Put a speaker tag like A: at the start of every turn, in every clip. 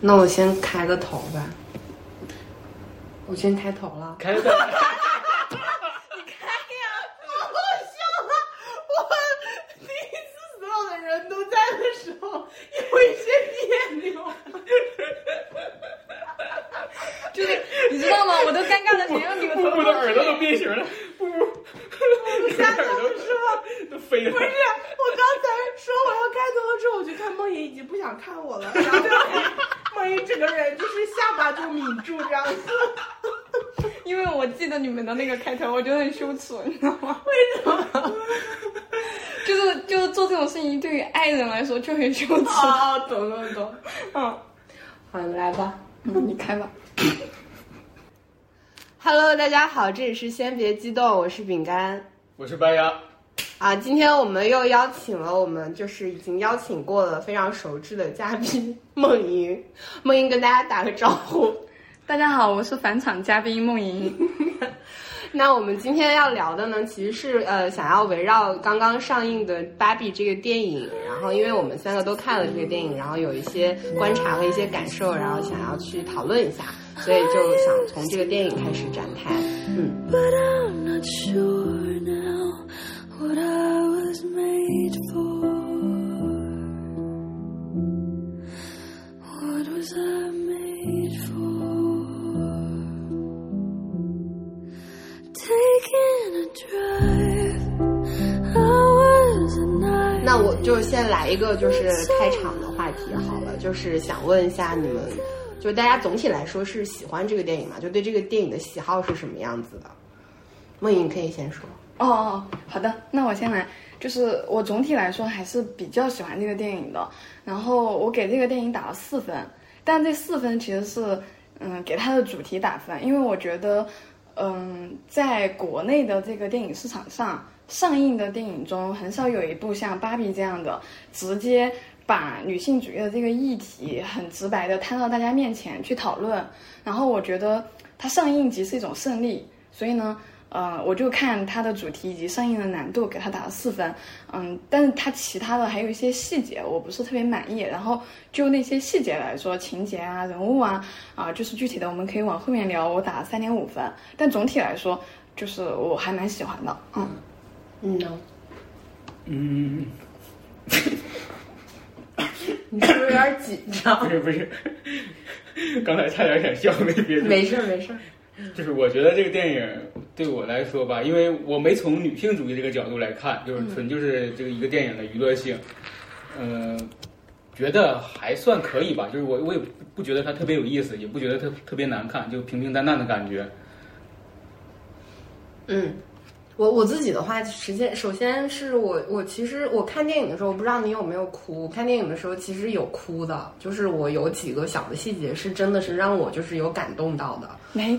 A: 那我先开个头吧，我先开头了。
B: 开个头，
A: 哎呀，太好笑了！我第一次所有的人都在的时候，有一些别扭。就是你知道吗？我都尴尬的想让你们
B: 布布的耳朵都变形了，布布，布
A: 瞎
B: 耳朵
A: 是吗？
B: 都飞了。
A: 不是，我刚才说我要开头的时候，我就看梦怡已经不想看我了，然后梦怡整个人就是下巴就抿住这样子。
C: 因为我记得你们的那个开头，我觉得很羞耻，你知道吗？
A: 为什么？
C: 就是就是做这种事情，对于爱人来说就很羞耻。
A: 哦，懂懂 懂。
C: 嗯，
A: 好，来吧。
C: 嗯，你开吧。
A: Hello，大家好，这里是先别激动，我是饼干。
B: 我是白羊，
A: 啊，今天我们又邀请了我们就是已经邀请过了非常熟知的嘉宾梦莹， 梦莹跟大家打个招呼。
C: 大家好，我是返场嘉宾梦莹。
A: 那我们今天要聊的呢，其实是呃，想要围绕刚刚上映的《芭比》这个电影，然后因为我们三个都看了这个电影，然后有一些观察和一些感受，然后想要去讨论一下，所以就想从这个电影开始展开。嗯，
D: But I'm not sure now what I was made for. What was I made for? Taking a drive, I was a night.
A: 那我就先来一个就是开场的话题好了，就是想问一下你们，就是大家总体来说是喜欢这个电影嘛？就对这个电影的喜好是什么样子的？梦莹可以先说。
C: 哦，好的，那我先来。就是我总体来说还是比较喜欢这个电影的，然后我给这个电影打了四分，但这四分其实是嗯给它的主题打分，因为我觉得嗯在国内的这个电影市场上上映的电影中，很少有一部像《芭比》这样的直接把女性主义的这个议题很直白的摊到大家面前去讨论，然后我觉得它上映即是一种胜利，所以呢。呃，我就看它的主题以及上映的难度，给它打了四分。嗯，但是它其他的还有一些细节我不是特别满意。然后就那些细节来说，情节啊、人物啊，啊、就是具体的我们可以往后面聊。我打了三点五分，但总体来说，就是我还蛮喜欢的。嗯，
A: 嗯呢？
B: 嗯，
A: 你是不是有点紧张？
B: 不是不是，刚才差点想笑没憋住。
A: 没事儿没事儿。
B: 就是我觉得这个电影对我来说吧，因为我没从女性主义这个角度来看，就是纯就是这个一个电影的娱乐性，呃，觉得还算可以吧。就是我我也不觉得它特别有意思，也不觉得特特别难看，就平平淡淡的感觉。
A: 嗯，我我自己的话，实现首先是我我其实我看电影的时候，我不知道你有没有哭。我看电影的时候其实有哭的，就是我有几个小的细节是真的是让我就是有感动到的。
C: 没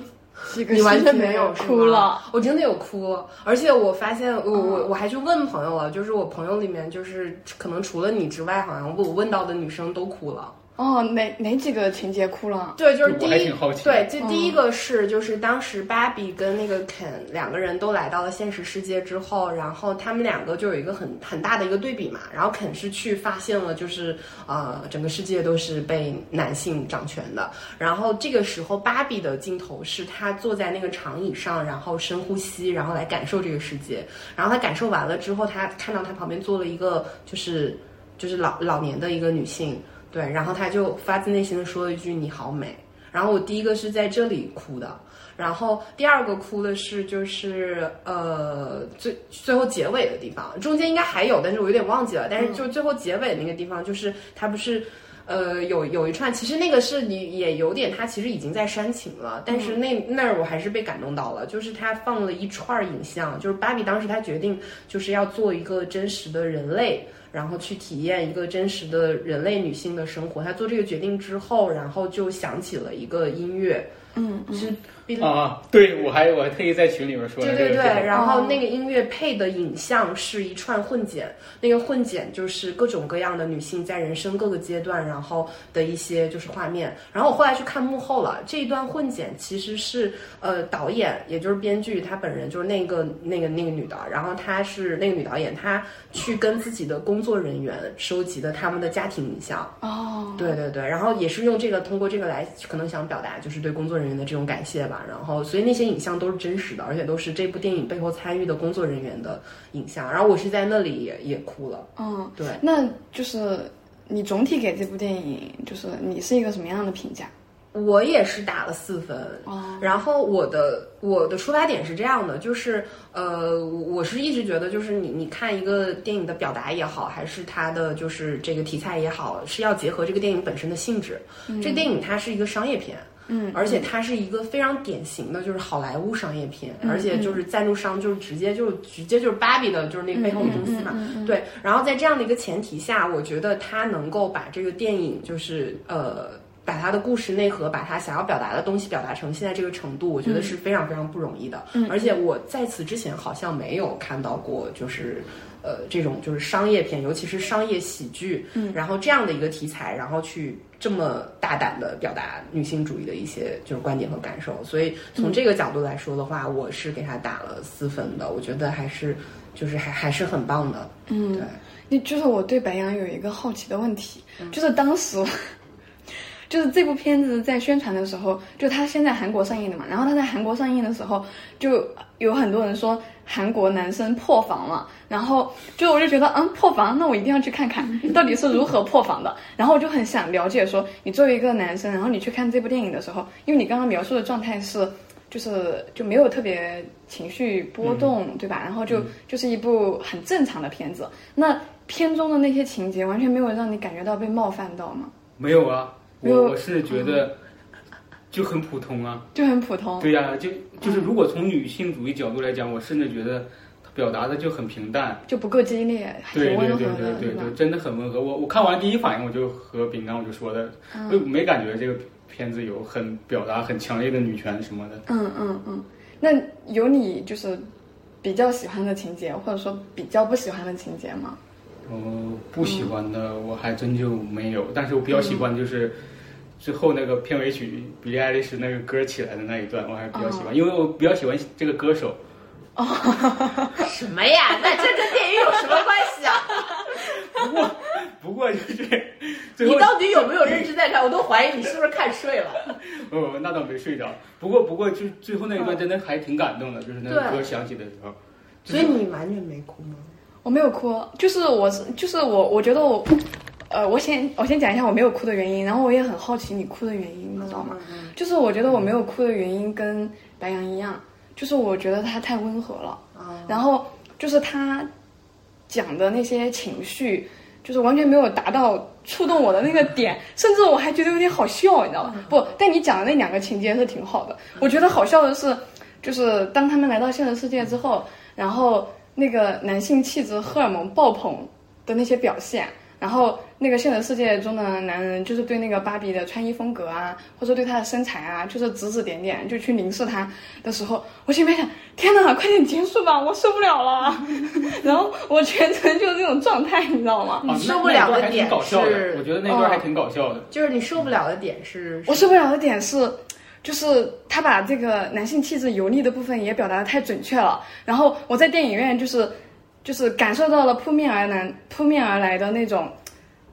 C: 几个
A: 你完全
C: 细节
A: 没有是吗
C: 哭了。，
A: 我真的有哭，而且我发现我我我还去问朋友了，就是我朋友里面就是可能除了你之外，好像我问到的女生都哭了。
C: 哦，哪哪几个情节哭了？
A: 对，就是
B: 我
A: 第
B: 还
A: 一
B: 挺好奇，
A: 对，这第一个是就是当时芭比跟那个肯两个人都来到了现实世界之后，然后他们两个就有一个很很大的一个对比嘛。然后肯是去发现了，就是呃，整个世界都是被男性掌权的。然后这个时候芭比的镜头是她坐在那个长椅上，然后深呼吸，然后来感受这个世界。然后她感受完了之后，她看到她旁边坐了一个就是就是老老年的一个女性。对，然后她就发自内心的说了一句“你好美”，然后我第一个是在这里哭的，然后第二个哭的是就是呃最最后结尾的地方，中间应该还有，但是我有点忘记了。但是就最后结尾那个地方，就是他不是呃有有一串，其实那个是你也有点，他其实已经在煽情了，但
C: 嗯
A: 是那那儿我还是被感动到了，就是他放了一串儿影像，就是芭比当时他决定就是要做一个真实的人类。然后去体验一个真实的人类女性的生活。她做这个决定之后，然后就想起了一个音乐，
C: 嗯，
A: 是 b
B: 啊啊，对我还我还特意在群里边说了
A: 对
B: 这
A: 对
B: 个事
A: 对，
B: 儿
A: 然后那个音乐配的影像是一串混剪，那个混剪就是各种各样的女性在人生各个阶段，然后的一些就是画面。然后我后来去看幕后了，这一段混剪其实是呃导演，也就是编剧他本人就是那个那个那个女的，然后她是那个女导演，她去跟自己的工工作人员收集的他们的家庭影像。
C: 哦，
A: 对对对，然后也是用这个，通过这个来可能想表达就是对工作人员的这种感谢吧。然后，所以那些影像都是真实的，而且都是这部电影背后参与的工作人员的影像。然后我是在那里也也哭了。
C: 嗯，
A: 对，
C: 那就是你总体给这部电影，就是你是一个什么样的评价？
A: 我也是打了四分，
C: 哦，
A: 然后我的我的出发点是这样的，就是呃，我我是一直觉得，就是你你看一个电影的表达也好，还是它的就是这个题材也好，是要结合这个电影本身的性质。这电影它是一个商业片。
C: 嗯，
A: 而且它是一个非常典型的，就是好莱坞商业片，
C: 嗯
A: 而且就是赞助商就是直接就直接就是芭比的，就是那个背后
C: 嗯
A: 的公司嘛。对，然后在这样的一个前提下，我觉得他能够把这个电影就是呃。把他的故事内核，把他想要表达的东西表达成现在这个程度，我觉
C: 嗯
A: 得是非常非常不容易的。而且我在此之前好像没有看到过，就是呃这种就是商业片，尤其是商业喜剧，
C: 嗯
A: 然后这样的一个题材，然后去这么大胆的表达女性主义的一些就是观点和感受。所以从这个角度来说的话，我是给他打了四分的，我觉得还是就是还还是很棒的。嗯，对。
C: 你就是我对白羊有一个好奇的问题，就是当时，就是这部片子在宣传的时候，就它先在韩国上映的嘛，然后它在韩国上映的时候，就有很多人说韩国男生破防了，然后就我就觉得，嗯，破防，那我一定要去看看到底是如何破防的，然后我就很想了解说，你作为一个男生，然后你去看这部电影的时候，因为你刚刚描述的状态是。就是就没有特别情绪波
B: 嗯
C: 动，对吧？然后就、就是一部很正常的片子。那片中的那些情节完全没有让你感觉到被冒犯到吗？
B: 没有啊，
C: 没有嗯
B: 我我是觉得就很普通啊。
C: 就很普通。
B: 对呀、就就是如果从女性主义角度来讲，我甚至觉得她表达的就很平淡。
C: 就不够激烈，还
B: 对
C: 挺
B: 对
C: 温
B: 对
C: 和
B: 对
C: 的，
B: 对
C: 吧
B: 对，？真的很温和。我我看完第一反应我就和饼干我就说的，
C: 嗯
B: 我没感觉这个片子有很表达很强烈的女权什么的。
C: 嗯嗯嗯。那有你就是比较喜欢的情节，或者说比较不喜欢的情节吗？
B: 嗯，不喜欢的
C: 嗯
B: 我还真就没有，但是我比较喜欢就是最后那个片尾曲，比利·爱丽丝那个歌起来的那一段，我还比较喜
C: 哦
B: 欢，因为我比较喜欢这个歌手。
A: 什么呀？那这跟电影有什么关系 啊？
B: 不过，不过就是最
A: 你
B: 后
A: 到底有没有认真在看？我都怀疑你是不是看睡了。
B: 哦，那倒没睡着。不过，不过就是最后那一段真的还挺感动的，就是那个
A: 对
B: 歌响起的时候。就
A: 所
B: 是
A: 以你完全没哭吗？
C: 我没有哭，就是我是就是我，我觉得我，呃，我先我先讲一下我没有哭的原因，然后我也很好奇你哭的原因，你知道吗？就是我觉得我没有哭的原因跟白羊一样，就是我觉得他太温和了，
A: 啊，
C: 然后就是他讲的那些情绪，就是完全没有达到触动我的那个点，甚至我还觉得有点好笑，你知道吗？不，但你讲的那两个情节是挺好的。我觉得好笑的是，就是当他们来到现实世界之后，然后那个男性气质荷尔蒙爆棚的那些表现。然后，那个现实世界中的男人，就是对那个芭比的穿衣风格啊，或者对她的身材啊，就是指指点点，就去凝视她的时候，我心里面想：天哪，快点结束吧，我受不了了。 然后我全程就是这种状态，你知道吗？
B: 啊，
A: 受
B: 那
A: 不了的
B: 那段还挺
A: 点
B: 搞笑的
A: 是，哦
B: 我觉得那段还挺搞笑的。
A: 就是你受不了的点是？
C: 我受不了的点是，就是他把这个男性气质油腻的部分也表达的太准确了。然后我在电影院就是就是感受到了扑面而来扑面而来的那种。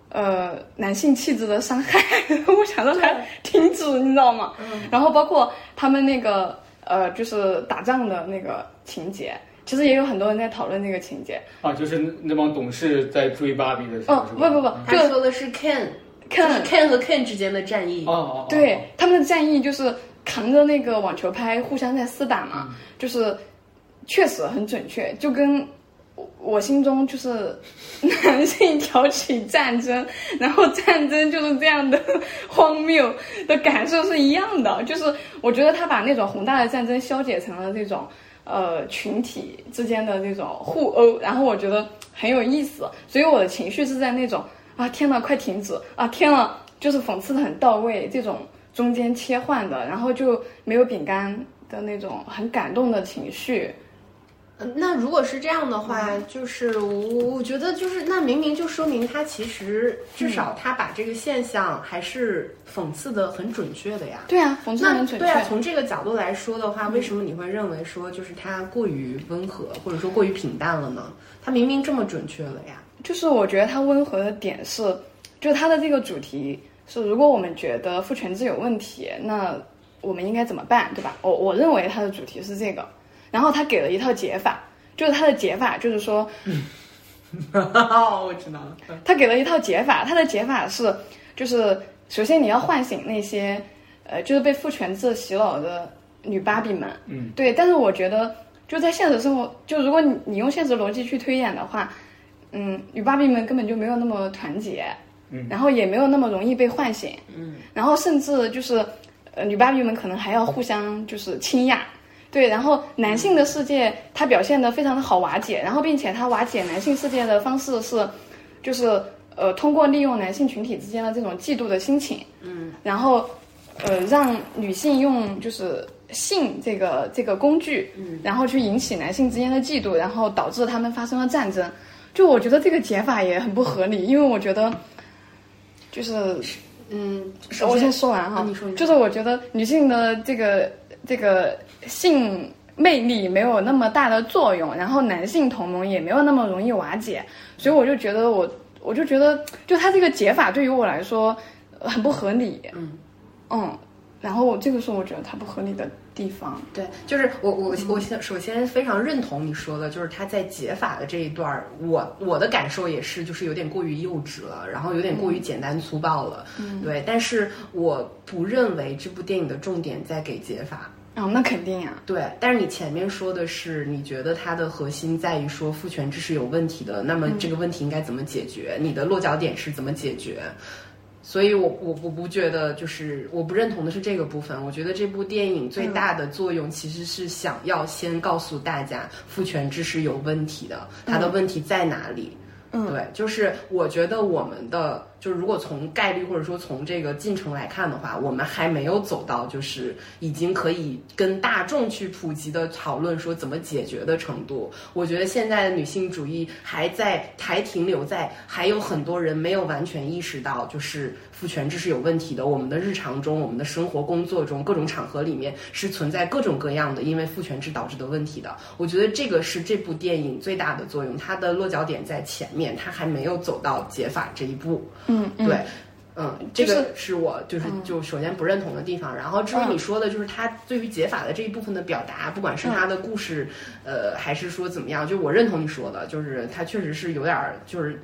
C: 呃，男性气质的伤害， 我想让他停止，你知道吗？然后包括他们那个呃，就是打仗的那个情节，其实也有很多人在讨论那个情节。
B: 啊，就是那那帮董事在追芭比的时候，
C: 哦
B: 是，
C: 不
B: 吧？
C: 不不
B: 啊，
A: 他
C: 就
A: 说的是 Ken，
C: 看
A: 就是 Ken 和 Ken 之间的战役。
B: 哦哦，哦
C: 对，，他们的战役就是扛着那个网球拍互相在厮打嘛，
B: 嗯
C: 就是确实很准确，就跟我我心中就是 男性挑起战争，然后战争就是这样的 荒谬的感受是一样的。就是我觉得他把那种宏大的战争消解成了这种呃群体之间的这种互殴，然后我觉得很有意思，所以我的情绪是在那种啊天呐，快停止啊天呐，就是讽刺的很到位，这种中间切换的，然后就没有饼干的那种很感动的情绪。
A: 嗯那如果是这样的话，就是我我觉得就是那明明就说明他其实至少他把这个现象还是讽刺的很准确的呀。
C: 对啊，讽刺的
A: 那
C: 很准
A: 对啊，
C: 确。
A: 从这个角度来说的话，为什么你会认为说就是他过于温和，或者说过于平淡了呢？他明明这么准确了呀。
C: 就是我觉得它温和的点是，就是它的这个主题是，如果我们觉得父权制有问题，那我们应该怎么办，对吧？我我认为它的主题是这个，然后它给了一套解法，就是它的解法就是说，
E: 我知道了。
C: 他给了一套解法，他的解法是，就是首先你要唤醒那些，呃，就是被父权制洗脑的女芭比们，
B: 嗯，
C: 对。但是我觉得，就在现实生活，就如果你你用现实逻辑去推演的话，嗯，女芭比们根本就没有那么团结，
B: 嗯
C: 然后也没有那么容易被唤醒，嗯，然后甚至就是，呃，女芭比们可能还要互相就是倾轧。对，然后男性的世界，它表现得非常的好瓦解，然后并且它瓦解男性世界的方式是，就是呃，通过利用男性群体之间的这种嫉妒的心情，嗯，然后呃，让女性用就是性这个这个工具，嗯，然后去引起男性之间的嫉妒，然后导致他们发生了战争。就我觉得这个解法也很不合理，因为我觉得就是
A: 嗯，
C: 我先说完哈，
A: 啊你说你说
C: 就是我觉得女性的这个这个性魅力没有那么大的作用，然后男性同盟也没有那么容易瓦解，所以我就觉得我我就觉得就他这个解法对于我来说呃很不合理，嗯然后这个是我觉得它不合理的地方，
A: 对，就是我我我先首先非常认同你说的，就是他在解法的这一段儿，我我的感受也是，就是有点过于幼稚了，然后有点过于简单粗暴了，对。但是我不认为这部电影的重点在给解法，
C: 啊、那肯定呀、
A: 对。但是你前面说的是，你觉得它的核心在于说父权制是有问题的，那么这个问题应该怎么解决？你的落脚点是怎么解决？所以我，我我不觉得，就是我不认同的是这个部分。我觉得这部电影最大的作用其实是想要先告诉大家，父权制是有问题的，它的问题在哪里？嗯，对，就是我觉得我们的，就是如果从概率或者说从这个进程来看的话，我们还没有走到就是已经可以跟大众去普及的讨论说怎么解决的程度。我觉得现在的女性主义还在还停留在还有很多人没有完全意识到，就是父权制是有问题的。我们的日常中、我们的生活、工作中各种场合里面是存在各种各样的因为父权制导致的问题的。我觉得这个是这部电影最大的作用，它的落脚点在前面，它还没有走到解法这一步。
C: 嗯嗯，
A: 对，嗯，这
C: 就是嗯
A: 个是我就是就首先不认同的地方。然后至于你说的，就是他对于解法的这一部分的表达，不
C: 嗯
A: 管是他的故事，呃，还是说怎么样，就我认同你说的，就是他确实是有点儿就是。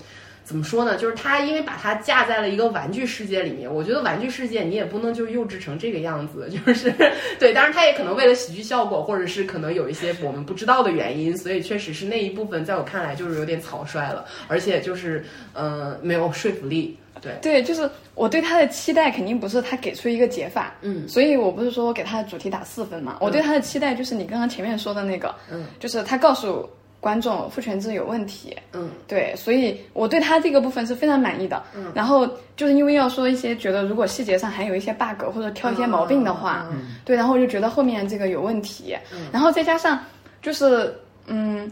A: 怎么说呢？就是他，因为把它架在了一个玩具世界里面，我觉得玩具世界你也不能就幼稚成这个样子， 就是对。当然，他也可能为了喜剧效果，或者是可能有一些我们不知道的原因，所以确实是那一部分在我看来就是有点草率了，而且就是呃没有说服力。对，
C: 对，就是我对他的期待肯定不是他给出一个解法，
A: 嗯
C: 所以我不是说我给他的主题打四分嘛，我对他的期待就是你刚刚前面说的那个，
A: 嗯，
C: 就是他告诉观众父权制有问题，
A: 嗯
C: 对，所以我对他这个部分是非常满意的，嗯，然后就是因为要说一些觉得如果细节上还有一些 bug 或者挑一些毛病的话，
A: 嗯
C: 对，然后我就觉得后面这个有问题，然后再加上就是嗯，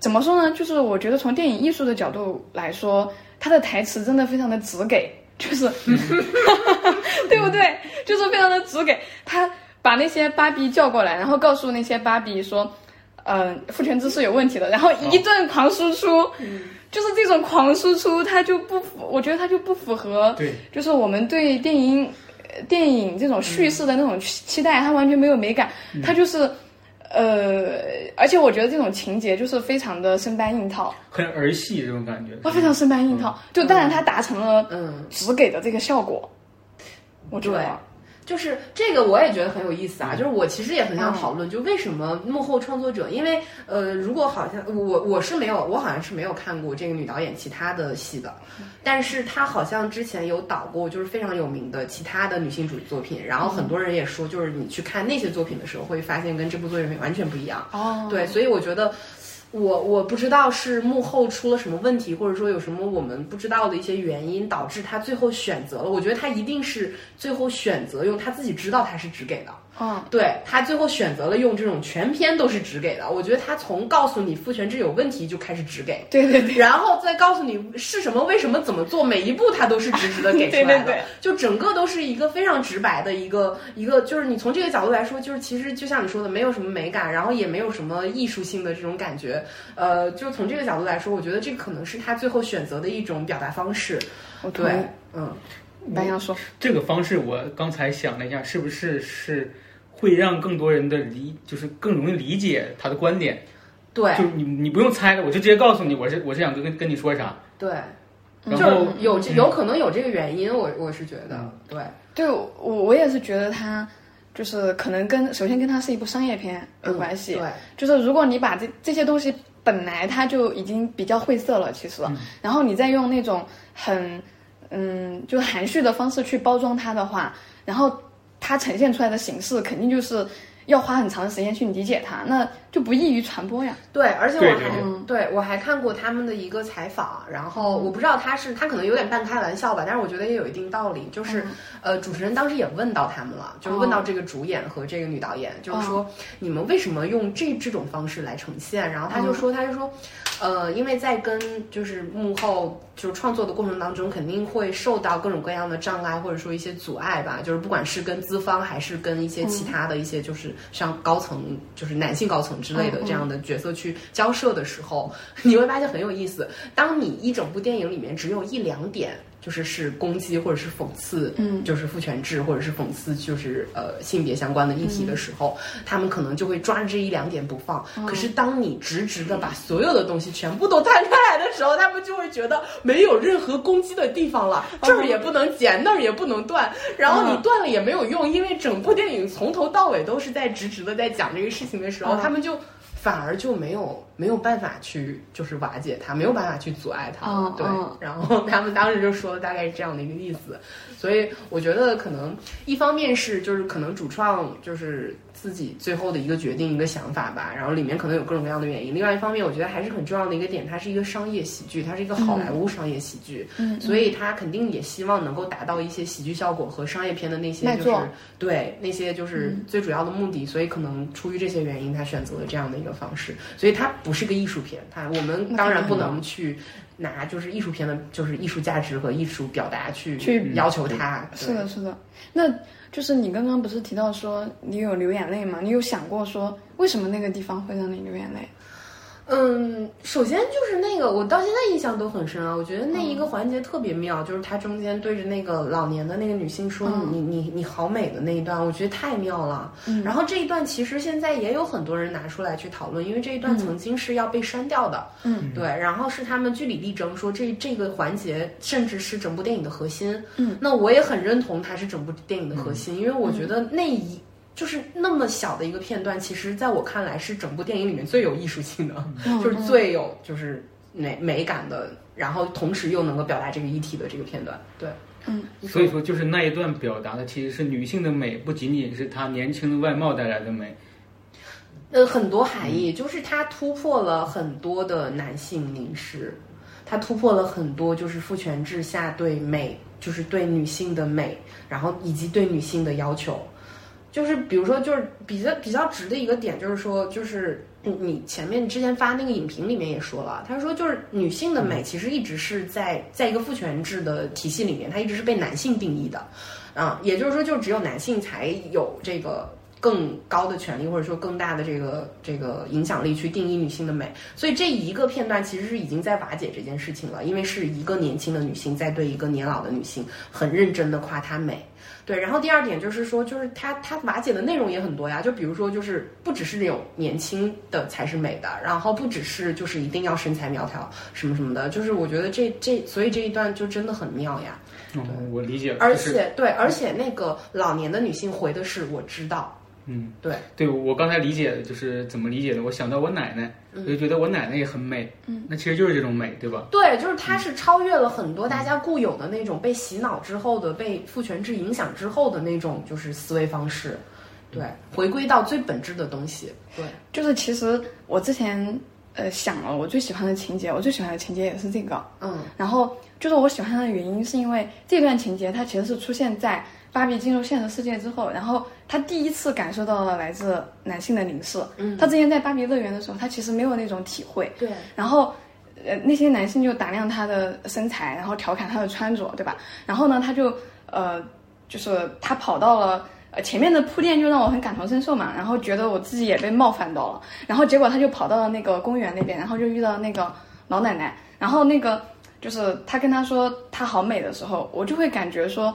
C: 怎么说呢？就是我觉得从电影艺术的角度来说，他的台词真的非常的直给，就是，对不对？就是非常的直给，他把那些芭比叫过来，然后告诉那些芭比说，呃，父权制是有问题的，然后一顿狂输出。就是这种狂输出，它就不符，我觉得它就不符合，
B: 对，
C: 就是我们对电影、呃电影这种叙事的那种期期待，它完全没有美感，它就是，呃，而且我觉得这种情节就是非常的生搬硬套，
B: 很儿戏这种感觉。
C: 啊，非常生搬硬套。就当然它达成了
A: 嗯，
C: 只给的这个效果，我觉得
A: 对。就是这个，我也觉得很有意思啊。就是我其实也很想讨论，就为什么幕后创作者，因为呃，如果好像我我是没有，我好像是没有看过这个女导演其他的戏的，但是她好像之前有导过，就是非常有名的其他的女性主义作品。然后很多人也说，就是你去看那些作品的时候，会发现跟这部作品完全不一样。
C: 哦
A: 对，所以我觉得我我不知道是幕后出了什么问题，或者说有什么我们不知道的一些原因，导致他最后选择了。我觉得他一定是最后选择用他自己知道他是只给的，
C: 嗯，
A: 对他最后选择了用这种全篇都是直给的，我觉得他从告诉你父权制有问题就开始直给，
C: 对对对，
A: 然后再告诉你是什么、为什么、怎么做，每一步他都是直直的给出来的，
C: 对对对
A: 就整个都是一个非常直白的一个一个，就是你从这个角度来说，就是其实就像你说的，没有什么美感，然后也没有什么艺术性的这种感觉，呃，就从这个角度来说，我觉得这可能是他最后选择的一种表达方式，
C: 我同
A: 对
C: 意。，
A: 嗯，
C: 白羊说，
B: 这个方式我刚才想了一下，是不是是会让更多人的理，就是更容易理解他的观点？
A: 对
B: 就你你不用猜了，我就直接告诉你，我是我是想跟跟你说啥。
A: 对，
B: 然
A: 嗯就是
B: 后
A: 有这有可能有这个原因，我我是觉得
B: 嗯
A: 对。
C: 对我我也是觉得它就是可能跟首先跟它是一部商业片有关系，
A: 对，
C: 就是如果你把这这些东西本来它就已经比较晦涩了，其实，然后你再用那种很嗯就含蓄的方式去包装它的话，然后它呈现出来的形式肯定就是要花很长的时间去理解它，那就不易于传播呀。
A: 对，而且我
B: 对
A: 还嗯
B: 对
A: 对我还看过他们的一个采访，然后
B: 嗯
A: 我不知道他是他可能有点半开玩笑吧，但是我觉得也有一定道理。就是、
B: 嗯
A: 呃，主持人当时也问到他们了，就是问
B: 哦
A: 到这个主演和这个女导演，就是说、你们为什么用这这种方式来呈现？然后他
B: 哦
A: 就说，他就说，呃，因为在跟就是幕后就是创作的过程当中，肯定会受到各种各样的障碍或者说一些阻碍吧，就是不管是跟资方还是跟一些其他的一些就是像高层就是男性高层之类的这样的角色去交涉的时候， 你会发现很有意思。当你一整部电影里面只有一两点。就是是攻击或者是讽刺，
C: 嗯
A: 就是父权制或者是讽刺，就是呃性别相关的议题的时候，他们可能就会抓着这一两点不放。可是当你直直的把所有的东西全部都摊开来的时候，他们就会觉得没有任何攻击的地方了，这儿也不能剪，那儿也不能断，然后你断了也没有用，因为整部电影从头到尾都是在直直的在讲这个事情的时候，
C: 嗯
A: 他们就。反而就没有没有办法去就是瓦解它，没有办法去阻碍它了
C: 嗯
A: 对，
C: 嗯
A: 然后他们当时就说了大概是这样的一个意思，所以我觉得可能一方面是就是可能主创就是自己最后的一个决定一个想法吧，然后里面可能有各种各样的原因。另外一方面，我觉得还是很重要的一个点，它是一个商业喜剧，它是一个好莱坞商业喜剧，
C: 嗯
A: 所以它肯定也希望能够达到一些喜剧效果和商业片的那些
C: 卖
A: 就是
C: 座嗯
A: 对那些就是最主要的目的，所以可能出于这些原因，他选择了这样的一个方式，所以它不是个艺术片，它我们当然不能去拿就是艺术片的，就是艺术价值和艺术表达去
C: 去嗯
A: 要求它，对
C: 是的，是的，那就是你刚刚不是提到说你有流眼泪吗？你有想过说为什么那个地方会让你流眼泪？
A: 嗯，首先就是那个，我到现在印象都很深啊。我觉得那一个环节特别妙，就是他中间对着那个老年的那个女性说
C: 嗯
A: 你、你你你好美”的那一段，我觉得太妙了。
C: 嗯
A: 然后这一段其实现在也有很多人拿出来去讨论，因为这一段曾经是要被删掉的。
C: 嗯
A: 对，然后是他们据理力争说这这个环节甚至是整部电影的核心。
C: 嗯，
A: 那我也很认同它是整部电影的核心，因为我觉得那一。就是那么小的一个片段，其实在我看来是整部电影里面最有艺术性的，
C: 嗯
A: 就是最有就是美美感的，然后同时又能够表达这个议题的这个片段。对，
C: 嗯，
B: 所以说，就是那一段表达的其实是女性的美，不仅仅是她年轻的外貌带来的美。
A: 呃，很多含义，就是它突破了很多的男性凝视，它突破了很多就是父权制下对美，就是对女性的美，然后以及对女性的要求。就是比如说，就是比较比较直的一个点，就是说，就是你你前面之前发那个影评里面也说了，他说就是女性的美其实一直是在在一个父权制的体系里面，它一直是被男性定义的，啊，也就是说，就只有男性才有这个更高的权利，或者说更大的这个这个影响力去定义女性的美。所以这一个片段其实是已经在瓦解这件事情了，因为是一个年轻的女性在对一个年老的女性很认真的夸她美。对，然后第二点就是说，就是它它瓦解的内容也很多呀，就比如说就是不只是那种年轻的才是美的，然后不只是就是一定要身材苗条什么什么的，就是我觉得这这所以这一段就真的很妙呀。
B: 嗯，我理解了。
A: 而
B: 就是，
A: 且对，而且那个老年的女性回的是我知道，
B: 嗯，
A: 对，
B: 对我刚才理解的就是怎么理解的，我想到我奶奶，
A: 嗯
B: 我就觉得我奶奶也很美。嗯，那其实就是这种美，对吧？
A: 对，就是它
C: 嗯
A: 是超越了很多大家固有的那种被洗脑之后的、被父权制影响之后的那种就是思维方式，
C: 嗯
A: 对，回归到最本质的东西，对，
C: 就是其实我之前呃想了我最喜欢的情节，我最喜欢的情节也是这个。
A: 嗯
C: 然后就是我喜欢它的原因，是因为这段情节它其实是出现在芭比进入现实世界之后，然后她第一次感受到了来自男性的凝视。
A: 嗯
C: 她之前在芭比乐园的时候，她其实没有那种体会。
A: 对，
C: 然后呃那些男性就打量她的身材，然后调侃她的穿着，对吧？然后呢，她就呃就是她跑到了。呃，前面的铺垫就让我很感同身受嘛，然后觉得我自己也被冒犯到了，然后结果她就跑到了那个公园那边，然后就遇到那个老奶奶，然后那个就是她跟她说她好美的时候，我就会感觉说，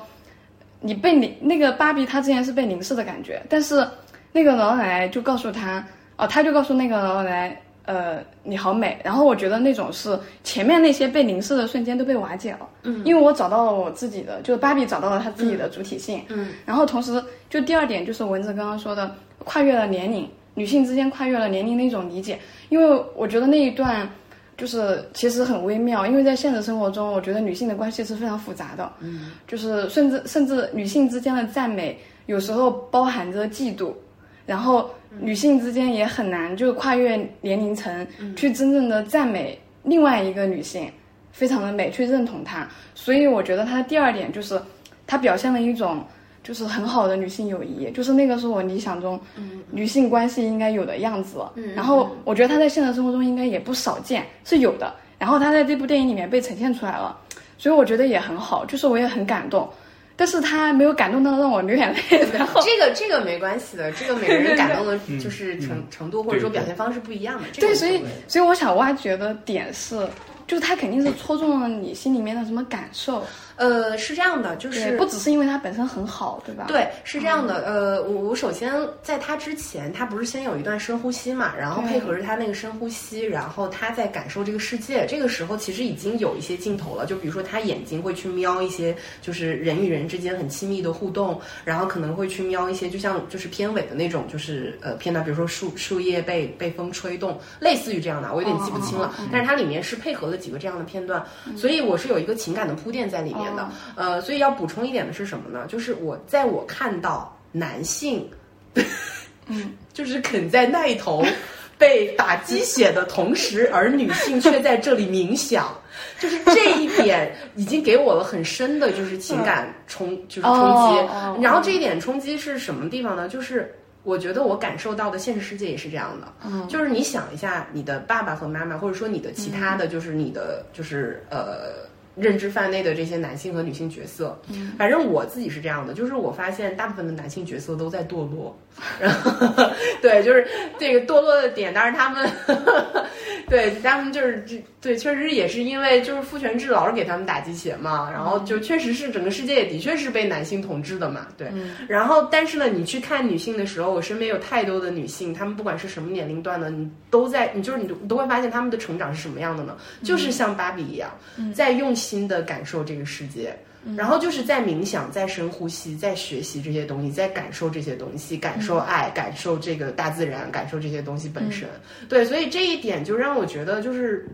C: 你被你那个芭比她之前是被凝视的感觉，但是那个老奶奶就告诉她，哦，她就告诉那个老奶奶，呃，你好美。然后我觉得那种是前面那些被凝视的瞬间都被瓦解了，嗯，因为我找到了我自己的，就是芭比找到了她自己的主体性，
A: 嗯，
C: 然后同时就第二点就是蚊子刚刚说的，跨越了年龄，女性之间跨越了年龄的一种理解，因为我觉得那一段。就是其实很微妙，因为在现实生活中，我觉得女性的关系是非常复杂的，嗯，就是甚至甚至女性之间的赞美有时候包含着嫉妒，然后女性之间也很难就跨越年龄层、去真正的赞美另外一个女性，非常的美，去认同她。所以我觉得她的第二点就是，她表现了一种就是很好的女性友谊，就是那个是我理想中女性关系应该有的样子。然后我觉得她在现实生活中应该也不少见，是有的。然后她在这部电影里面被呈现出来了，所以我觉得也很好，就是我也很感动。但是她没有感动到让我流眼泪，然后
A: 这个这个没关系 的，这个每个人感动的
C: 嗯
A: 就是程程度或者说表现方式不一样的。这个
C: 对，
A: 无
C: 所
A: 所
C: 以
A: 谓
C: 所以我想挖掘的点是，就是他肯定是戳中了你心里面的什么感受，
A: 呃是这样的，就
C: 对，
A: 是
C: 不只是因为它本身很好，对吧？，啊
A: 对，是这样的，呃，我我首先在他之前，他不是先有一段深呼吸嘛，然后
C: 对
A: 配合着他那个深呼吸，然后他在感受这个世界。这个时候其实已经有一些镜头了，就比如说他眼睛会去瞄一些，就是人与人之间很亲密的互动，然后可能会去瞄一些，就像就是片尾的那种，就是呃片段，比如说树树叶被被风吹动，类似于这样的，啊我有点记不
C: 哦
A: 清了。
C: 嗯
A: 但是它里面是配合了几个这样的片段，所以我是有一个情感的铺垫在里面的。
C: 哦
A: 呃，所以要补充一点的是什么呢？就是我在我看到男性，就是肯在那一头被打鸡血的同时，而女性却在这里冥想， 就是这一点已经给我了很深的就是情感冲，就是冲击。
C: 哦哦
A: 然后这一点冲击是什么地方呢？就是。我觉得我感受到的现实世界也是这样的，
C: 嗯
A: 就是你想一下，你的爸爸和妈妈，或者说你的其他
C: 嗯
A: 的，就是你的，就是呃。认知范围内的这些男性和女性角色，
C: 嗯
A: 反正我自己是这样的，就是我发现大部分的男性角色都在堕落，然后对，就是这个堕落的点，当然他们 对他们就是这对，确实也是因为就是父权制老是给他们打鸡血嘛，然后就确实是整个世界也的确是被男性统治的嘛，对。然后但是呢，你去看女性的时候，我身边有太多的女性，她们不管是什么年龄段的，你都在，你就是你都你都会发现她们的成长是什么样的呢？就是像芭比一样，
C: 嗯
A: 在用心的感受这个世界。然后就是在冥想，在深呼吸，在学习这些东西，在感受这些东西，感
C: 嗯
A: 受爱，感受这个大自然，感受这些东西本身。对，所以这一点就让我觉得就是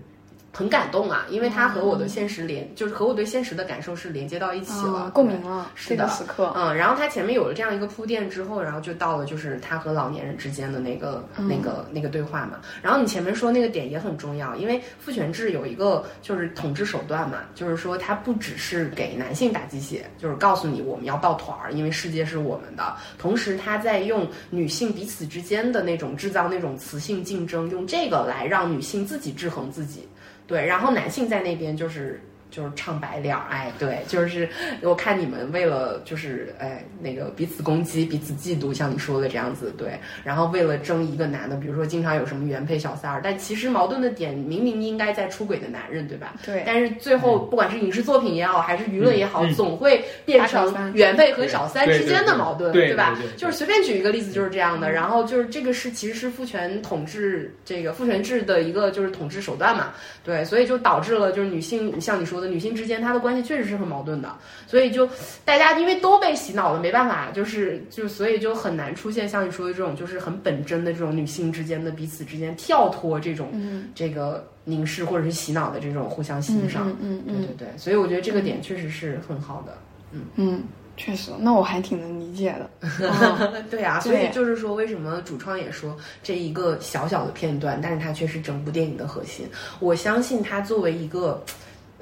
A: 很感动啊，因为它和
C: 哦
A: 我的现实连，就是和我对现实的感受是连接到一起了，
C: 啊，共鸣了
A: 是
C: 这
A: 的
C: 个时刻，
A: 嗯，然后他前面有了这样一个铺垫之后，然后就到了就是他和老年人之间的那个、那个那个对话嘛。然后你前面说那个点也很重要，因为父权制有一个就是统治手段嘛，就是说它不只是给男性打鸡血，就是告诉你我们要抱团儿，因为世界是我们的。同时，他在用女性彼此之间的那种制造那种雌性竞争，用这个来让女性自己制衡自己。对，然后男性在那边就是就是唱白脸儿，哎，对，就是我看你们为了就是哎那个彼此攻击、彼此嫉妒，像你说的这样子，对，然后为了争一个男的，比如说经常有什么原配小三儿，但其实矛盾的点明明应该在出轨的男人，对吧？
C: 对
A: 但是最后不管是影视作品也好，还是舆论也好，
B: 嗯嗯
A: 总会变
C: 打小
A: 成
C: 三
A: 原配和小三
B: 对
A: 之间的矛盾，
B: 对对
A: 吧
B: 对对？对
A: 就是随便举一个例子就是这样的，然后就是这个是其实是父权统治这个父权制的一个就是统治手段嘛，对，所以就导致了就是女性像你说的女性之间她的关系确实是很矛盾的，所以就大家因为都被洗脑了，没办法，就是就所以就很难出现像你说的这种就是很本真的这种女性之间的彼此之间跳脱这种、
C: 嗯
A: 这个凝视或者是洗脑的这种互相欣
C: 嗯
A: 赏，
C: 嗯嗯
A: 对对对，所以我觉得这个点确实是很好的。
C: 嗯确实，那我还挺能理解 的。哦
A: 对啊，所以
C: 对
A: 就是说，为什么主创也说这一个小小的片段，但是它却是整部电影的核心。我相信他作为一个。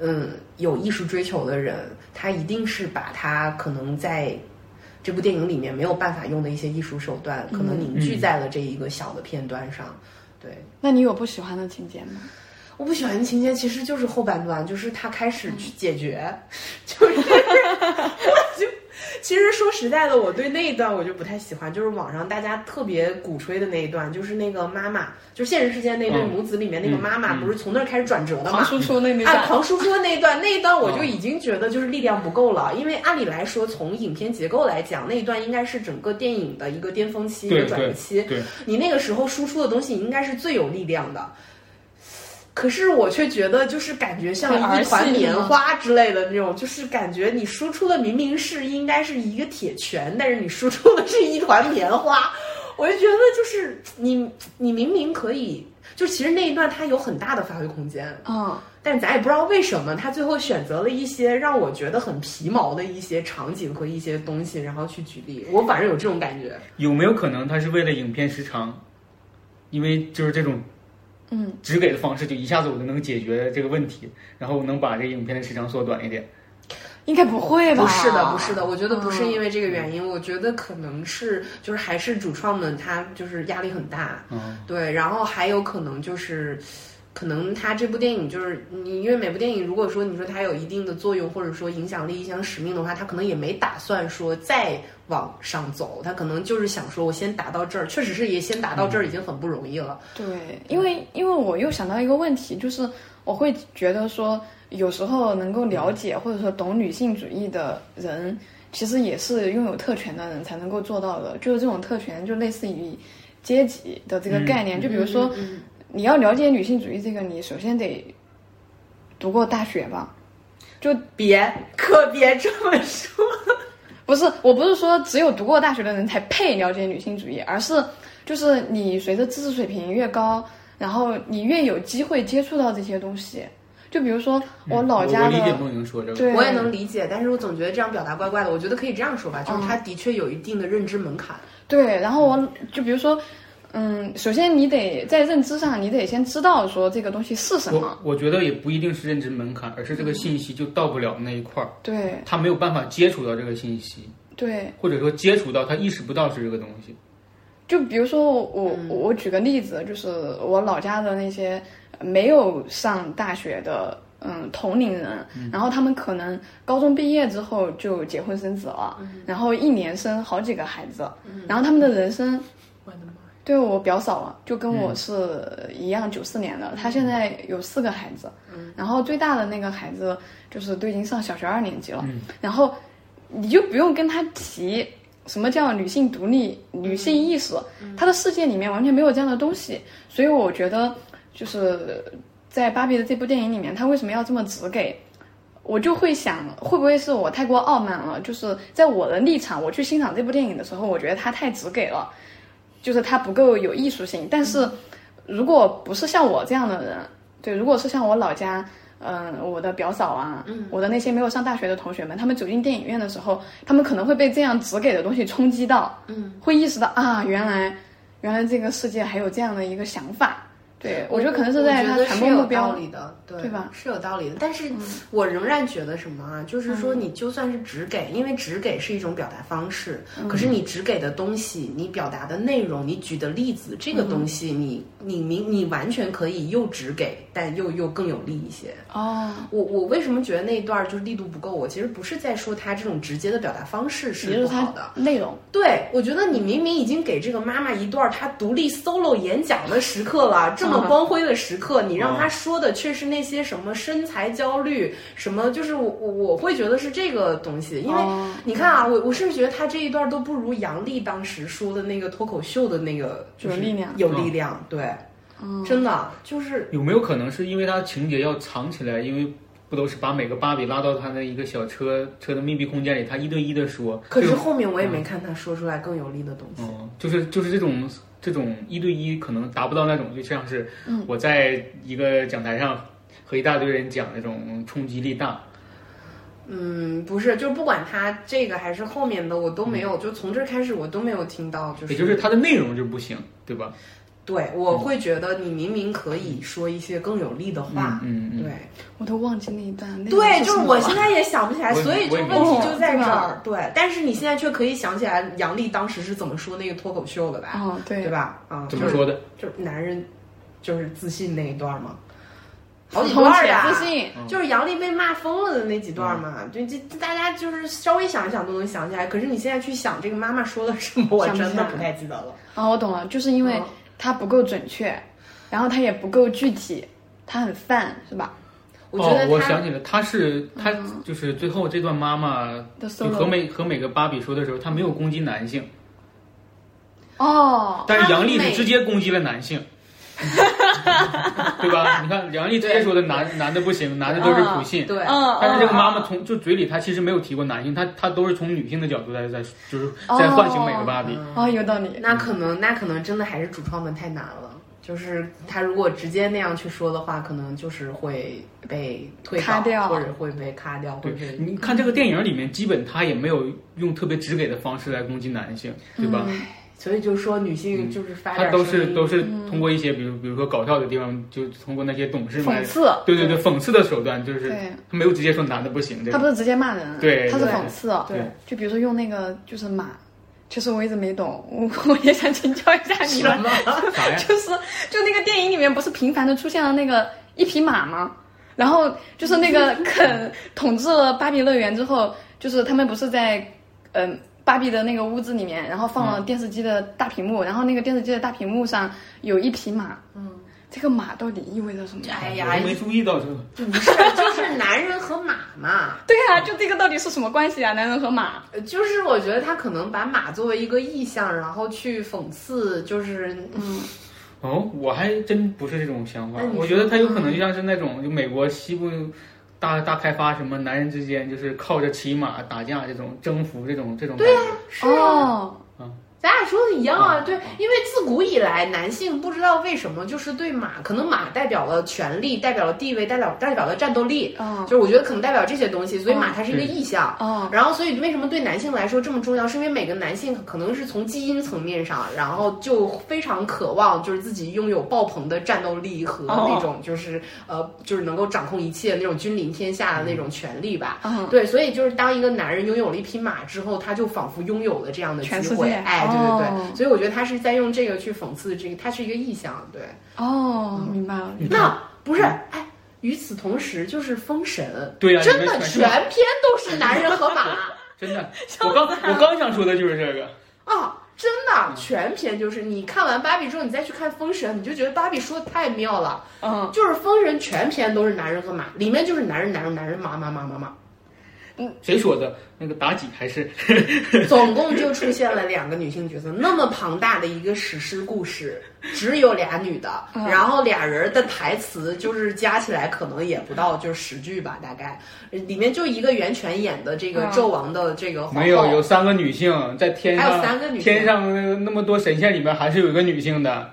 A: 嗯，有艺术追求的人，他一定是把他可能在这部电影里面没有办法用的一些艺术手段，可能凝聚在了这一个小的片段上。对，
C: 那你有不喜欢的情节吗？
A: 我不喜欢的情节其实就是后半段，就是他开始去解决， 就是我就其实说实在的，我对那一段我就不太喜欢，就是网上大家特别鼓吹的那一段，就是那个妈妈，就是现实世界那对
B: 嗯
A: 母子里面那个妈妈，
B: 嗯嗯
A: 不是从那儿开始转折的
C: 黄
A: 嘛？
C: 叔叔那那
A: 啊，
C: 段，
A: 狂叔说那一段，那一段我
B: 嗯
A: 就已经觉得就是力量不够了，因为按理来说，从影片结构来讲，那一段应该是整个电影的一个巅峰期、一个
B: 对
A: 转折
B: 对
A: 期。
B: 对，
A: 你那个时候输出的东西应该是最有力量的。可是我却觉得，就是感觉像
C: 很儿
A: 一
C: 戏
A: 团棉花之类的那种，就是感觉你输出的明明是应该是一个铁拳，但是你输出的是一团棉花，我就觉得就是你你明明可以，就其实那一段它有很大的发挥空间，
C: 嗯，
A: 但咱也不知道为什么他最后选择了一些让我觉得很皮毛的一些场景和一些东西，然后去举例，我反正有这种感觉。
B: 有没有可能他是为了影片时长？因为就是这种，
C: 嗯，
B: 直给的方式，就一下子我就能解决这个问题，然后能把这个影片的时长缩短一点。
C: 应该不会吧？
A: 不是的，不是的，我觉得不是
C: 嗯
A: 因为这个原因，我觉得可能是就是还是主创们他就是压力很大，
B: 嗯，
A: 对，然后还有可能就是。可能他这部电影就是你，因为每部电影，如果说你说它有一定的作用或者说影响力、影响使命的话，他可能也没打算说再往上走，他可能就是想说，我先打到这儿，确实是也先打到这儿已经很不容易了。
C: 对，因为因为我又想到一个问题，就是我会觉得说，有时候能够了解或者说懂女性主义的人，其实也是拥有特权的人才能够做到的。就是这种特权，就类似于阶级的这个概念。就比如说，你要了解女性主义这个，你首先得读过大学吧。就
A: 别，可别这么说。
C: 不是，我不是说只有读过大学的人才配了解女性主义，而是就是你随着知识水平越高，然后你越有机会接触到这些东西。就比如说我老
B: 我
C: 家
B: 理
C: 的，
B: 解梦莹说这个，
C: 对，
A: 我也能理解，但是我总觉得这样表达怪怪的。我觉得可以这样说吧，就是他的确有一定的认知门槛。
C: 对，然后我就比如说，嗯，首先你得在认知上，你得先知道说这个东西是什
B: 我
C: 么，
B: 我觉得也不一定是认知门槛，而是这个信息就到不了那一块儿，
C: 对
B: 他没有办法接触到这个信息，
C: 对，
B: 或者说接触到他意识不到是这个东西。
C: 就比如说我、我我举个例子，就是我老家的那些没有上大学的嗯同龄人，然后他们可能高中毕业之后就结婚生子了，然后一年生好几个孩子，然后他们的人生
A: 我的妈！
C: 对我表嫂啊，就跟我是一样，九四年的，她现在有四个孩子，然后最大的那个孩子就是都已经上小学二年级了，然后你就不用跟她提什么叫女性独立、女性意识，她的世界里面完全没有这样的东西，所以我觉得就是在芭比的这部电影里面，她为什么要这么直给？我就会想，会不会是我太过傲慢了？就是在我的立场，我去欣赏这部电影的时候，我觉得她太直给了。就是它不够有艺术性。但
A: 嗯
C: 是如果不是像我这样的人，对，如果是像我老家，嗯、我的表嫂啊，
A: 嗯
C: 我的那些没有上大学的同学们，他们走进电影院的时候，他们可能会被这样只给的东西冲击到，嗯，会意识到啊，原来原来这个世界还有这样的一个想法。对，我觉得可能是在
A: 我
C: 他
A: 觉得
C: 传
A: 是
C: 播
A: 有
C: 目标
A: 道理的，对
C: 对吧嗯
A: 是有道理的，但是我仍然觉得什么啊？就是说，你就算是只给，因为只给是一种表达方式，
C: 嗯
A: 可是你只给的东西，你表达的内容，你举的例子，这个
C: 嗯
A: 东西你，你明你完全可以又只给，但又又更有力一些。
C: 哦，
A: 我我为什么觉得那一段就是力度不够？我其实不是在说他这种直接的表达方式
C: 也就是是
A: 不
C: 它
A: 好的，
C: 内容。
A: 对，我觉得你明明已经给这个妈妈一段她独立 solo 演讲的时刻了，这么光辉的时刻，你让她说的却是那些什么身材焦虑，什么就是我我我会觉得是这个东西，因为
C: 哦
A: 你看啊，我我甚至觉得她这一段都不如杨笠当时说的那个脱口秀的那个就是
C: 有力量
A: 有力量，对，真的就是
B: 有没有可能是因为它情节要藏起来？因为不都是把每个芭比拉到他的一个小车车的密闭空间里，他一对一的说。
A: 可是
B: 这种
A: 后面我也没看她说出来更有力的东西。
B: 嗯，就是就是这种这种一对一可能达不到那种，就像是我
A: 嗯
B: 在一个讲台上和一大堆人讲那种冲击力大。
A: 嗯，不是，就是不管他这个还是后面的，我都没有，就从这儿开始我都没有听到，就是
B: 也就是它的内容就不行，对吧？
A: 对，
B: 嗯
A: 我会觉得你明明可以说一些更有力的话，
B: 嗯嗯嗯
A: 对。
C: 我都忘记那一段。那个
A: 对，就是
C: 什么
A: 我
C: 了
A: 现在也想不起来，
B: 我也
A: 所以就
B: 我也
A: 问
B: 没
A: 题
C: 记
A: 就在
C: 对
A: 这
C: 吧
A: 儿。对，但是你现在却可以想起来杨笠当时是怎么说那个脱口秀的吧？
C: 哦，对
A: 对？吧？啊、
B: 怎么说的？
A: 就是？就是男人就是自信那一段嘛，好几
C: 同
A: 段儿
C: 且
A: 呀。
C: 自
B: 嗯
C: 信，
A: 就是杨笠被骂疯了的那几段嘛，就这这大家就是稍微想一想都能想起来。可是你现在去想这个妈妈说了什么，我
C: 想不
A: 真
C: 起
A: 的
C: 来
A: 不太记得了。
C: 哦，我懂了，就是因为
A: 嗯
C: 它不够准确，然后它也不够具体，它很泛，是吧？
A: 我觉得
B: 哦，我
A: 他嗯
B: 想起来，他是他就是最后这段妈妈
C: 的
B: 就和
C: solo
B: 每和每个芭比说的时候，他没有攻击男性，
C: 哦，
B: 但是杨笠
A: 她
B: 是
A: 每
B: 直接攻击了 男性，对吧？你看杨笠直接说的男男的不行，男的都是普信。
A: 对，
C: 嗯，
B: 但是
A: 哦
B: 这个妈
C: 嗯
B: 妈从就嘴里她其实没有提过男性，她她都是从女性的角度在在就是
A: 哦
B: 在唤醒每个芭比。
C: 嗯哦，有道理，
A: 那可能那可能真的还是主创们太难了。就是他如果直接那样去说的话，可能就是会被退
C: 咔
A: 稿
C: 掉
A: 或者会被咔掉，或
B: 对
A: 者是，
B: 你看这个电影里面，基本她也没有用特别直给的方式来攻击男性，对吧？
A: 嗯所以就说女性就是发
B: 她
A: 展
B: 嗯都是都
A: 是
B: 是通过一些，比如比如说搞笑的地方，就通过那些懂事们
C: 讽
B: 来，
C: 刺，
B: 对对对，讽刺的手段，就是
C: 对
B: 她没有直接说男的不行这
C: 他
B: 个。
C: 不是直接骂人，啊
B: 对
C: 他是
A: 对
C: 讽刺，哦
A: 对
C: 就比如说用那个就是马，其实我一直没懂，我 我也想请教一下你们，
B: 啥 呀？
C: 就是就那个电影里面不是频繁的出现了那个一匹马吗？然后就是那个肯统治了芭比乐园之后，就是他们不是在嗯、芭比的那个屋子里面，然后放了电视机的大屏幕，然后那个电视机的大屏幕上有一匹马，嗯，这个马到底意味着什么？
A: 哎
B: 我
A: 呀
B: 都，没注意到这个。
A: 不是就是男人和马嘛，
C: 对啊，就这个到底是什么关系啊？男人和马？
A: 呃就是我觉得他可能把马作为一个意象，然后去讽刺，就是嗯，
B: 哦，我还真不是这种想法
A: 那你，说
B: 我觉得他有可能就像是那种就美国西部大大开发，什么男人之间就是靠着骑马打架这种征服这种这种感觉。
A: 是啊，
C: 哦，
A: 咱俩说的一样啊，
B: 嗯
A: 对，因为自古以来，男性不知道为什么就是对马，可能马代表了权力，代表了地位，代表代表了战斗力，
C: 哦
A: 就是我觉得可能代表这些东西，所以马
C: 嗯
A: 它是一个
B: 对
A: 意象。
C: 哦，
A: 然后，所以为什么对男性来说这么重要？是因为每个男性可能是从基因层面上，然后就非常渴望，就是自己拥有爆棚的战斗力和
C: 哦
A: 那种就是、呃，就是能够掌控一切那种君临天下的那种权利吧。
C: 嗯
A: 对，所以就是当一个男人拥有了一匹马之后，他就仿佛拥有了这样的
C: 全
A: 机
C: 世
A: 会。
C: 界
A: 哎，对对对，
C: 哦
A: 所以我觉得他是在用这个去讽刺这个，他是一个意象。对，
C: 哦，明白
B: 嗯
C: 了。
A: 那不是哎。与此同时，就是《封神》
B: 对呀啊
A: 真
B: 你
A: 的
B: 们全是
A: 全篇都是男人和马。
B: 真 的，我刚我刚想说的就是这个。
A: 啊，真
B: 嗯
A: 的，全篇就是你看完芭比之后，你再去看《封神》，你就觉得芭比说的太妙了。
C: 嗯
A: 就是《封神》全篇都是男人和马，里面就是男人、男人、男人、马、马、马、马、马，
B: 谁说的？那个妲己还是
A: 总共就出现了两个女性角色。那么庞大的一个史诗故事，只有俩女的，
C: 嗯
A: 然后俩人的台词就是加起来可能也不到就是十句吧，大概。里面就一个袁泉演的这个
C: 嗯
A: 纣王的这个皇后，
B: 没有有三个女性在天上，
A: 还有三个女性
B: 天上那个那么多神仙里面还是有一个女性的，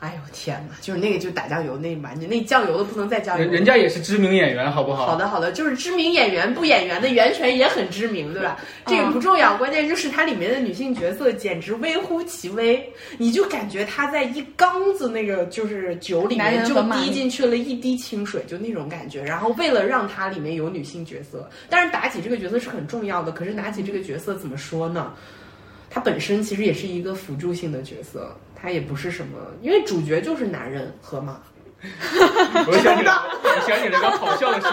A: 哎呦天哪，就是那个就打酱油那玩意，那酱油的不能再酱油
B: 人
A: 了。
B: 人家也是知名演员，好不
A: 好
B: 好？
A: 的，好的，就是知名演员不演员的袁泉也很知名，对吧？这个
C: 嗯
A: 不重要，关键就是它里面的女性角色简直微乎其微，你就感觉她在一缸子那个就是酒里
C: 男
A: 面
C: 人
A: 就
C: 和马
A: 滴进去了一滴清水，就那种感觉。然后为了让它里面有女性角色，但是妲己这个角色是很重要的，可是妲己这个角色怎么说呢？她本身其实也是一个辅助性的角色，她也不是什么，因为主角就是男人和马。
B: 我 想起来，我想起来一个好笑的事，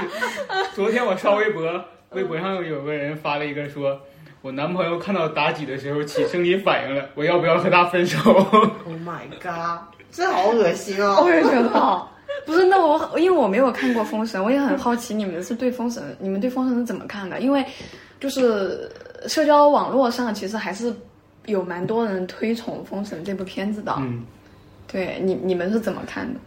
B: 昨天我刷微博，微博上有个人发了一个说。我男朋友看到妲己的时候起生理反应了，我要不要和他分手？
A: Oh my god，这好恶心 哦！
C: 我也觉得，不是那我，因为我没有看过《封神》，我也很好奇你们是对《封神》，你们对《封神》是怎么看的？因为就是社交网络上其实还是有蛮多人推崇《封神》这部片子的。
B: 嗯，
C: 对你你们是怎么看的？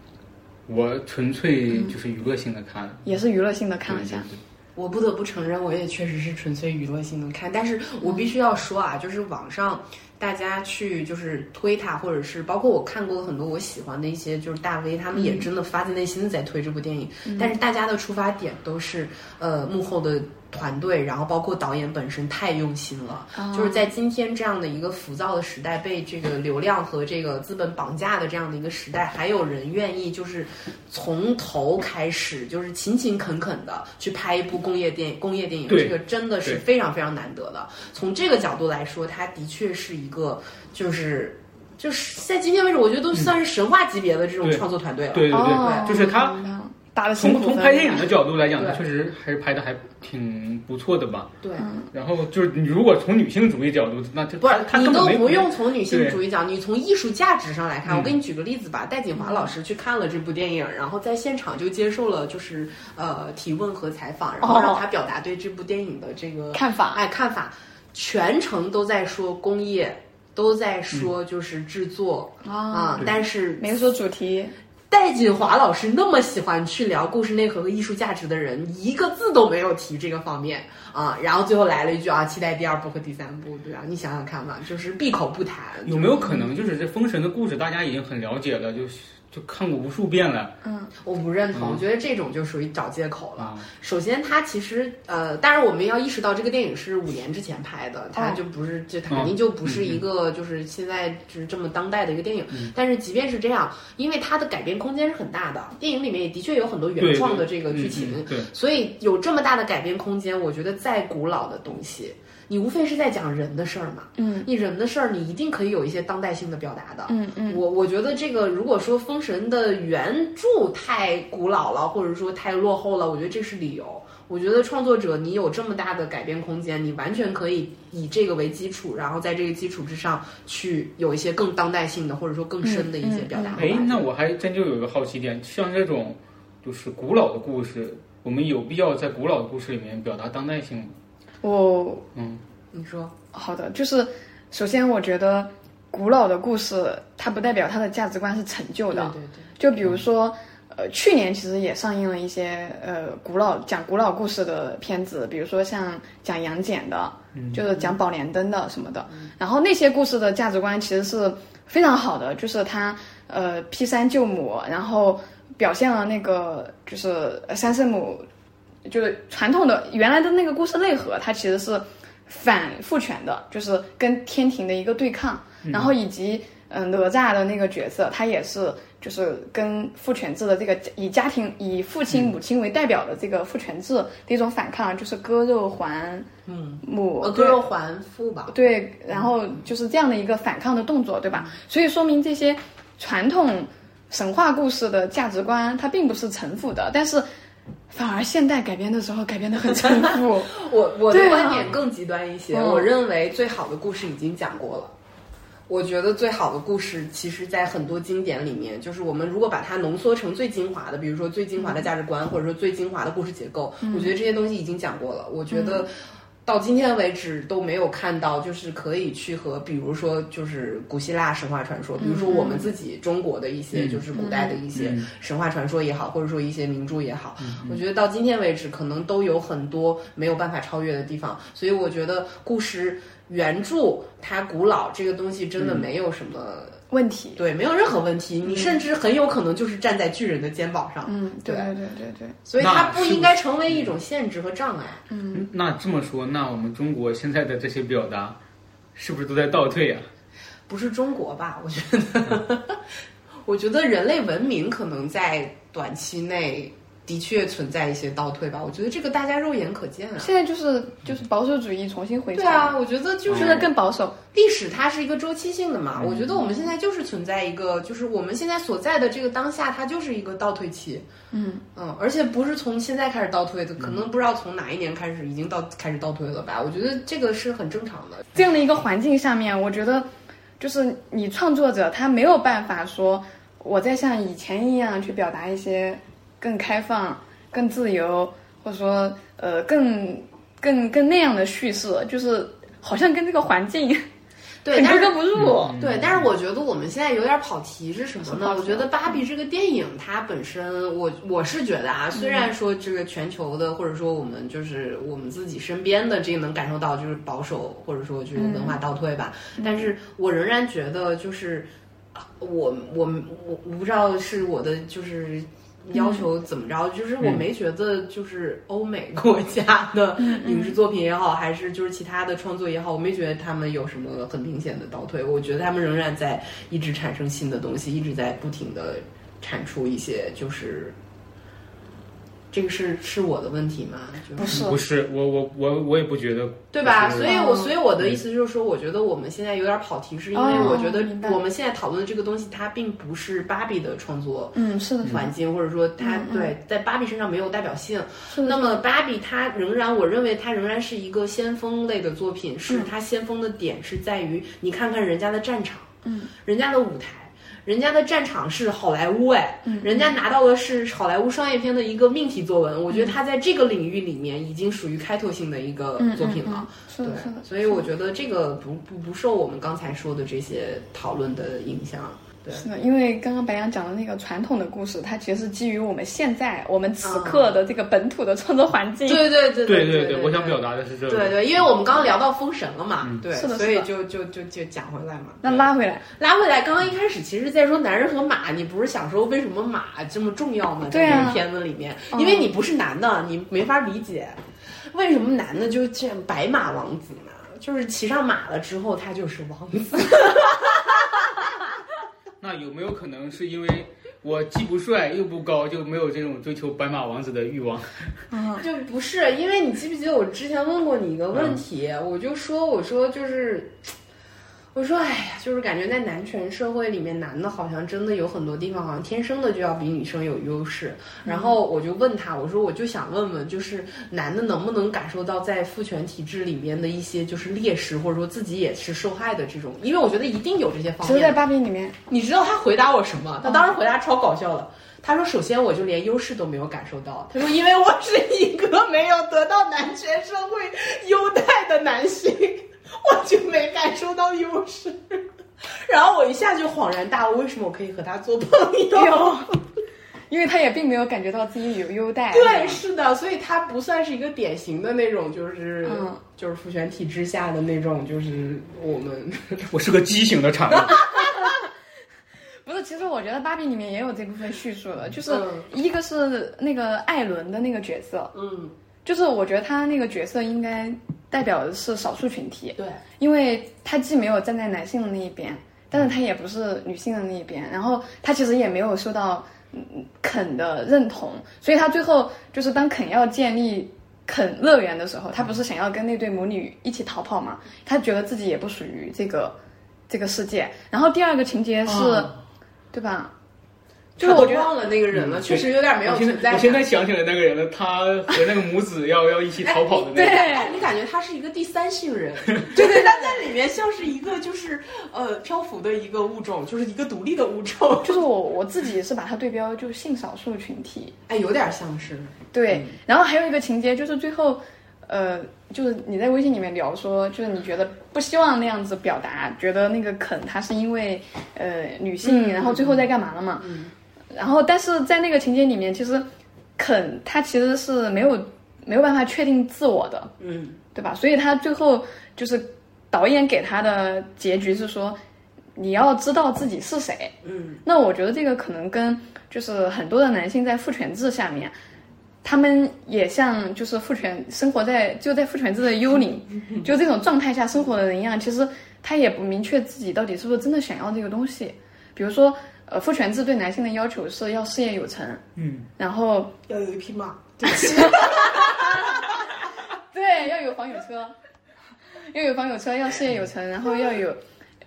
B: 我纯粹就是娱乐性的看，
C: 也是娱乐性的
A: 嗯
C: 看了
B: 对
C: 一下
B: 对。对
A: 我不得不承认，我也确实是纯粹娱乐性的看，但是我必须要说啊，就是网上大家去就是推他，或者是包括我看过很多我喜欢的一些就是大 V，他们也真的发自内心的在推这部电影，但是大家的出发点都是呃幕后的。团队，然后包括导演本身太用心了，
C: 哦
A: 就是在今天这样的一个浮躁的时代，被这个流量和这个资本绑架的这样的一个时代，还有人愿意就是从头开始，就是勤勤恳恳的去拍一部工业电影，工业电影
B: 对
A: 这个真的是
B: 对
A: 非常非常难得的。从这个角度来说，它的确是一个就是就是在今天为止，我觉得都算是神话级别的这种
B: 嗯对
A: 创作团队了。
B: 对对对，
C: 哦
B: 就是他
C: 明白了打了辛
B: 从
C: 苦
B: 从
C: 分
B: 拍电影的角度来讲呢，确
A: 对
B: 实还是拍的还挺不错的吧。
A: 对
B: 然后就是你如果从女性主义角度，那就
A: 不是
B: 他，他
A: 你
B: 根本
A: 都
B: 没
A: 不用从女性主义讲，你从艺术价值上来看，我给你举个例子吧。戴锦华老师去看了这部电影，然后在现场就接受了就是呃提问和采访，然后
C: 哦
A: 让他表达对这部电影的这个
C: 看法
A: 哎看法，全程都在说工业，都在说就是制作
C: 啊，
A: 啊，但是
C: 没说主题，
A: 戴锦华老师那么喜欢去聊故事内核和艺术价值的人，一个字都没有提这个方面啊。然后最后来了一句啊，期待第二部和第三部，对啊，你想想看吧，就是闭口不谈。
B: 有没有可能就是这封神的故事大家已经很了解了，就是就看过无数遍了
A: 我不认同，
B: 嗯
A: 我觉得这种就属于找借口了。
B: 啊？
A: 首先，它其实呃，当然我们要意识到这个电影是五年之前拍的，它
C: 哦
A: 就不是，
B: 嗯
A: 就它肯定就不是一个就是现在就是这么当代的一个电影。
B: 嗯
A: 但是即便是这样，因为它的改编空间是很大的，电影里面也的确有很多
B: 对
A: 原创的这个剧情，
B: 嗯嗯对，
A: 所以有这么大的改变空间，我觉得再古老的东西，你无非是在讲人的事儿嘛。
C: 嗯
A: 你人的事儿，你一定可以有一些当代性的表达的。
B: 啊
C: 嗯嗯，
A: 我我觉得这个，如果说《封神》的原著太古老了，或者说太落后了，我觉得这是理由。我觉得创作者你有这么大的改变空间，你完全可以以这个为基础，然后在这个基础之上去有一些更当代性的，或者说更深的一些表达方法。
B: 哎，那我还真就有一个好奇点，像这种就是古老的故事，我们有必要在古老的故事里面表达当代性吗？
C: 我
B: 嗯，
A: 你说，
C: 好的，就是首先我觉得古老的故事，它不代表它的价值观是陈旧
A: 对
C: 的
A: 对。对，
C: 就比如说，呃，去年其实也上映了一些呃古老讲古老故事的片子，比如说像讲杨戬的，就是讲宝莲灯的什么的。然后那些故事的价值观其实是非常好的，就是他呃劈山救母，然后表现了那个就是呃三圣母，就是传统的原来的那个故事内核，它其实是反父权的，就是跟天庭的一个对抗，然后以及嗯、呃哪吒的那个角色，他也是就是跟父权制的这个以家庭以父亲
A: 嗯
C: 母亲为代表的这个父权制的一种反抗，就是割肉还
A: 嗯，
C: 母，
A: 呃，
C: 对
A: 割肉还父吧，
C: 对，然后就是这样的一个反抗的动作，对吧？所以说明这些传统神话故事的价值观，它并不是城府的，但是反而现代改编的时候改编的很城府。
A: 我我的
C: 对啊
A: 观点更极端一些，
C: 嗯
A: 我认为最好的故事已经讲过了。我觉得最好的故事，其实，在很多经典里面，就是我们如果把它浓缩成最精华的，比如说最精华的价值观，
C: 嗯
A: 或者说最精华的故事结构，我觉得这些东西已经讲过了。我觉得到今天为止都没有看到，就是可以去和，比如说就是古希腊神话传说，比如说我们自己中国的一些，
B: 嗯
A: 就是古代的一些
B: 嗯
A: 神话传说也好，或者说一些名著也好，我觉得到今天为止，可能都有很多没有办法超越的地方，所以我觉得故事原著它古老这个东西真的
B: 嗯
A: 没有什么、
C: 问题，
A: 对，没有任何问题，你甚至很有可能就是站在巨人的肩膀上，
C: 嗯，对
A: 对
C: 对对对对，
A: 所以它
B: 那
A: 不
B: 是嗯
A: 应该成为一种限制和障碍。嗯
B: 那这么说，那我们中国现在的这些表达，是不是都在倒退啊？
A: 不是中国吧？我觉得， 我觉得人类文明可能在短期内的确存在一些倒退吧。我觉得这个大家肉眼可见啊。
C: 现在就是就是保守主义重新回潮，
A: 对啊，，我觉得就
C: 就是是更保守。
A: 历史它是一个周期性的嘛，我觉得我们现在就是存在一个，就是我们现在所在的这个当下，它就是一个倒退期。
C: 嗯
A: 嗯，而且不是从现在开始倒退的，可能不知道从哪一年开始已经倒开始倒退了吧？我觉得这个是很正常的。
C: 这样的一个环境下面，我觉得就是你创作者他没有办法说我再像以前一样去表达一些更开放、更自由，或者说呃更更更那样的叙事，就是好像跟这个环境
A: 对，但是
C: 格格不入。
A: 对，但是我觉得我们现在有点跑题是什么
C: 嗯是跑
A: 呢？
C: 题
A: 我觉得《芭比》这个电影它本身，我我是觉得啊，虽
C: 嗯
A: 然说这个全球的，或者说我们就是我们自己身边的这个能感受到就是保守，或者说就是文化
C: 嗯
A: 倒退吧，但是我仍然觉得就是啊我我我我不知道是我的就是。要求怎么着？就是
B: 嗯
A: 我没觉得，就是欧美国家的
C: 嗯
A: 影视作品也好，还是就是其他的创作也好，我没觉得他们有什么很明显的倒退。我觉得他们仍然在一直产生新的东西，一直在不停的产出一些，就是这个是是我的问题吗？就是
C: 不是嗯
B: 不是，我我我我也不觉得，
A: 对吧？
B: 就是
A: 所以我所以我的意思就是说，我觉得我们现在有点跑题，是因为
C: 哦
A: 我觉得
C: 明白
A: 我们现在讨论的这个东西，它并不是芭比的创作
C: 嗯，是的，
A: 环境，或者说它
C: 嗯嗯
A: 对在芭比身上没有代表性。
C: 是的。
A: 那么芭比它仍然，我认为它仍然是一个先锋类的作品，是它先锋的点是在于你看看人家的战场，
C: 嗯，
A: 人家的舞台。人家的战场是好莱坞哎，
C: 嗯
A: 人家拿到的是好莱坞商业片的一个命题作文，我觉
C: 嗯
A: 得它在这个领域里面已经属于开拓性的一个作品了。
C: 嗯是的，是的
A: 对，。所以我觉得这个不不不受我们刚才说的这些讨论的影响。对，
C: 是的，因为刚刚白羊讲的那个传统的故事，它其实是基于我们现在、我们此刻的这个本土的创作环境。
A: 对对对
B: 对
A: 对
B: 对，我想表达的是这个，
A: 对对，因为我们刚刚聊到封神了嘛，对，
C: 是的
A: 所
C: 是
A: 以
C: 的
A: 就就就就讲回来嘛。
C: 那拉回来，
A: 拉回来，刚刚一开始其实在说男人和马，你不是想说为什么马这么重要吗？
C: 对啊嗯
A: 在这个片子里面，因为你不是男的，你没法理解为什么男的就这样白马王子呢？就是骑上马了之后，他就是王子。
B: 那有没有可能是因为我既不帅又不高，就没有这种追求白马王子的欲望？
A: 就不是，因为你记不记得我之前问过你一个问题，我就说我说就是，我说哎呀，就是感觉在男权社会里面，男的好像真的有很多地方好像天生的就要比女生有优势。然后我就问他，我说我就想问问，就是男的能不能感受到在父权体制里面的一些就是劣势，或者说自己也是受害的这种，因为我觉得一定有这些方
C: 其实，在
A: 面。
C: 芭比里面，
A: 你知道他回答我什么？他当时回答超搞笑的。他说：“首先，我就连优势都没有感受到。”他说：“因为我是一个没有得到男权社会优待的男性， 我就没感受到优势。”然后我一下就恍然大悟，为什么我可以和他做朋友？
C: 因为她也并没有感觉到自己有优待。
A: 对，是的，所以他不算是一个典型的那种，就是、
C: 嗯
A: 就是父权体制下的那种，就是我们
B: 我是个畸形的产物。
C: 不是，其实我觉得芭比里面也有这部分叙述的，就是
A: 嗯
C: 一个是那个艾伦的那个角色，
A: 嗯，
C: 就是我觉得他那个角色应该代表的是少数群体，
A: 对，
C: 因为他既没有站在男性的那一边，但是他也不是女性的那一边，然后他其实也没有受到嗯肯的认同，所以他最后就是当肯要建立。肯乐园的时候，他不是想要跟那对母女一起逃跑吗？他觉得自己也不属于这个这个世界。然后第二个情节是，对吧？就是我觉得
A: 忘了那个人了，
B: 嗯
A: 确实有 点没有
B: 我现
A: 存在
B: 在
A: 感。
B: 我现在想起来那个人了，他和那个母子要要一起逃跑的那
C: 对
B: 个。
A: 哎，你感觉他是一个第三性 人，对对，他在里面像是一个就是呃漂浮的一个物种，就是一个独立的物种，
C: 就是我我自己是把它对标就性少数群体，
A: 哎，有点像是，嗯
C: 对。然后还有一个情节就是最后，呃，就是你在微信里面聊说，就是你觉得不希望那样子表达，觉得那个肯他是因为呃女性，
A: 嗯
C: 然后最后在干嘛了嘛？
A: 嗯
C: 然后但是在那个情节里面，其实肯他其实是没有没有办法确定自我的，
A: 嗯，
C: 对吧？所以他最后就是导演给他的结局是说，你要知道自己是谁。
A: 嗯，
C: 那我觉得这个可能跟就是很多的男性在父权制下面，他们也像就是父权生活在就在父权制的幽灵，就这种状态下生活的人一样，其实他也不明确自己到底是不是真的想要这个东西。比如说，呃，父权制对男性的要求是要事业有成，
B: 嗯，
C: 然后
A: 要有一匹马，对，
C: 对，要有房有车，要有房有车，要事业有成，然后要有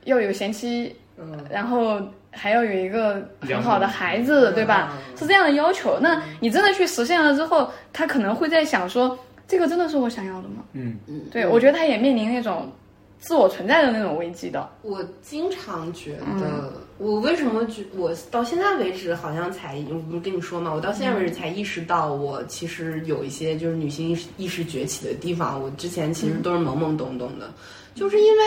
C: 要有贤妻，
A: 嗯
C: 然后还要有一个很
B: 良
C: 好的
B: 母
C: 孩子，对吧？
A: 嗯
C: 是这样的要求。那你真的去实现了之后，他可能会在想说，这个真的是我想要的吗？
B: 嗯，
C: 对，我觉得他也面临那种自我存在的那种危机的。
A: 我经常觉得，我为什么觉我到现在为止好像才，我不是跟你说嘛，我到现在为止才意识到，我其实有一些就是女性意识意识崛起的地方，我之前其实都是懵懵懂懂的，就是因为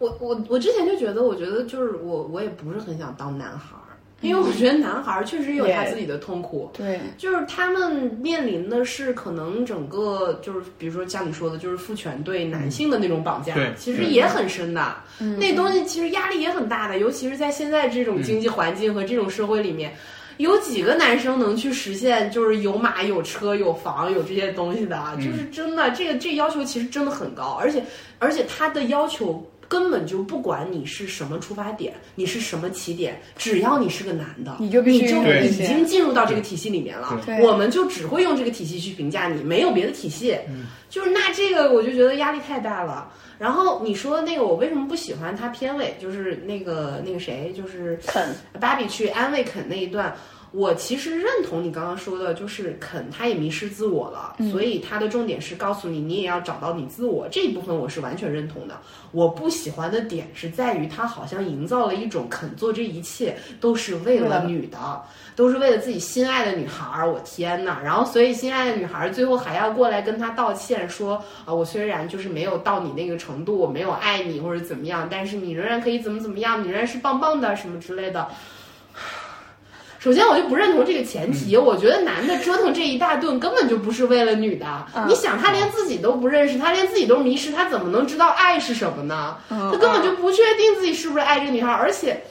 A: 我我我之前就觉得，我觉得就是我我也不是很想当男孩儿，因为我觉得男孩儿确实有他
C: 也
A: 自己的痛苦。
C: 对，
A: 就是他们面临的是可能整个就是，比如说像你说的，就是父权对
C: 嗯
A: 男性的那种绑架，
B: 对
A: 其实也很深的。那东
C: 嗯
A: 西其实压力也很大的，尤其是在现在这种经济环境和这种社会里面，有几个男生能去实现就是有马有车有房有这些东西的啊？就是真的，这个这个要求其实真的很高，而且而且他的要求。根本就不管你是什么出发点，你是什么起点，只要你是个男的，
C: 你就必须
A: 你就
C: 用这
A: 已
C: 些
A: 经进入到这个体系里面了。
C: 对
A: 我们就只会用这个体系去评价你，没有别的体系。
C: 嗯
A: 就是那这个，我就觉得压力太大了。然后你说那个，我为什么不喜欢他片尾？就是那个那个谁，就是
C: 肯
A: 芭比去安慰肯那一段。我其实认同你刚刚说的，就是肯他也迷失自我了，所以他的重点是告诉你，你也要找到你自我这一部分，我是完全认同的。我不喜欢的点是在于他好像营造了一种肯做这一切都是为
C: 为
A: 了
C: 了
A: 女的，都是为了自己心爱的女孩儿，我天呐，然后，所以心爱的女孩儿最后还要过来跟他道歉，说啊，我虽然就是没有到你那个程度，我没有爱你或者怎么样，但是你仍然可以怎么怎么样，你仍然是棒棒的什么之类的。首先，我就不认同这个前提。我觉得男的折腾这一大顿根本就不是为了女的。你想，他连自己都不认识，他连自己都迷失，他怎么能知道爱是什么呢？他根本就不确定自己是不是爱这个女孩，而且。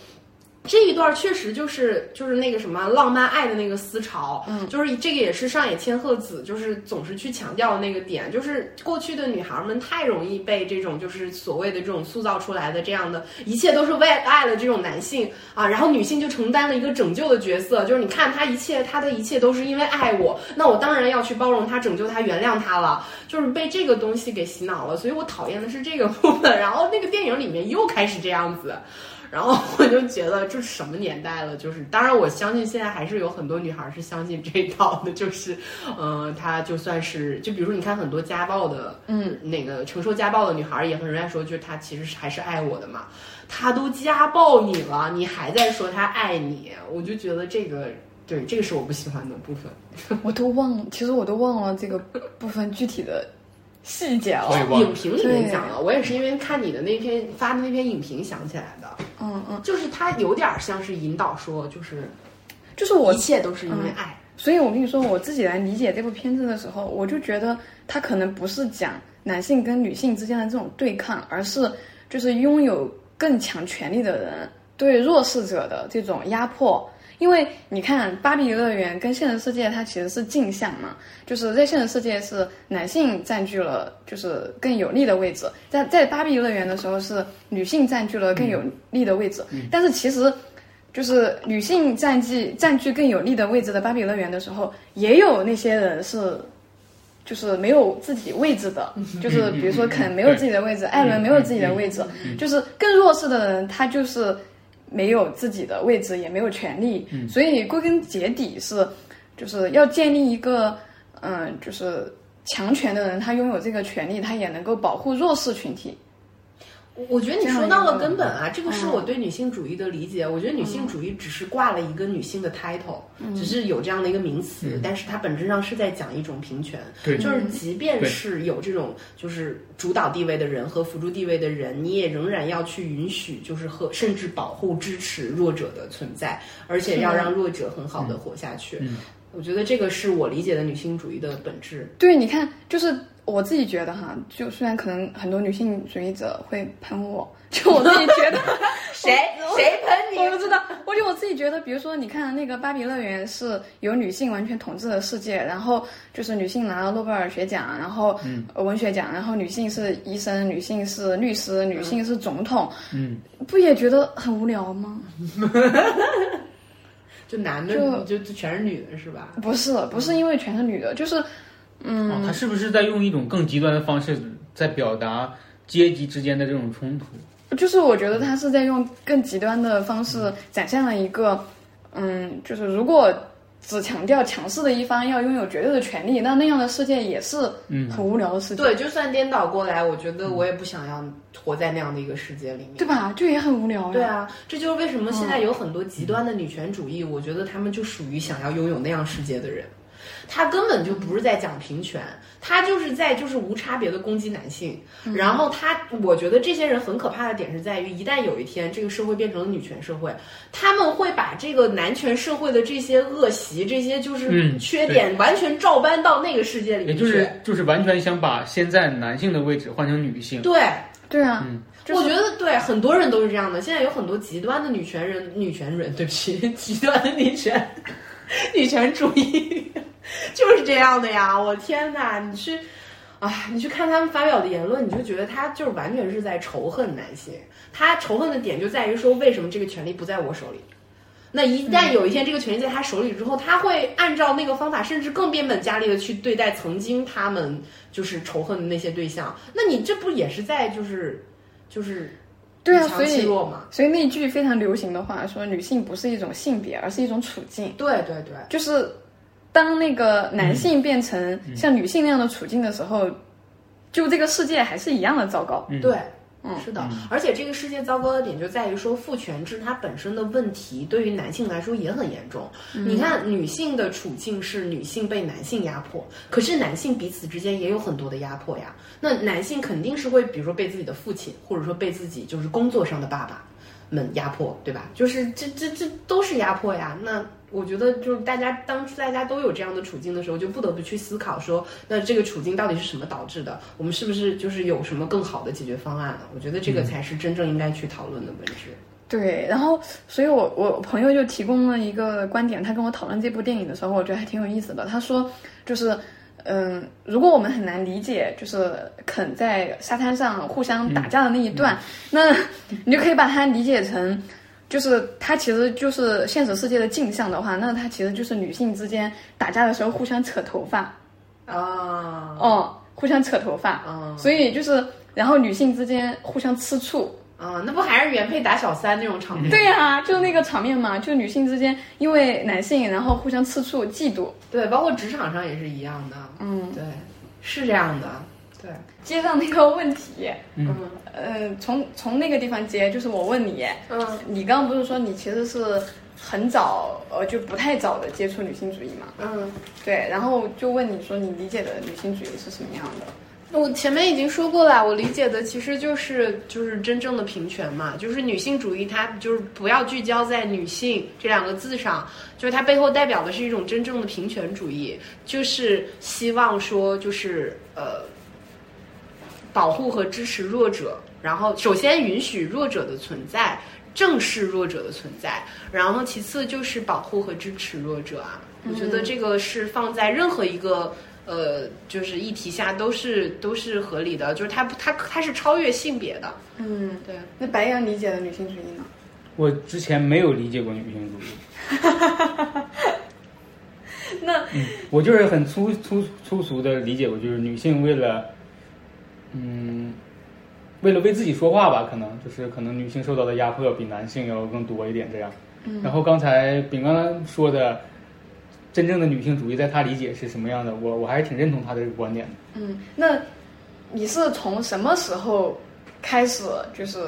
A: 这一段确实就是就是那个什么浪漫爱的那个思潮，嗯，就是这个也是上野千鹤子就是总是去强调的那个点，就是过去的女孩们太容易被这种就是所谓的这种塑造出来的这样的一切都是为爱了这种男性啊，然后女性就承担了一个拯救的角色，就是你看他一切他的一切都是因为爱我，那我当然要去包容他、拯救他、原谅他了，就是被这个东西给洗脑了，所以我讨厌的是这个部分，然后那个电影里面又开始这样子，然后我就觉得这是什么年代了？就是当然，我相信现在还是有很多女孩是相信这一套的，就是，嗯、她就算是就比如说你看很多家暴的，嗯，那个承受家暴的女孩也很仍然说，就是她其实是还是爱我的嘛，她都家暴你了，你还在说她爱你，我就觉得这个对，这个是我不喜欢的部分。
C: 我都忘了，其实我都忘了这个部分具体的细节
B: 我也
C: 了。
B: 忘了
A: 影评里面讲了，我也是因为看你的那篇发的那篇影评想起来的，
C: 嗯嗯，
A: 就是她有点像是引导说，就是
C: 就是我
A: 一切都是因为爱。
C: 所以我跟你说，我自己来理解这部片子的时候，我就觉得它可能不是讲男性跟女性之间的这种对抗，而是就是拥有更强权力的人对弱势者的这种压迫。因为你看《芭比乐园》跟现实世界它其实是镜像嘛，就是在现实世界是男性占据了就是更有利的位置，在在《芭比乐园》的时候是女性占据了更有利的位置，但是其实就是女性占据占据更有利的位置的芭比乐园的时候，也有那些人是。就是没有自己位置的，就是比如说肯没有自己的位置，艾伦没有自己的位置，就是更弱势的人，他就是没有自己的位置，也没有权利，所以归根结底是，就是要建立一个，嗯、就是强权的人，他拥有这个权利，他也能够保护弱势群体。
A: 我我觉得你说到了根本啊，这个是我对女性主义的理解。我觉得女性主义只是挂了一个女性的 title，、只是有这样的一个名词，但是它本质上是在讲一种平权。
B: 对
A: 就是即便
B: 对
A: 是有这种就是主导地位的人和辅助地位的人，你也仍然要去允许，就是和甚至保护、支持弱者的存在，而且要让弱者很好的活下去。我觉得这个是我理解的女性主义的本质。
C: 对，你看，就是我自己觉得哈，就虽然可能很多女性主义者会喷我，就我自己觉得
A: 谁谁喷
C: 我不知道，我就我自己觉得，比如说，你看那个《芭比乐园》是由女性完全统治的世界，然后就是女性拿了诺贝尔学奖，然后呃文学奖，然后女性是医生，女性是律师，女性是总统，嗯，不也觉得很无聊吗？
A: 就男的
C: 就
A: 就就全是女的是吧？
C: 不是，不是因为全是女的，就是
A: 嗯
B: 哦，他是不是在用一种更极端的方式在表达阶级之间的这种冲突？
C: 就是我觉得他是在用更极端的方式展现了一个，嗯，就是如果只强调强势的一方要拥有绝对的权利，那那样的世界也是很无聊的世界。
A: 对，就算颠倒过来，我觉
B: 嗯
A: 得我也不想要活在那样的一个世界里面。
C: 对吧？就也很无聊呀。
A: 对啊，这就是为什
B: 嗯
A: 么现在有很多极端的女权主义，我觉得他们就属于想要拥有那样世界的人。他根本就不是在讲平权，他就是在就是无差别的攻击男性。
B: 嗯
A: 然后他，我觉得这些人很可怕的点是在于，一旦有一天这个社会变成了女权社会，他们会把这个男权社会的这些恶习、这些就是
B: 嗯
A: 缺点，完全照搬到那个世界里
B: 也
A: 面去。
B: 就是就是完全想把现在男性的位置换成女性，
A: 对，
C: 对啊，
B: 嗯
C: 就是
A: 我觉得对，很多人都是这样的。现在有很多极端的女权人、女权人，对不起， 极端的女权、 女权主义 就是这样的呀！我天哪，你去，哎，你去看他们发表的言论，你就觉得他就是完全是在仇恨男性。他仇恨的点就在于说，为什么这个权利不在我手里？那一
C: 嗯
A: 旦有一天这个权利在他手里之后，他会按照那个方法，甚至更变本加厉的去对待曾经他们就是仇恨的那些对象。那你这不也是在就是就是
C: 对啊，
A: 自
C: 所
A: 强其
C: 以
A: 弱嘛？
C: 所以那句非常流行的话说，女性不是一种性别，而是一种处境，
A: 对对对，
C: 就是当那个男性变成像女性那样的处境的时候，就这个世界还是一样的糟糕。
B: 嗯
A: 对，
C: 嗯
A: 是的，而且这个世界糟糕的点就在于说，父权制它本身的问题对于男性来说也很严重。
C: 嗯
A: 你看，女性的处境是女性被男性压迫，可是男性彼此之间也有很多的压迫呀。那男性肯定是会，比如说被自己的父亲，或者说被自己就是工作上的爸爸们压迫，对吧？就是这这这都是压迫呀。那我觉得，就是大家当大家都有这样的处境的时候，就不得不去思考说，那这个处境到底是什么导致的？我们是不是就是有什么更好的解决方案啊？我觉得这个才是真正应该去讨论的本质。
C: 对，然后，所以我我朋友就提供了一个观点，他跟我讨论这部电影的时候，我觉得还挺有意思的。他说，就是，嗯，如果我们很难理解，就是肯在沙滩上互相打架的那一段，那你就可以把它理解成，就是它其实就是现实世界的镜像的话，那它其实就是女性之间打架的时候互相扯头发，
A: 啊，
C: 哦，互相扯头发，
A: 嗯
C: 所以就是，然后女性之间互相吃醋，
A: 啊，那不还是原配打小三那种场面？
C: 对呀、就那个场面嘛，就女性之间因为男性然后互相吃醋、嫉妒，
A: 对，包括职场上也是一样的。
C: 嗯，
A: 对，是这样的。对，
C: 接上那个问题，
A: 嗯
C: 嗯、从从那个地方接，就是我问你，
A: 嗯
C: 你刚刚不是说你其实是很早呃就不太早的接触女性主义嘛？
A: 嗯。
C: 对，然后就问你说你理解的女性主义是什么样的？
F: 我前面已经说过了，我理解的其实就是就是真正的平权嘛，就是女性主义，它就是不要聚焦在女性这两个字上，就是它背后代表的是一种真正的平权主义，就是希望说就是呃保护和支持弱者，然后首先允许弱者的存在，正视弱者的存在，然后其次就是保护和支持弱者啊。我觉得这个是放在任何一个呃，就是议题下都是都是合理的，就是它不它它是超越性别的，
C: 嗯，
F: 对。
C: 那白羊理解的女性主义呢？
B: 我之前没有理解过女性主义。
C: 那
B: 嗯， 我就是很粗粗粗俗的理解过，就是女性为了，嗯，为了为自己说话吧，可能就是可能女性受到的压迫比男性要更多一点这样。
C: 嗯
B: 然后刚才饼干说的，真正的女性主义在她理解是什么样的，我我还是挺认同她的这个观点的。
C: 嗯，那你是从什么时候开始，就是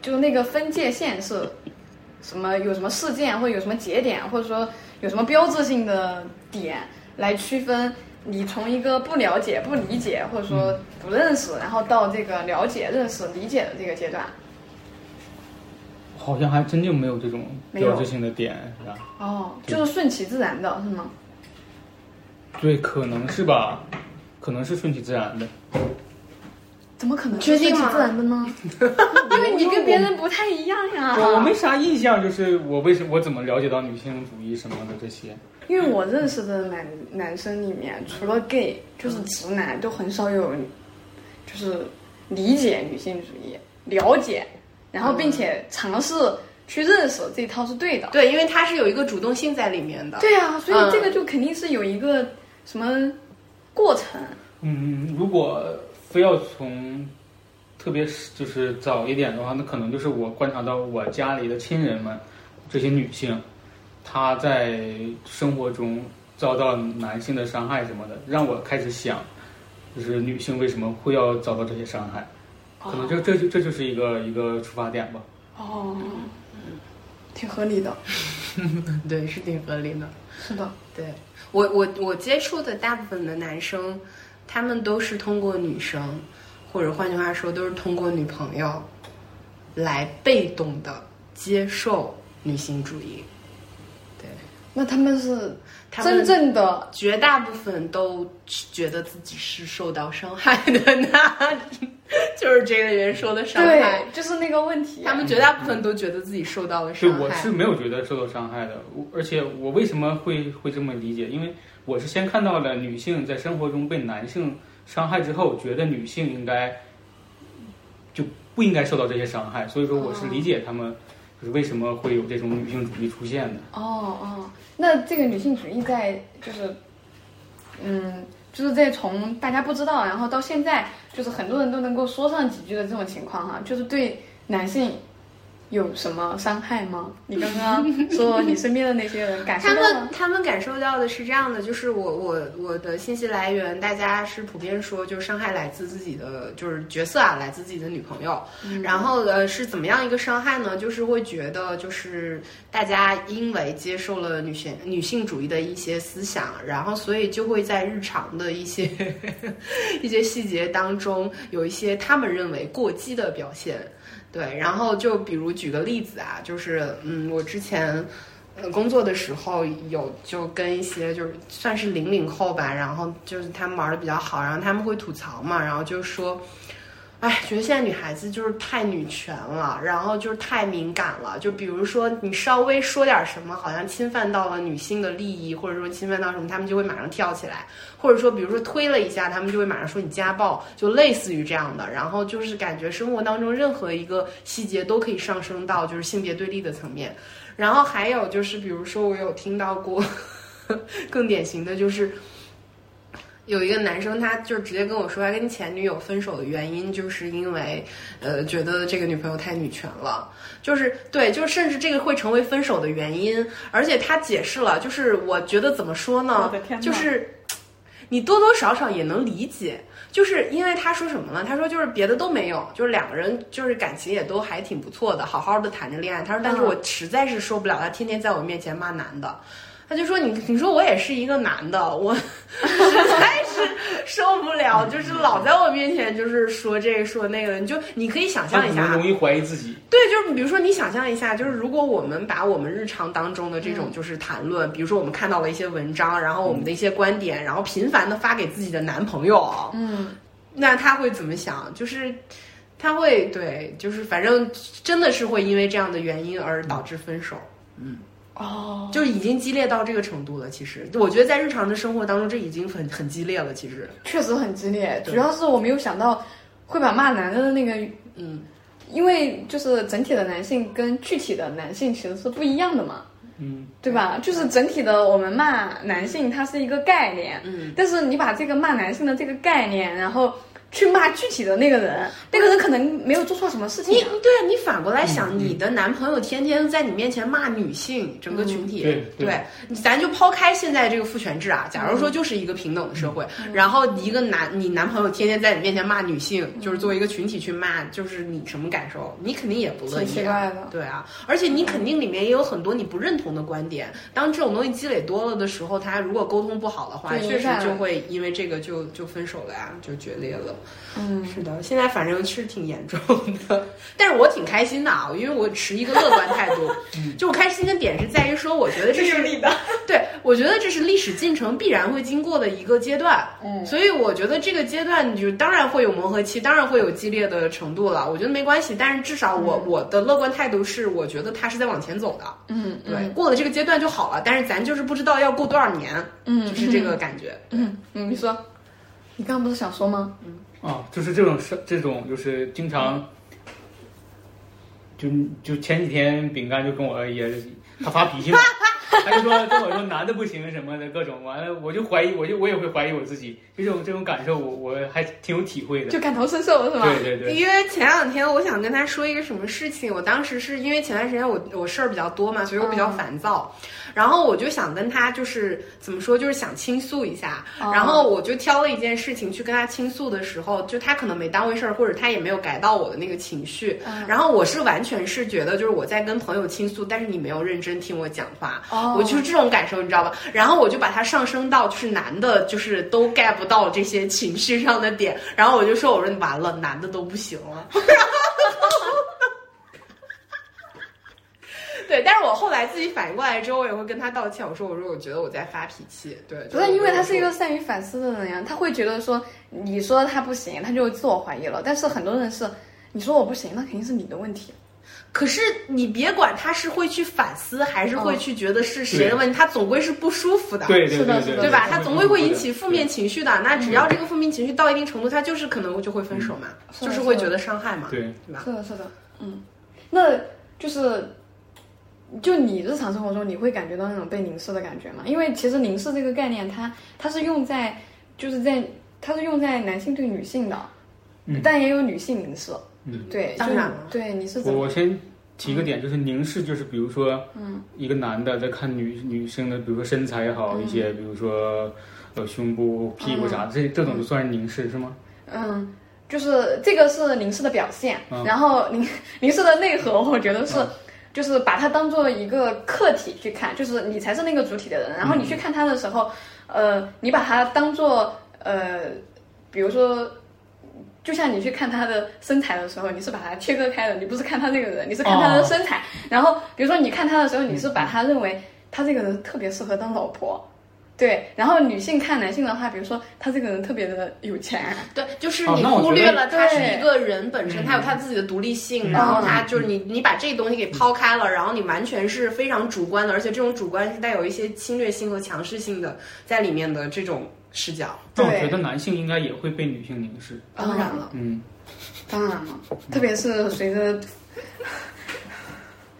C: 就那个分界线是什么？有什么事件，或者有什么节点，或者说有什么标志性的点来区分你从一个不了解、不理解，或者
B: 嗯
C: 说不认识，然后到这个了解、认识、理解的这个阶段？
B: 好像还真就没有这种
C: 没有
B: 标志性的点，是吧？
C: 哦，就是顺其自然的，是吗？
B: 对，可能是吧，可能是顺其自然的。
C: 怎么可能
F: 确
C: 是顺
F: 定
C: 其
F: 吗
C: 自然的呢？ 因为你跟别人不太一样呀。
B: 我我没啥印象，就是我为什我怎么了解到女性主义什么的这些。
C: 因为我认识的男男生里面，除了 gay 就是直男，都很少有，就是理解女性主义、了解，然后并且尝试去认识这一套是对的。
F: 对，因为它是有一个主动性在里面的。
C: 对啊，所以
F: 嗯
C: 这个就肯定是有一个什么过程。
B: 嗯，如果非要从特别是就是早一点的话，那可能就是我观察到我家里的亲人们，这些女性，她在生活中遭到男性的伤害什么的，让我开始想，就是女性为什么会要遭到这些伤害，可能这这就这就是一个一个出发点吧。
C: 哦，嗯挺合理的。
G: 对，是挺合理的。
C: 是的，
A: 对我我我接触的大部分的男生，他们都是通过女生，或者换句话说，都是通过女朋友，来被动的接受女性主义。对，
C: 那他们是
A: 他们
C: 真正的
A: 绝大部分都觉得自己是受到伤害的，那就是这个人说的伤害
C: 对。，就是那个问题。
A: 他们绝大部分都觉得自己受到了
B: 所
A: 伤
B: 以
A: 害。
B: 我是没有觉得受到伤害的，我而且我为什么会会这么理解？因为我是先看到了女性在生活中被男性伤害之后，觉得女性应该就不应该受到这些伤害，所以说我
A: 哦
B: 是理解他们就是为什么会有这种女性主义出现的。
C: 哦哦，那这个女性主义在就是，嗯，就是在从大家不知道，然后到现在，就是很多人都能够说上几句的这种情况哈，就是对男性有什么伤害吗？你刚 刚说你身边的那些人感受
A: 他
C: 到
A: 们
C: 了，
A: 他们感受到的是这样的，就是我我我的信息来源，大家是普遍说，就是伤害来自自己的就是角色啊，来自自己的女朋友。
C: 嗯
A: 然后呃是怎么样一个伤害呢？就是会觉得就是大家因为接受了女性女性主义的一些思想，然后所以就会在日常的一些 一些细节当中有一些他们认为过激的表现。对，然后就比如举个例子啊，就是嗯，我之前呃，工作的时候有就跟一些就是算是零零后吧，然后就是他们玩的比较好，然后他们会吐槽嘛，然后就说，哎，觉得现在女孩子就是太女权了，然后就是太敏感了，就比如说你稍微说点什么，好像侵犯到了女性的利益，或者说侵犯到什么，他们就会马上跳起来，或者说比如说推了一下，他们就会马上说你家暴，就类似于这样的，然后就是感觉生活当中任何一个细节都可以上升到就是性别对立的层面。然后还有就是，比如说我有听到过 更典型的就是。有一个男生，他就直接跟我说，他跟前女友分手的原因，就是因为，呃，觉得这个女朋友太女权了，就是对，就是甚至这个会成为分手的原因，而且他解释了，就是我觉得怎么说呢
C: 我的天，哪
A: 就是你多多少少也能理解，就是因为他说什么呢？他说就是别的都没有，就是两个人就是感情也都还挺不错的，好好的谈着恋爱。他说，但是我实在是受不了他天天在我面前骂男的。他就说你，你说我也是一个男的，我 实在是受不了，就是老在我面前就是说这个说那个的，你就你可以想
B: 他
A: 象
B: 可
A: 一下
B: 能
A: 啊，
B: 容易怀疑自己，
A: 对，就是比如说，你想象一下，就是如果我们把我们日常当中的这种就是谈论，比如说我们看到了一些文章，然后我们的一些观点，然后频繁的发给自己的男朋友，
C: 嗯，
A: 那他会怎么想？就是他会对，就是反正真的是会因为这样的原因而导致分手，
C: 哦，
A: 就已经激烈到这个程度了。其实我觉得在日常的生活当中，这已经很很激烈了。其实，
C: 确实很激烈，
A: 对
C: 主要是我没有想到会把骂男的的那个，
A: 嗯，
C: 因为就是整体的男性跟具体的男性其实是不一样的嘛，
B: 嗯，
C: 对吧？就是整体的，我们骂男性，它是一个概念，
A: 嗯，
C: 但是你把这个骂男性的这个概念，然后去骂具体的那个人，那个人可能没有做错什么事
A: 嗯你
C: 情啊、
A: 对啊，你反过
B: 嗯
A: 来想，你的男朋友天天在你面前骂女性整个群体，
B: 嗯对对
A: 你咱就抛开现在这个父权制啊，假如
C: 嗯
A: 说就是一个平等的社会，然后一个男你男朋友天天在你面前骂女性，就是作为一个群体去骂，就是你什么感受？你肯定也不乐
C: 挺
A: 意、
C: 奇
A: 啊。
C: 怪的。
A: 对啊，而且你肯定里面也有很多你不认同的观点。当这种东西积累多了的时候，他如果沟通不好的话，
C: 对
A: 确实
C: 明白
A: 就会因为这个就就分手了呀，就决裂了。
C: 嗯，
A: 是的，现在反正是挺严重的， 但是我挺开心的啊，因为我持一个乐观态 度。
C: 嗯
A: 就我开心的点是在于说，我觉得这是
E: 的，
A: 对我觉得这是历史进程必然会经过的一个阶段。
C: 嗯
A: 所以我觉得这个阶段你就当然会有磨合期，当然会有激烈的程度了，我觉得没关系。但是至少我、我的乐观态度是，我觉得它是在往前走的。
C: 嗯，
A: 对，过了这个阶段就好了。但是咱就是不知道要过多少年，
C: 嗯，
A: 就是这个感觉。
C: 嗯，嗯，你说，你刚刚不是想说吗？
B: 啊，就是这种事，这种就是经常，就就前几天饼干就跟我也他发脾气嘛，他就说跟我说男的不行什么的各种，完了我就怀疑，我就我也会怀疑我自己，这种这种感受我我还挺有体会的。
C: 就感同身受是吧？
B: 对对对，
A: 因为前两天我想跟他说一个什么事情，我当时是因为前段时间我我事儿比较多嘛，所以我比较烦躁，然后我就想跟他就是怎么说，就是想倾诉一下，
C: 哦
A: 然后我就挑了一件事情去跟他倾诉的时候，就他可能没当回事儿，或者他也没有改到我的那个情绪，
C: 嗯
A: 然后我是完全是觉得就是我在跟朋友倾诉，但是你没有认真听我讲话，
C: 哦
A: 我就是这种感受，你知道吧？然后我就把它上升到就是男的，就是都 get 不到这些情绪上的点，然后我就说我说完了，男的都不行 了。对，但是我后来自己反应过来之后，我也会跟他道歉。我说，我说，我觉得我在发脾气。对，就
C: 不
A: 是我
C: 因为
A: 就
C: 他是一
A: 说
C: 个善于反思的人呀，他会觉得说你说他不行，他就自我怀疑了。但是很多人是你说我不行，那肯定是你的问题。啊
A: 可是你别管他是会去反思，还是会
C: 嗯
A: 去觉得是谁的问题，他总归是不舒服的。
B: 对对
C: 是的
B: 对
C: 是的
A: 对吧？它总归会引起
B: 对
A: 负面情绪的。那只要这个负面情绪到一定程度，它就是可能就会分手嘛，
C: 是的
A: 就是会觉得伤害嘛，
B: 对。
A: 对吧？
C: 是的，是的，嗯，那就是就你日常生活中，你会感觉到那种被凝视的感觉吗？因为其实凝视这个概念它，它是用在就是在它是用在男性对女性的，
B: 嗯
C: 但也有女性凝视。
B: 嗯
C: 对，
A: 当
C: 就
A: 然了
C: 对，你是
B: 我
C: 怎么
B: 我先提个点，就是凝视，就是比如说，
C: 嗯，
B: 一个男的在看女女生的，比如说身材也好一些，比如说呃胸部、屁股啥，这这种就算是凝视是吗？
C: 嗯？就是这个是凝视的表现，
B: 嗯
C: 然后凝凝视的内核，我觉得是。就是把它当做一个客体去看，就是你才是那个主体的人。然后你去看他的时候，呃，你把它当做呃，比如说，就像你去看他的身材的时候，你是把它切割开的，你不是看他这个人，你是看他的身材。然后比如说你看他的时候，你是把他认为他这个人特别适合当老婆。对，然后女性看男性的话，比如说他这个人特别的有钱，
A: 对，就是
B: 哦
A: 你
B: 那我
A: 忽
B: 觉得
A: 略了他是
C: 对
A: 一个人本身，他有他自己的独立性，
B: 嗯
A: 然后他就是你，你把这个东西给抛开了，然后你完全是非常主观的，而且这种主观是带有一些侵略性和强势性的在里面的这种视角。
B: 但我
C: 对
B: 觉得男性应该也会被女性凝视，
A: 当然了，
B: 嗯，
C: 当然了，嗯特别是随着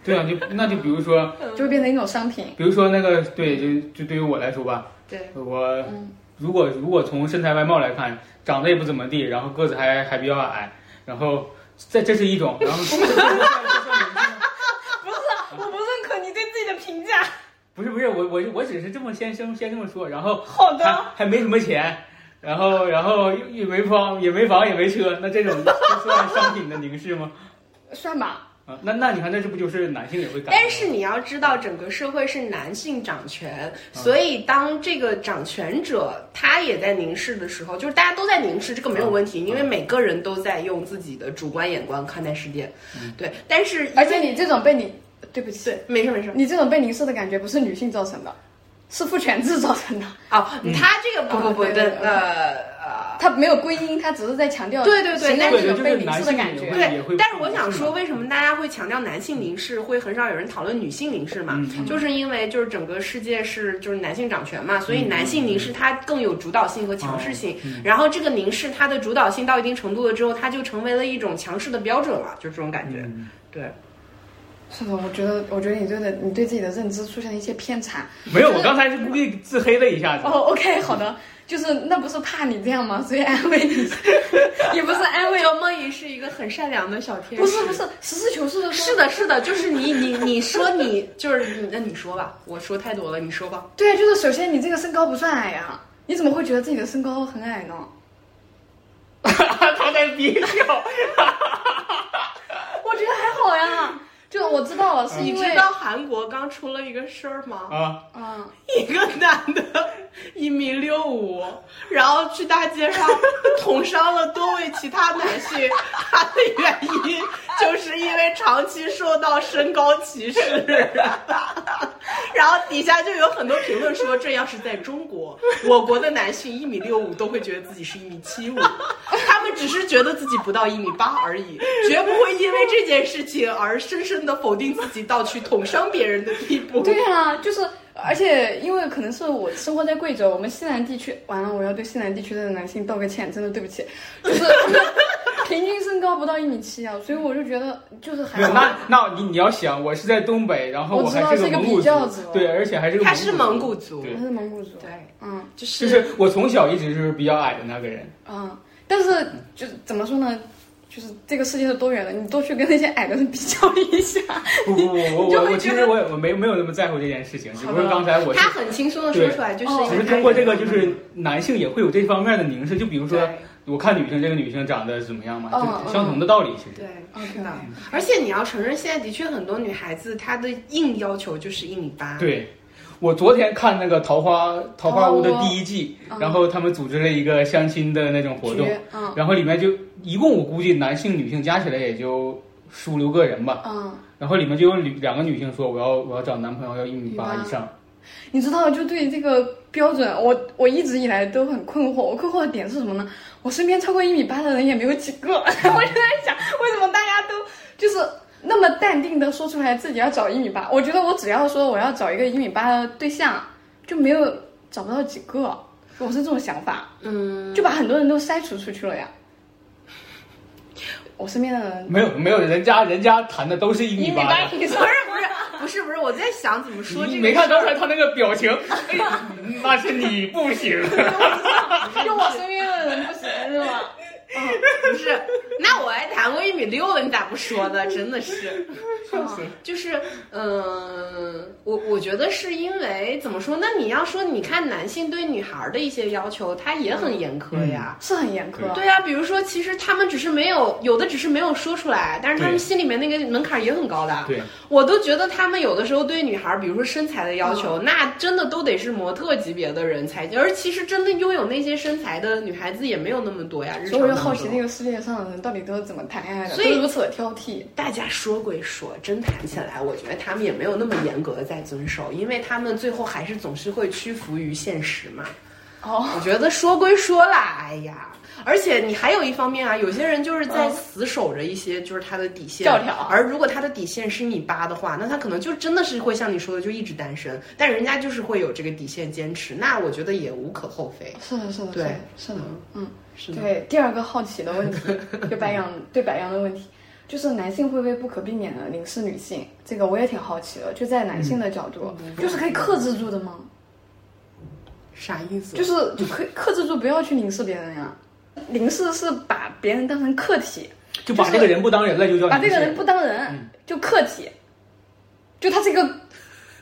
B: 对啊，就那就比如说，
C: 就会变成一种商品。
B: 比如说那个，对，就就对于我来说吧，
A: 对，
B: 我
C: 嗯
B: 如果如果从身材外貌来看，长得也不怎么地，然后个子还还比较矮，然后这这是一种，然后
C: 我不认可你对自己的评价。
B: 不是不是我我我只是这么先先先这么说，然后
C: 好
B: 还还没什么钱，然后然后又也没房也没房也没车，那这种就算 商品的凝视吗？
C: 算吧。
B: 啊，那那你看，那这不就是男性也会感？
A: 但是你要知道，整个社会是男性掌权，
B: 嗯
A: 所以当这个掌权者他也在凝视的时候，就是大家都在凝视，这个没
B: 嗯
A: 有问题，因为每个人都在用自己的主观眼光看待世界。
B: 嗯
A: 对，但是
C: 而且你这种被你，对不起，
A: 没事没事
C: 你这种被凝视的感觉不是女性造成的，是父权制造成的。
A: 哦，
B: 嗯
A: 他这个不不不
C: 啊对
A: 对
C: 对对
A: 呃呃。
C: 它没有归因，它只是在强调
A: 对对对
C: 形容
A: 但是
C: 这种被
B: 对
C: 凝
B: 就是
C: 视的感
B: 男性
C: 觉。
B: 也会也
A: 对，但是我想说，
B: 嘛
A: 为什么大家会强调男性凝视，会很少有人讨论女性凝视嘛？
B: 嗯嗯
A: 就是因为就是整个世界是就是男性掌权嘛，所以
B: 嗯
A: 男性凝视它更有主导性和强
B: 哦
A: 势性。然后这个凝视它的主导性到一定程度了之后，它就成为了一种强势的标准了，就这种感觉。
B: 嗯
A: 对，
C: 是的，我觉得，我觉得你对的，你对自己的认知出现了一些偏差。
B: 没有，我刚才是故意自黑了一下子。
C: 哦，OK，好的，就是那不是怕你这样吗？所以安慰 你，也不是安慰，
A: 周梦怡是一个很善良的小天使。
C: 不是不是，实事求是的说。
A: 是的，是的，就是你你你说你就是你那你说吧，我说太多了，你说吧。
C: 对，就是首先你这个身高不算矮呀、你怎么会觉得自己的身高很矮呢？
B: 他在憋笑，
C: 我觉得还好呀， 就我知道了，是
A: 你
C: 因
A: 知
C: 为
A: 道韩国刚出了一个事儿吗？
B: 啊，
C: 嗯，
A: 一个男的，一米六五，然后去大街上捅伤了多位其他男性， 他的原因就是因为长期受到身高歧视。然后底下就有很多评论说，这要是在中国，我国的男性一米六五都会觉得自己是一米七五，他们只是觉得自己不到一米八而已，绝不会因为这件事情而深深的否定自己到去捅伤别人的地步。
C: 对啊，就是，而且因为可能是我生活在贵 州，我们西南地区，完了，我要对西南地区的男性道个歉，真的对不起，就是。平均身高不到一米七啊，所以我就觉得就是还
B: 对，那那你你要想，我是在东北，然后
C: 我知道
B: 还
C: 是一个
B: 蒙
C: 比
B: 古
C: 较
B: 族
C: 族，
B: 对，而且还是个
A: 他是蒙
B: 古
A: 古
B: 族，
A: 族，
B: 对
C: 我是蒙古族，
A: 对，
C: 嗯
A: 就
B: 就是是我从小一直就是比较矮的那个人。
C: 嗯，但是就是怎么说呢，就是这个世界是多元的，你多去跟那些矮的人比较一下，
B: 不不不，我
C: 你 就
B: 我
C: 会
B: 我其
C: 觉
B: 实
C: 得
B: 我也我没没有那么在乎这件事情，只不
A: 好
B: 过
A: 的
B: 刚才我是
A: 他很轻松的说出来，就是
C: 哦
B: 只是通过这个，就是男性也会有这方面的凝视，就比如说我看女性，这个女性长得怎么样嘛，
C: 嗯
B: 就相同的道理其实。
A: 对。
C: OK
A: 的而且你要承认，现在的确很多女孩子她的硬要求就是一米八，
B: 对，我昨天看那个《桃花桃花坞》的第一季，
C: 嗯
B: 然后他们组织了一个相亲的那种活动，
C: 绝嗯
B: 然后里面就一共我估计男性女性加起来也就十五六个人吧，
C: 嗯，
B: 然后里面就有女两个女性说我要我要找男朋友要一米八
C: 一米
B: 以
C: 八
B: 上，
C: 你知道，就对这个标准，我我一直以来都很困惑。我困惑的点是什么呢？我身边超过一米八的人也没有几个， 我就在想，为什么大家都就是那么淡定的说出来自己要找一米八？我觉得我只要说我要找一个一米八的对象，就没有找不到几个，我是这种想法，
A: 嗯，
C: 就把很多人都筛除出去了呀。我身边的人
B: 没有没有，人家人家谈的都是一
C: 一
B: 米
C: 米
B: 八
C: 八
B: 的。
C: 以上
A: 不。是不是不是不是，我在想怎么说
B: 你
A: 这
B: 你
A: 个，
B: 没看刚才他那个表情，哎，那是你不行。
C: 就我身边的人不行是吗？
A: 哦不是，那我还谈过一米六的，你咋不说呢？真的是，就是，嗯、我我觉得是因为怎么说？那你要说，你看男性对女孩的一些要求，他也很严苛呀。
C: 是很严苛。
A: 对啊，比如说，其实他们只是没有，有的只是没有说出来，但是他们
B: 对
A: 心里面那个门槛也很高的。
B: 对，
A: 我都觉得他们有的时候对女孩，比如说身材的要
B: 啊
A: 求，那真的都得是模特级别的人才。而其实真的拥有那些身材的女孩子也没有那么多呀。日
C: 所以我
A: 常
C: 就
A: 当
C: 好奇
A: 中
C: 这个世界上的人到底都是怎么谈恋爱的，
A: 所以
C: 都如此的挑剔。
A: 大家说归说，真谈起来，我觉得他们也没有那么严格的在遵守，因为他们最后还是总是会屈服于现实嘛。
C: 哦，
A: 我觉得说归说啦，哎呀，而且你还有一方面啊，有些人就是在死守着一些就是他的底线
C: 教条
A: 而如果他的底线是一米八的话，那他可能就真的是会像你说的就一直单身，但人家就是会有这个底线坚持，那我觉得也无可厚非。
C: 是的，是的，
A: 对
C: 是的是的，嗯，
A: 是的，
C: 对。第二个好奇的问题，就白羊对白羊的问题，就是男性会不会不可避免的凝视女性？这个我也挺好奇的，就在男性的角度，就是可以克制住的吗？
A: 啥意思？
C: 就是就可以克制住，不要去凝视别人呀、凝视是把别人当成客体，
B: 就把这个人不当人了，就叫
C: 把这
B: 凝
C: 个
B: 视
C: 人不当人，就客体，就他这个，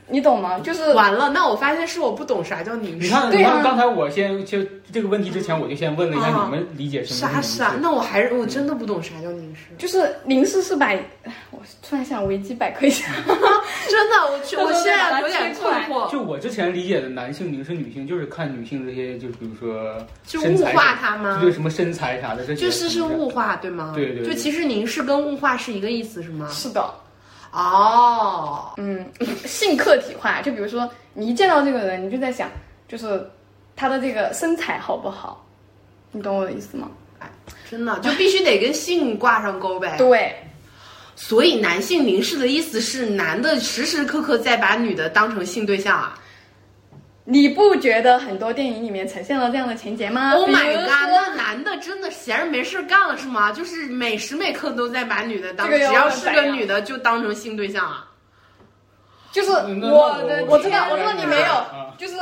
C: 你懂吗？就是
A: 完了，那我发现是我不懂啥叫凝
B: 你
A: 视。
B: 看，
C: 对啊
B: 你
C: 呀
B: 看刚才我先就这个问题之前，我就先问了一下
A: 啊
B: 你们理解什么
A: 啥
B: 是
A: 啥？
B: 凝视
A: 那我还是我真的不懂啥叫凝视。
C: 就是凝视是把， 我突然想维基百科一下，
A: 啊真的，我去，
C: 到时候
A: 我现在
C: 再把它
A: 有点
C: 切出
A: 困
C: 来
A: 惑，
B: 就我之前理解的男性凝视女性，就是看女性这些，就是比如说
A: 就
B: 身
A: 物
B: 材
A: 化它吗
B: 对什么身材啥的，这些
A: 就是是物化，对吗？
B: 对对对
A: 就其实凝视跟物化是一个意思，是吗？
C: 是的，
A: 哦，
C: 嗯，性客体化，就比如说你一见到这个人，你就在想，就是他的这个身材好不好，你懂我的意思吗？
A: 真的就必须得跟性挂上钩呗。
C: 对，
A: 所以男性凝视的意思是，男的时时刻刻在把女的当成性对象啊。
C: 你不觉得很多电影里面呈现了这样的情节吗
A: Oh my
C: 比如
A: god！
C: 说
A: 那男的真的闲着没事儿干了是吗？就是每时每刻都在把女的当，
C: 这个
A: 只
C: 要
A: 要
C: 问
A: 是
C: 白
A: 个
C: 羊
A: 女的就当成性对象啊。
C: 就是
B: 嗯那
C: 我
B: 那我
C: 我知道，我知道你没有
B: 啊，
C: 就是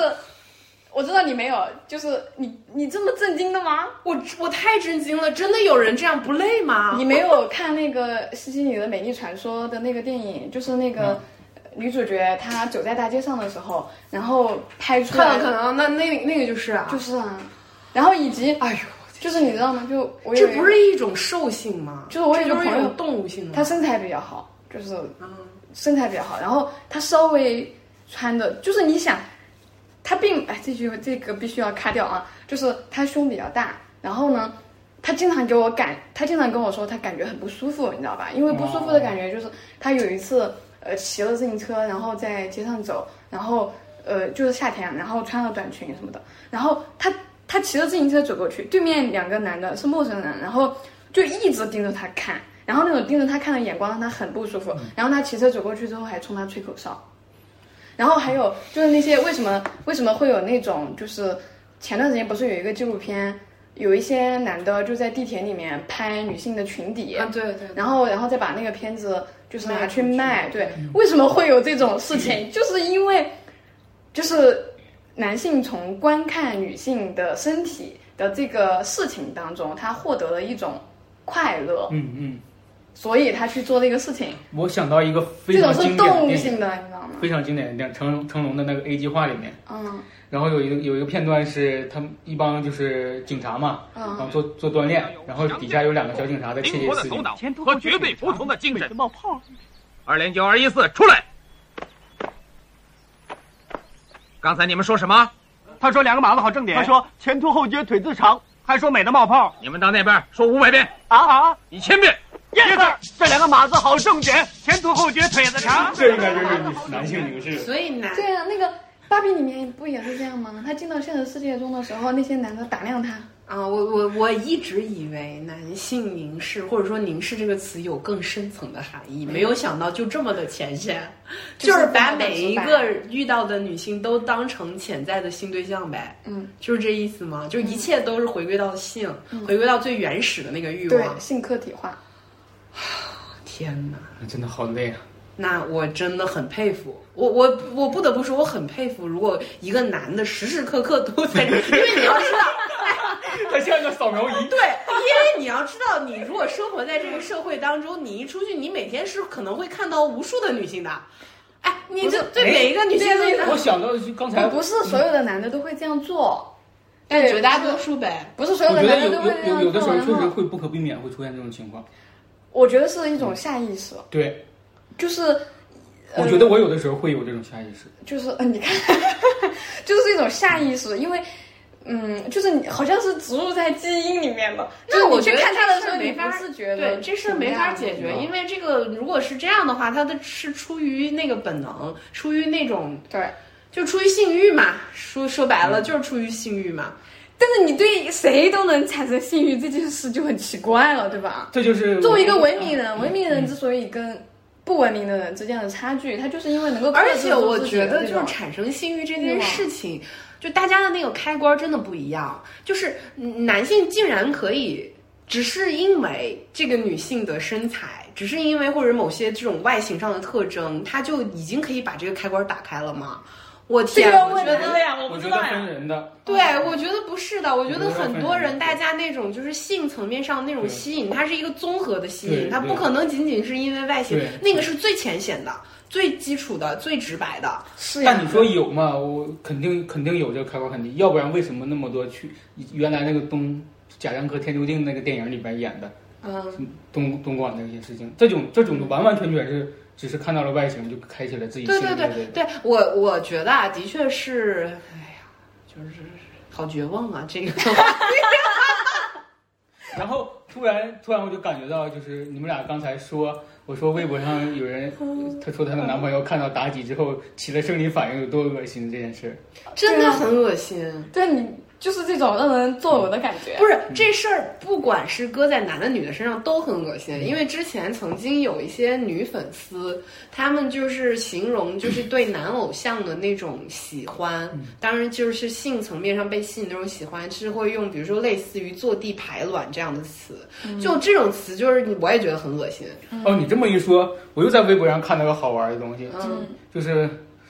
C: 我知道你没有，就是你你这么震惊的吗？
A: 我我太震惊了，真的有人这样不累吗？
C: 你没有看那个《西西里的美丽传说》的那个电影，就是那个
A: 嗯
C: 女主角她走在大街上的时候，然后拍出
A: 看
C: 来
A: 了，看了，那那那个就是啊，
C: 就是啊，然后以及
A: 哎呦，
C: 就是你知道吗？就我有
A: 这
C: 一个
A: 不是一种兽性吗？
C: 就是我有
A: 这
C: 一个
A: 就是一
C: 朋友
A: 种动物性吗？
C: 她身材比较好，就是
A: 嗯
C: 身材比较好，然后她稍微穿的，就是你想，她并哎这句这个必须要卡掉啊，就是她胸比较大，然后呢。她经常给我感，她经常跟我说她感觉很不舒服，你知道吧？因为不舒服的感觉就是她有一次呃骑了自行车，然后在街上走，然后呃就是夏天，然后穿了短裙什么的，然后她她骑着自行车走过去，对面两个男的是陌生人，然后就一直盯着他看，然后那种盯着他看的眼光让他很不舒服。然后他骑车走过去之后，还冲他吹口哨。然后还有就是那些为什么为什么会有那种就是前段时间不是有一个纪录片，有一些男的就在地铁里面拍女性的裙底，
B: 嗯
A: 啊，对对，
C: 然后然后再把那个片子就是拿去卖
A: 卖。
C: 对，
B: 嗯
C: 为什么会有这种事情？ 就是因为就是男性从观看女性的身体的这个事情当中，他获得了一种快乐，
B: 嗯嗯，
C: 所以他去做这个事情。
B: 我想到一个非
C: 这
B: 常
C: 种是
B: 经典的
C: 动
B: 电
C: 物
B: 影，
C: 性的，你知道吗？
B: 非常经典的电影，成成龙的那个 A 计划里面，
C: 嗯
B: 然后有一个有一个片段是他们一帮就是警察嘛，然后
C: 嗯，
B: 做做锻炼，然后底下有两个小警察在窃
H: 灵
B: 窃
H: 活的
B: 私
H: 头
B: 语。
H: 脑和绝对服从的精神。
E: 冒泡。
H: 二零九二一四，出来！刚才你们说什么？
I: 他说两个马子好挣点。
H: 他
I: 说前凸后撅，腿子长，还说美的冒泡。
H: 你们到那边说五百遍，
I: 啊啊！
H: 一千遍。
I: yes sir，这两个马子好挣点，前凸后撅，腿子长。
B: 这应该就是男性凝视。
A: 所以男
C: 对啊，那个芭比里面不也是这样吗？他进到现实世界中的时候，那些男的打量他，
A: 啊、我我我一直以为男性凝视或者说凝视这个词有更深层的含义，没有想到就这么的浅显，
C: 就
A: 就是是
C: 这么
A: 把
C: 的
A: 每一
C: 直白
A: 个遇到的女性都当成潜在的性对象呗，
C: 嗯，
A: 就是这意思吗？就是一切都是回归到性，回归到最原始的那个欲
C: 对
A: 望。
C: 性客体化。
A: 天哪！
B: 真的好累啊！
A: 那我真的很佩服我，我我不得不说，我很佩服。如果一个男的时时刻刻都在，因为你要知道，
B: 它像个扫描仪。
A: 对，因为你要知道，你如果生活在这个社会当中，你一出去，你每天是可能会看到无数的女性的。哎，你这对每一个女性都
B: 我想到的是刚才，
C: 不不是所有的男的都会这样
A: 嗯
C: 做，
A: 但
C: 对
A: 哎绝大多数呗。
C: 不是所有
B: 我
C: 的
B: 觉
C: 男
B: 得有
C: 的都会这
B: 有
C: 样
B: 有有
C: 做。
B: 的时候确实
C: 然后
B: 会不可避免会出现这种情况。
C: 我觉得是一种下意识，
B: 对，
C: 就是呃
B: 我觉得我有的时候会有这种下意识。
C: 就是、 呃、你看，就是一种下意识，因为。嗯，就是你好像是植入在基因里面的，就是
A: 那我
C: 你去
A: 觉得
C: 看
A: 这
C: 他的
A: 事
C: 时候，
A: 儿没
C: 你不
A: 法
C: 自觉的，
A: 对，这事儿没法解决，
B: 嗯
A: 因为这个如果是这样的话，他的是出于那个本能，出于那种
C: 对，
A: 就出于性欲嘛。说说白
C: 嗯
A: 了就是出于性欲嘛。
C: 但是你对谁都能产生性欲这件事就很奇怪了，对吧？
B: 这就是
C: 作为一个文明人，
A: 嗯
C: 文明人之所以跟不文明的人之间的差距，他就是因为能够
A: 而且我
C: 克制住自己
A: 觉
C: 的
A: 得，
C: 这
A: 就
C: 种
A: 是产生性欲这
C: 欲
A: 件
C: 望
A: 事情，就大家的那个开关真的不一样。就是嗯男性竟然可以，只是因为这个女性的身材，只是因为或者某些这种外形上的特征，他就已经可以把这个开关打开了吗？我天，
C: 这个
A: 我
C: 问
A: 觉
C: 题
A: 得
E: 呀，我
B: 我觉得分人的，
A: 对，我觉得不是的。我觉
B: 啊觉
A: 得
B: 得
A: 很
B: 分
A: 多
B: 人
A: 人，大家那种就是性层面上那种
B: 对
A: 吸引，它是一个综合的吸
B: 对
A: 引，它不
B: 对
A: 可能仅仅是因为外形
B: 对，
A: 那个是最浅显的、最基础的、最直白的。
C: 是呀
B: 但你说有嘛？我肯定肯定有这个开关，肯定，要不然为什么那么多去原来那个东贾樟柯《天注定》那个电影里边演的，嗯，东东莞的一些事情，这种这种完完全全是只是看到了外形就开启了自己
A: 对
B: 性
A: 对
B: 欲
A: 对
B: 的
A: 对，我我觉得啊，的确是，哎呀，就是好绝望啊！ 这个
B: 然后突然突然我就感觉到，就是你们俩刚才说，我说微博上有人，她说她的男朋友看到妲己之后起了生理反应有多恶心这件事，
A: 真的很恶心。
C: 对你就是这种让人作呕的感嗯觉。
A: 不是这事儿，不管是搁在男的女的身上都很恶
C: 嗯
A: 心。因为之前曾经有一些女粉丝，她们就是形容就是对男偶像的那种喜欢，
C: 嗯
A: 当然就是性层面上被吸引那种喜欢，是会用比如说类似于坐地排卵这样的词，
C: 嗯
A: 就这种词就是你我也觉得很恶心。
B: 哦，你这么一说，我又在微博上看到个好玩的东西，
A: 嗯
B: 就是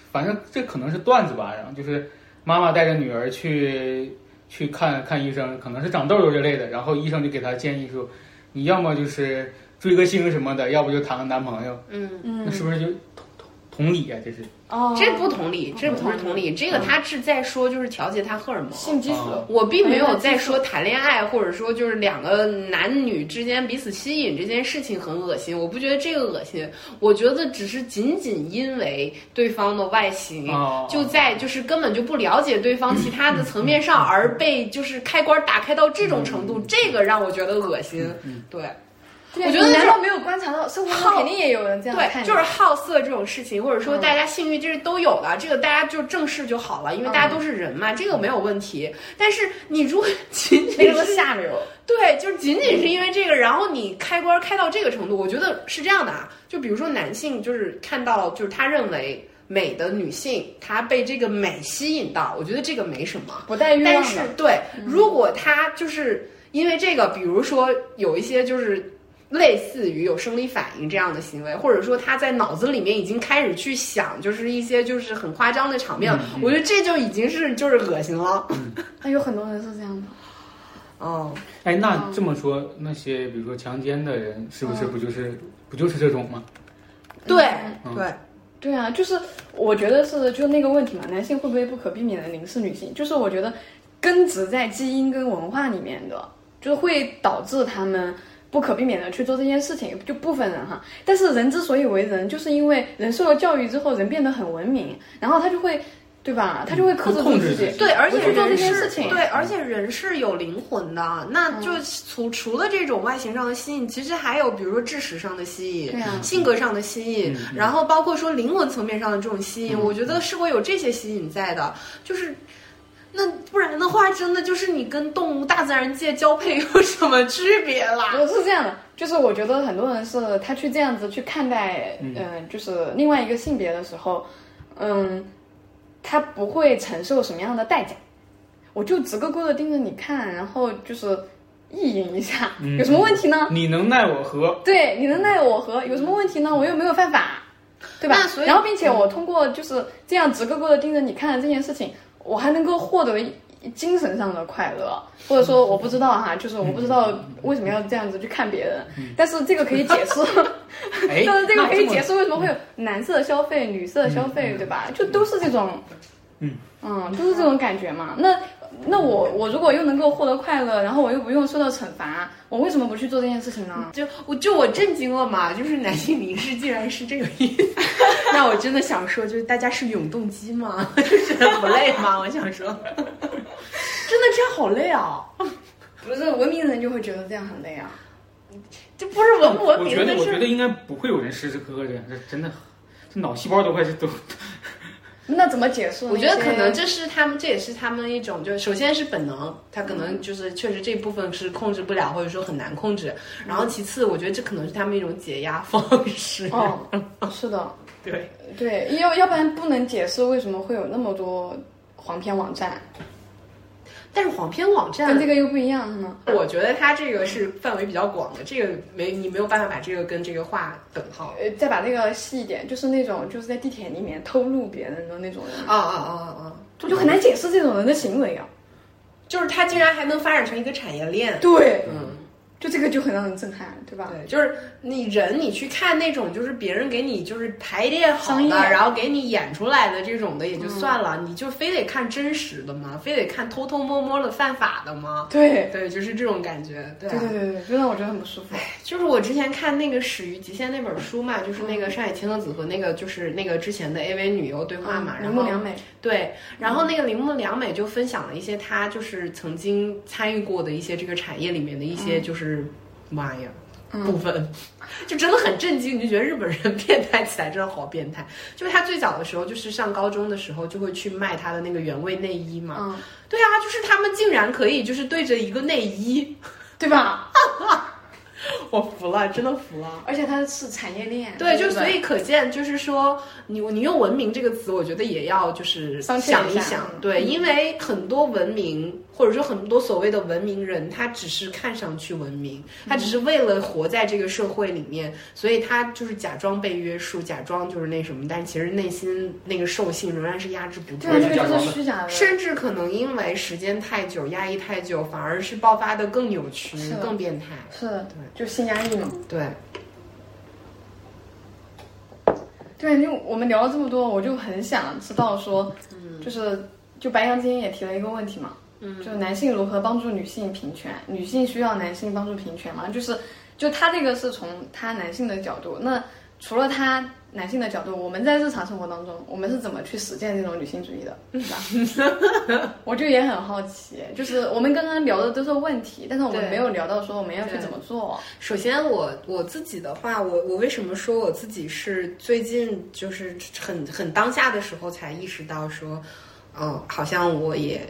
B: 反正这可能是段子吧，然后就是妈妈带着女儿去去看看医生，可能是长痘痘之类的，然后医生就给她建议说，你要么就是追个星什么的，要不就谈个男朋友，
A: 嗯。
C: 嗯
B: 那是不是就同同同理啊？这是
C: 哦，嗯
A: 这不同理，这不是同理，这个他是在说就是调节他荷尔蒙。
C: 性基础
B: 哦
A: 我并没有在说谈恋爱，或者说就是两个男女之间彼此吸引这件事情很恶心，我不觉得这个恶心，我觉得只是仅仅因为对方的外形
B: 哦，
A: 就在就是根本就不了解对方其他的层面上而被就是开关打开到这种程
B: 嗯
A: 度，这个让我觉得恶心。对，
C: 对啊
A: 我觉得
C: 你
A: 就是
C: 难道没有观察到生活中肯定也有人这样
A: 对，
C: 看你？
A: 就是好色这种事情，或者说
B: 嗯
A: 大家性欲，这是都有的，这个大家就正视就好了，因为大
B: 嗯
A: 家都是人嘛，这个没有问题。但是你如果仅
C: 那
A: 仅
C: 个是
A: 是
C: 下流。
A: 对，就是仅仅是因为这个，然后你开关开到这个程度，我觉得是这样的啊。就比如说男性，就是看到就是他认为。美的女性，她被这个美吸引到，我觉得这个没什么。
C: 不带欲望
A: 但
C: 的
A: 是对，如果她就是因为这个，比如说有一些就是。类似于有生理反应这样的行为，或者说她在脑子里面已经开始去想，就是一些就是很夸张的场面，我觉得这就已经是就是恶心了。
C: 那哎有很多人是这样的，
A: 哦，
B: 哎，那
C: 嗯
B: 这么说，那些比如说强奸的人，是不是不就是不就是这种吗？
A: 对
B: 嗯
A: 对，
C: 对啊，就是我觉得是就那个问题嘛，男性会不会不可避免的凝视女性？就是我觉得根植在基因跟文化里面的，就是会导致他们不可避免的去做这件事情。就部分人哈，但是人之所以为人，就是因为人受了教育之后，人变得很文明，然后他就会，对吧？他就会克制住
B: 控制
C: 自己
B: 自，己
A: 对，而且
C: 不去做这
A: 人
C: 件
A: 是
C: 事情。
A: 对，而且人是有灵魂的。那就除除了这种外形上的吸引，其实还有比如说知识上的吸引
C: 对啊、
A: 性格上的吸引
B: 嗯，嗯
A: 然后包括说灵魂层面上的这种吸引，我觉得是会有这些吸引在的，就是。那不然的话，真的就是你跟动物、大自然界交配有什么区别啦？
C: 我是这样的，就是我觉得很多人是他去这样子去看待，嗯、就是另外一个性别的时候，嗯，他不会承受什么样的代价，我就直勾勾的盯着你看，然后就是意淫一下，
B: 嗯
C: 有什么问题呢？
B: 你能奈我 何？
C: 对，你能奈我何？有什么问题呢？我又没有犯法，对吧
A: 那？所以
C: 然后，并且我通过就是这样直勾勾的盯着你看的这件事情，我还能够获得一精神上的快乐，或者说我不知道哈，就是我不知道为什么要这样子去看别人，
A: 嗯
C: 但是这个可以解 释，
B: 哎，
C: 但是这个
B: 那
C: 可以
B: 么
C: 解释为什么会有男色消费、女色消费，对吧？就都是这种，
B: 嗯
C: 嗯，都是这种感觉嘛。那那我我如果又能够获得快乐，然后我又不用受到惩罚，我为什么不去做这件事情呢？
A: 就我就我震惊了嘛，就是男性凝视竟然是这个意思， 那我真的想说，就是大家是永动机吗？ 就是不累吗？我想说，真的这样好累啊！
C: 不是文明人就会觉得这样很累啊。
A: 这不是文不文
B: 我
A: 明
B: 觉
A: 的
B: 得我
A: 事
B: 觉
A: 儿
B: 得。应该不会有人时时刻刻这样，这真的，这脑细胞都快是 都
C: 那怎么解释？
A: 我觉得可能这是他们，这也是他们一种，就是首先是本能，他可能就是确实这部分是控制不了，或者说很难控制。然后其次，我觉得这可能是他们一种解压方式。
C: 哦，是的，
A: 对，
C: 对，要要不然不能解释为什么会有那么多黄片网站，
A: 但是黄片网站
C: 跟这个又不一样呢。
A: 我觉得它这个是范围比较广的，这个没你没有办法把这个跟这个画等号。
C: 呃，再把这个细一点，就是那种就是在地铁里面偷录别人的那种人，
A: 啊啊啊啊啊！
C: 我就很难解释这种人的行为啊。
A: 就是它竟然还能发展成一个产业链。
C: 对，
A: 嗯，
C: 就这个就很让人震撼，对吧？
A: 对，就是你人，你去看那种就是别人给你就是排列好
C: 商业嗯
A: 的，然后给你演出来的这种的也就算了，你就非得看真实的吗？非得看偷偷摸摸的犯法的吗？
C: 对，
A: 对，就是这种感觉。对啊
C: 对对对对，就让我觉得很不舒服。
A: 就是我之前看那个《始于极限》那本书嘛，就是那个
C: 嗯
A: 上野千鹤子和那个就是那个之前的 AV 女优对话嘛，
C: 嗯
A: 然
C: 铃
A: 后
C: 木良美，
A: 对，然后那个铃木良美就分享了一些她就是曾经参与过的一些这个产业里面的一些就是妈呀、部分，就真的很震惊，你就觉得日本人变态起来真的好变态。就是她最早的时候，就是上高中的时候就会去卖她的那个原味内衣嘛，
C: 嗯，
A: 对啊，就是他们竟然可以就是对着一个内衣，
C: 对吧？
A: 我服了，真的服了。
C: 而且它是产业链，
A: 对，就
C: 不
A: 所以可见，就是说，你你用“文明”这个词，我觉得也要就是
C: 商
A: 想
C: 榷一
A: 一
C: 下
A: 想
C: 嗯，
A: 对，因为很多文明或者说很多所谓的文明人，他只是看上去文明，他
C: 嗯
A: 只是为了活在这个社会里面，所以他就是假装被约束，假装就是那什么，但其实内心那个兽性仍然是压制不住
C: 对啊，
A: 的。
C: 这个就是虚假的，
A: 甚至可能因为时间太久、压抑太久，反而是爆发的更扭曲
C: 是、
A: 更变态。
C: 是的，就性压抑嘛。
A: 对，
C: 对，因为我们聊了这么多，我就很想知道说，就是就白羊今天也提了一个问题嘛，就是男性如何帮助女性平权，女性需要男性帮助平权吗？就是就他这个是从他男性的角度，那除了他男性的角度，我们在日常生活当中，我们是怎么去实践这种女性主义的，是吧？ 我就也很好奇，就是我们刚刚聊的都是问题，但是我们
A: 对
C: 没有聊到说我们要去
A: 对
C: 怎么做，
A: 首先我，我自己的话，我我为什么说我自己是最近就是呃很很当下的时候才意识到说，嗯，好像我也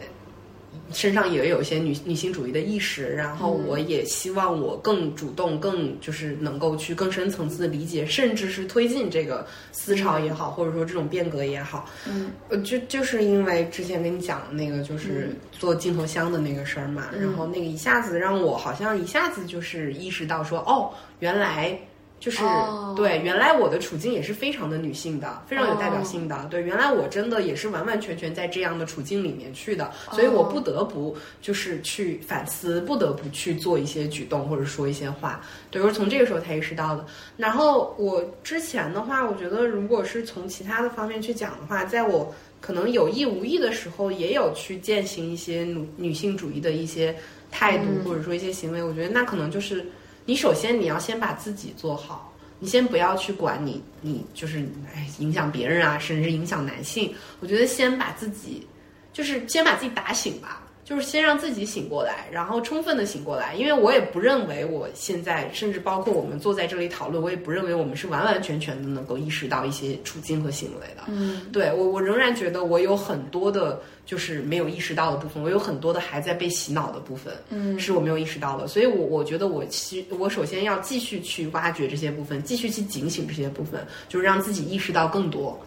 A: 身上也有一些女女性主义的意识，然后我也希望我更主动、更就是能够去更深层次的理解，甚至是推进这个思潮也好，或者说这种变革也好，
C: 嗯，
A: 呃，就就是因为之前跟你讲的那个就是做镜头箱的那个事儿嘛，然后那个一下子让我好像一下子就是意识到说，哦，原来。就是、
C: 哦
A: 对，原来我的处境也是非常的女性的，非常有代表性的。对，原来我真的也是完完全全在这样的处境里面去的，所以我不得不就是去反思，不得不去做一些举动或者说一些话。对，我是从这个时候才意识到的。然后我之前的话，我觉得如果是从其他的方面去讲的话，在我可能有意无意的时候，也有去践行一些女女性主义的一些态度，或者说一些行为。我觉得那可能就是你首先你要先把自己做好，你先不要去管你你就是哎影响别人啊，甚至影响男性。我觉得先把自己就是先把自己打醒吧，就是先让自己醒过来，然后充分的醒过来。因为我也不认为我现在，甚至包括我们坐在这里讨论，我也不认为我们是完完全全的能够意识到一些处境和行为的。嗯，对我，我仍然觉得我有很多的，就是没有意识到的部分，我有很多的还在被洗脑的部分，嗯，是我没有意识到的。所以我，我觉得我其我首先要继续去挖掘这些部分，继续去警醒这些部分，就是让自己意识到更多。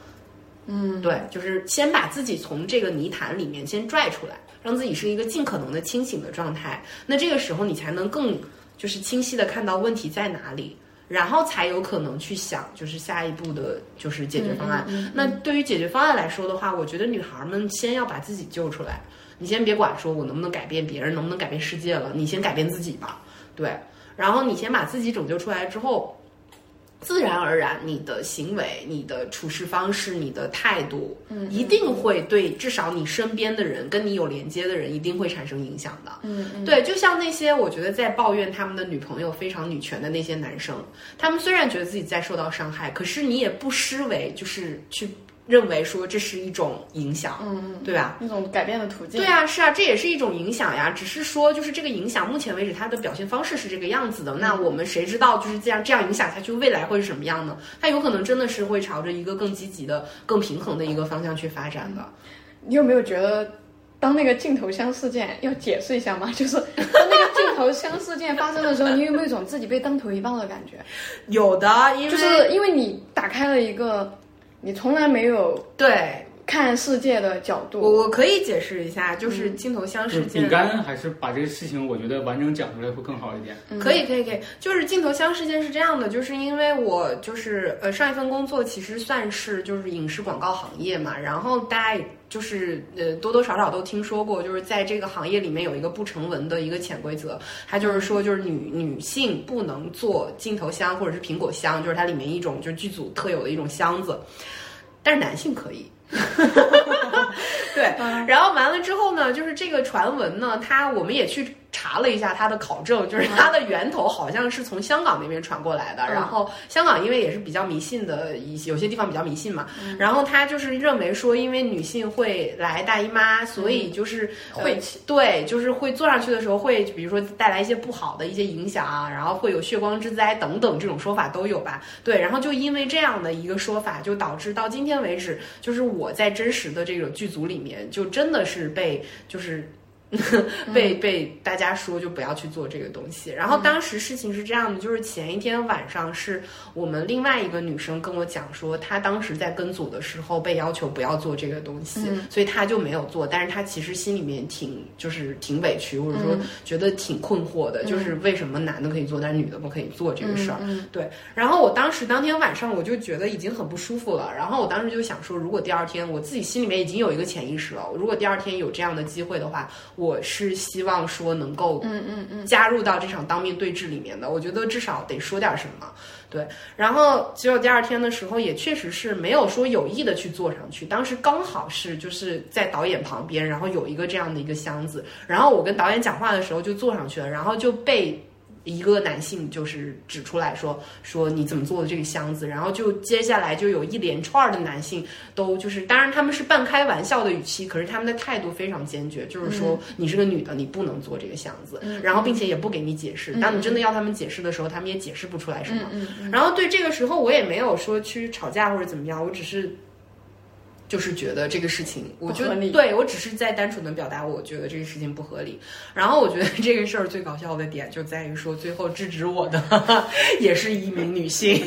A: 对，就是先把自己从这个泥潭里面先拽出来，让自己是一个尽可能的清醒的状态。那这个时候你才能更就是清晰的看到问题在哪里，然后才有可能去想就是下一步的就是解决方案。那对于解决方案来说的话，我觉得女孩们先要把自己救出来，你先别管说我能不能改变别人，能不能改变世界了，你先改变自己吧。对，然后你先把自己拯救出来之后。自然而然，你的行为、你的处事方式、你的态度，
C: 嗯
A: 一定会对至少你身边的人、跟你有连接的人，一定会产生影响的。
C: 嗯嗯，
A: 对，就像那些我觉得在抱怨他们的女朋友非常女权的那些男生，他们虽然觉得自己在受到伤害，可是你也不失为就是去认为说这是一种影响，
C: 嗯，
A: 对吧？
C: 那种改变的途径，
A: 对，啊，是啊，这也是一种影响呀。只是说，就是这个影响，目前为止它的表现方式是这个样子的。那我们谁知道就是这样这样影响下去，未来会是什么样呢？它有可能真的是会朝着一个更积极的、更平衡的一个方向去发展的。
C: 你有没有觉得，当那个镜头箱事件要解释一下吗？ 就是当那个镜头箱事件发生的时候，你有没有一种自己被当头一棒的感觉？
A: 有的，因为
C: 就是因为你打开了一个你从来没有
A: 对
C: 看世界的角
A: 我
C: 度，嗯
A: 我可以解释一下，就是镜头箱
B: 就是
A: 事
B: 嗯饼
A: 件。
B: 干还是把这个事情，我觉得完整讲出来会更好一点。
C: 嗯
A: 可以，可以，可以。就是镜头箱事件是这样的，就是因为我就是呃上一份工作其实算是就是影视广告行业嘛，然后大家也就是呃多多少少都听说过，就是在这个行业里面有一个不成文的一个潜规则，它就是说就是女女性不能做镜头箱或者是苹果箱，就是它里面一种就是剧组特有的一种箱子，但是男性可以。 对，然后完了之后呢，就是这个传闻呢，它我们也去查了一下它的考证，就是它的源头好像是从香港那边传过来的。然后香港因为也是比较迷信的，一些有些地方比较迷信嘛，然后他就是认为说，因为女性会来大姨妈，所以就是
C: 晦
A: 气，对，就是会坐上去的时候会，比如说带来一些不好的一些影响啊，然后会有血光之灾等等这种说法都有吧。对，然后就因为这样的一个说法，就导致到今天为止，就是我在真实的这个剧组里面，就真的是被就是。被被大家说就不要去做这个东西。然后当时事情是这样的，就是前一天晚上是我们另外一个女生跟我讲说，她当时在跟组的时候被要求不要做这个东西，所以她就没有做。但是她其实心里面挺就是挺委屈，或者说觉得挺困惑的，就是为什么男的可以做，但是女的不可以做这个事儿。对。然后我当时当天晚上我就觉得已经很不舒服了，然后我当时就想说，如果第二天我自己心里面已经有一个潜意识了，如果第二天有这样的机会的话，我是希望说能够嗯嗯嗯加入到这场当面对质里面的，我觉得至少得说点什么。对，然后只有第二天的时候，也确实是没有说有意的去坐上去。当时刚好是就是在导演旁边，然后有一个这样的一个箱子，然后我跟导演讲话的时候就坐上去了，然后就被一个男性就是指出来说说你怎么做的这个箱子，然后就接下来就有一连串的男性都就是，当然他们是半开玩笑的语气，可是他们的态度非常坚决，就是说你是个女的，你不能做这个箱子，然后并且也不给你解释。当你真的要他们解释的时候，他们也解释不出来什么。然后对这个时候我也没有说去吵架或者怎么样，我只是就是觉得这个事情，我就
C: 不合理
A: 对我只是在单纯的表达，我觉得这个事情不合理。然后我觉得这个事儿最搞笑的点就在于说，最后制止我的 也是一名女性，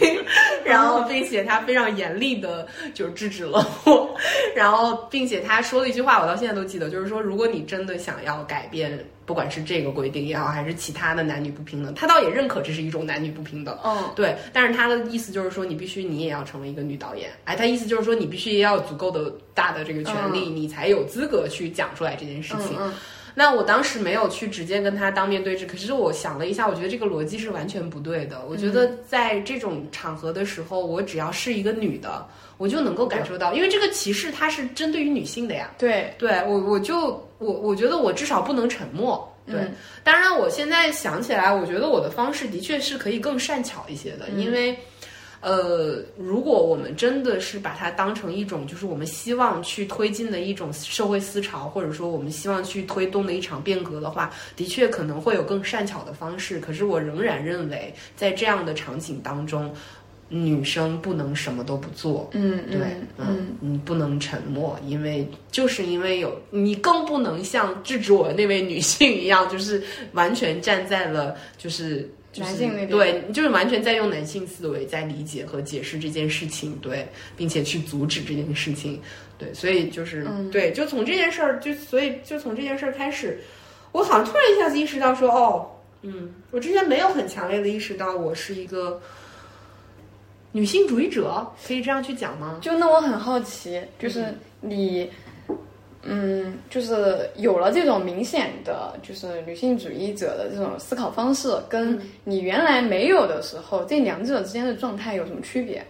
A: 然后并且她非常严厉的就制止了我，然后并且她说了一句话，我到现在都记得，就是说如果你真的想要改变。不管是这个规定也好，还是其他的男女不平等，她倒也认可这是一种男女不平等。
C: 嗯，
A: 对，但是他的意思就是说，你必须你也要成为一个女导演。哎，他意思就是说，你必须要有足够的大的这个权利，你才有资格去讲出来这件事情。
C: 嗯嗯嗯
A: 那我当时没有去直接跟他当面对质，可是我想了一下，我觉得这个逻辑是完全不对的。我觉得在这种场合的时候，我只要是一个女的，我就能够感受到，因为这个歧视它是针对于女性的呀。
C: 对，
A: 对我，我就我我觉得我至少不能沉默。对，
C: 嗯
A: 当然我现在想起来，我觉得我的方式的确是可以更善巧一些的，因为。呃，如果我们真的是把它当成一种，就是我们希望去推进的一种社会思潮，或者说我们希望去推动的一场变革的话，的确可能会有更善巧的方式。可是我仍然认为，在这样的场景当中，女生不能什么都不做。
C: 嗯，
A: 对，
C: 嗯，
A: 嗯，你不能沉默，因为就是因为有你，更不能像制止我的那位女性一样，就是完全站在了就是。就是
C: 男性那边
A: 对，就是完全在用男性思维在理解和解释这件事情，对，并且去阻止这件事情，对，所以就是、
C: 嗯
A: 对，就从这件事儿，就所以就从这件事儿开始，我好像突然一下子意识到说，哦，嗯，我之前没有很强烈的意识到我是一个女性主义者，可以这样去讲吗？
C: 就那我很好奇，就是你，嗯，就是有了这种明显的就是女性主义者的这种思考方式，跟你原来没有的时候，这两者之间的状态有什么区别？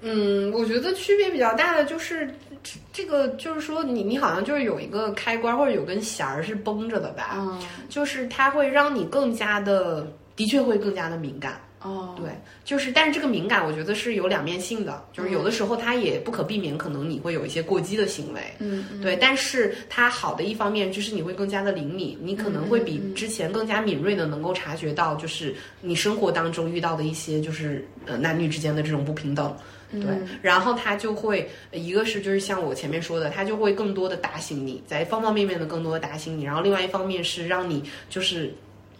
A: 嗯，我觉得区别比较大的就是这这个，就是说你你好像就是有一个开关或者有根弦儿是绷着的吧，
C: 嗯，
A: 就是它会让你更加的，的确会更加的敏感。
C: 哦，
A: 对，就是，但是这个敏感，我觉得是有两面性的，就是
C: 嗯
A: 有的时候它也不可避免，可能你会有一些过激的行为，
C: 嗯，
A: 对。但是它好的一方面就是你会更加的灵敏，你可能会
C: 嗯
A: 比之前更加敏锐的能够察觉到，就是你生活当中遇到的一些就是呃男女之间的这种不平等。
C: 嗯
A: 对，然后它就会，呃一个是就是像我前面说的，它就会更多的打醒你，在方方面面的更多的打醒你，然后另外一方面是让你就是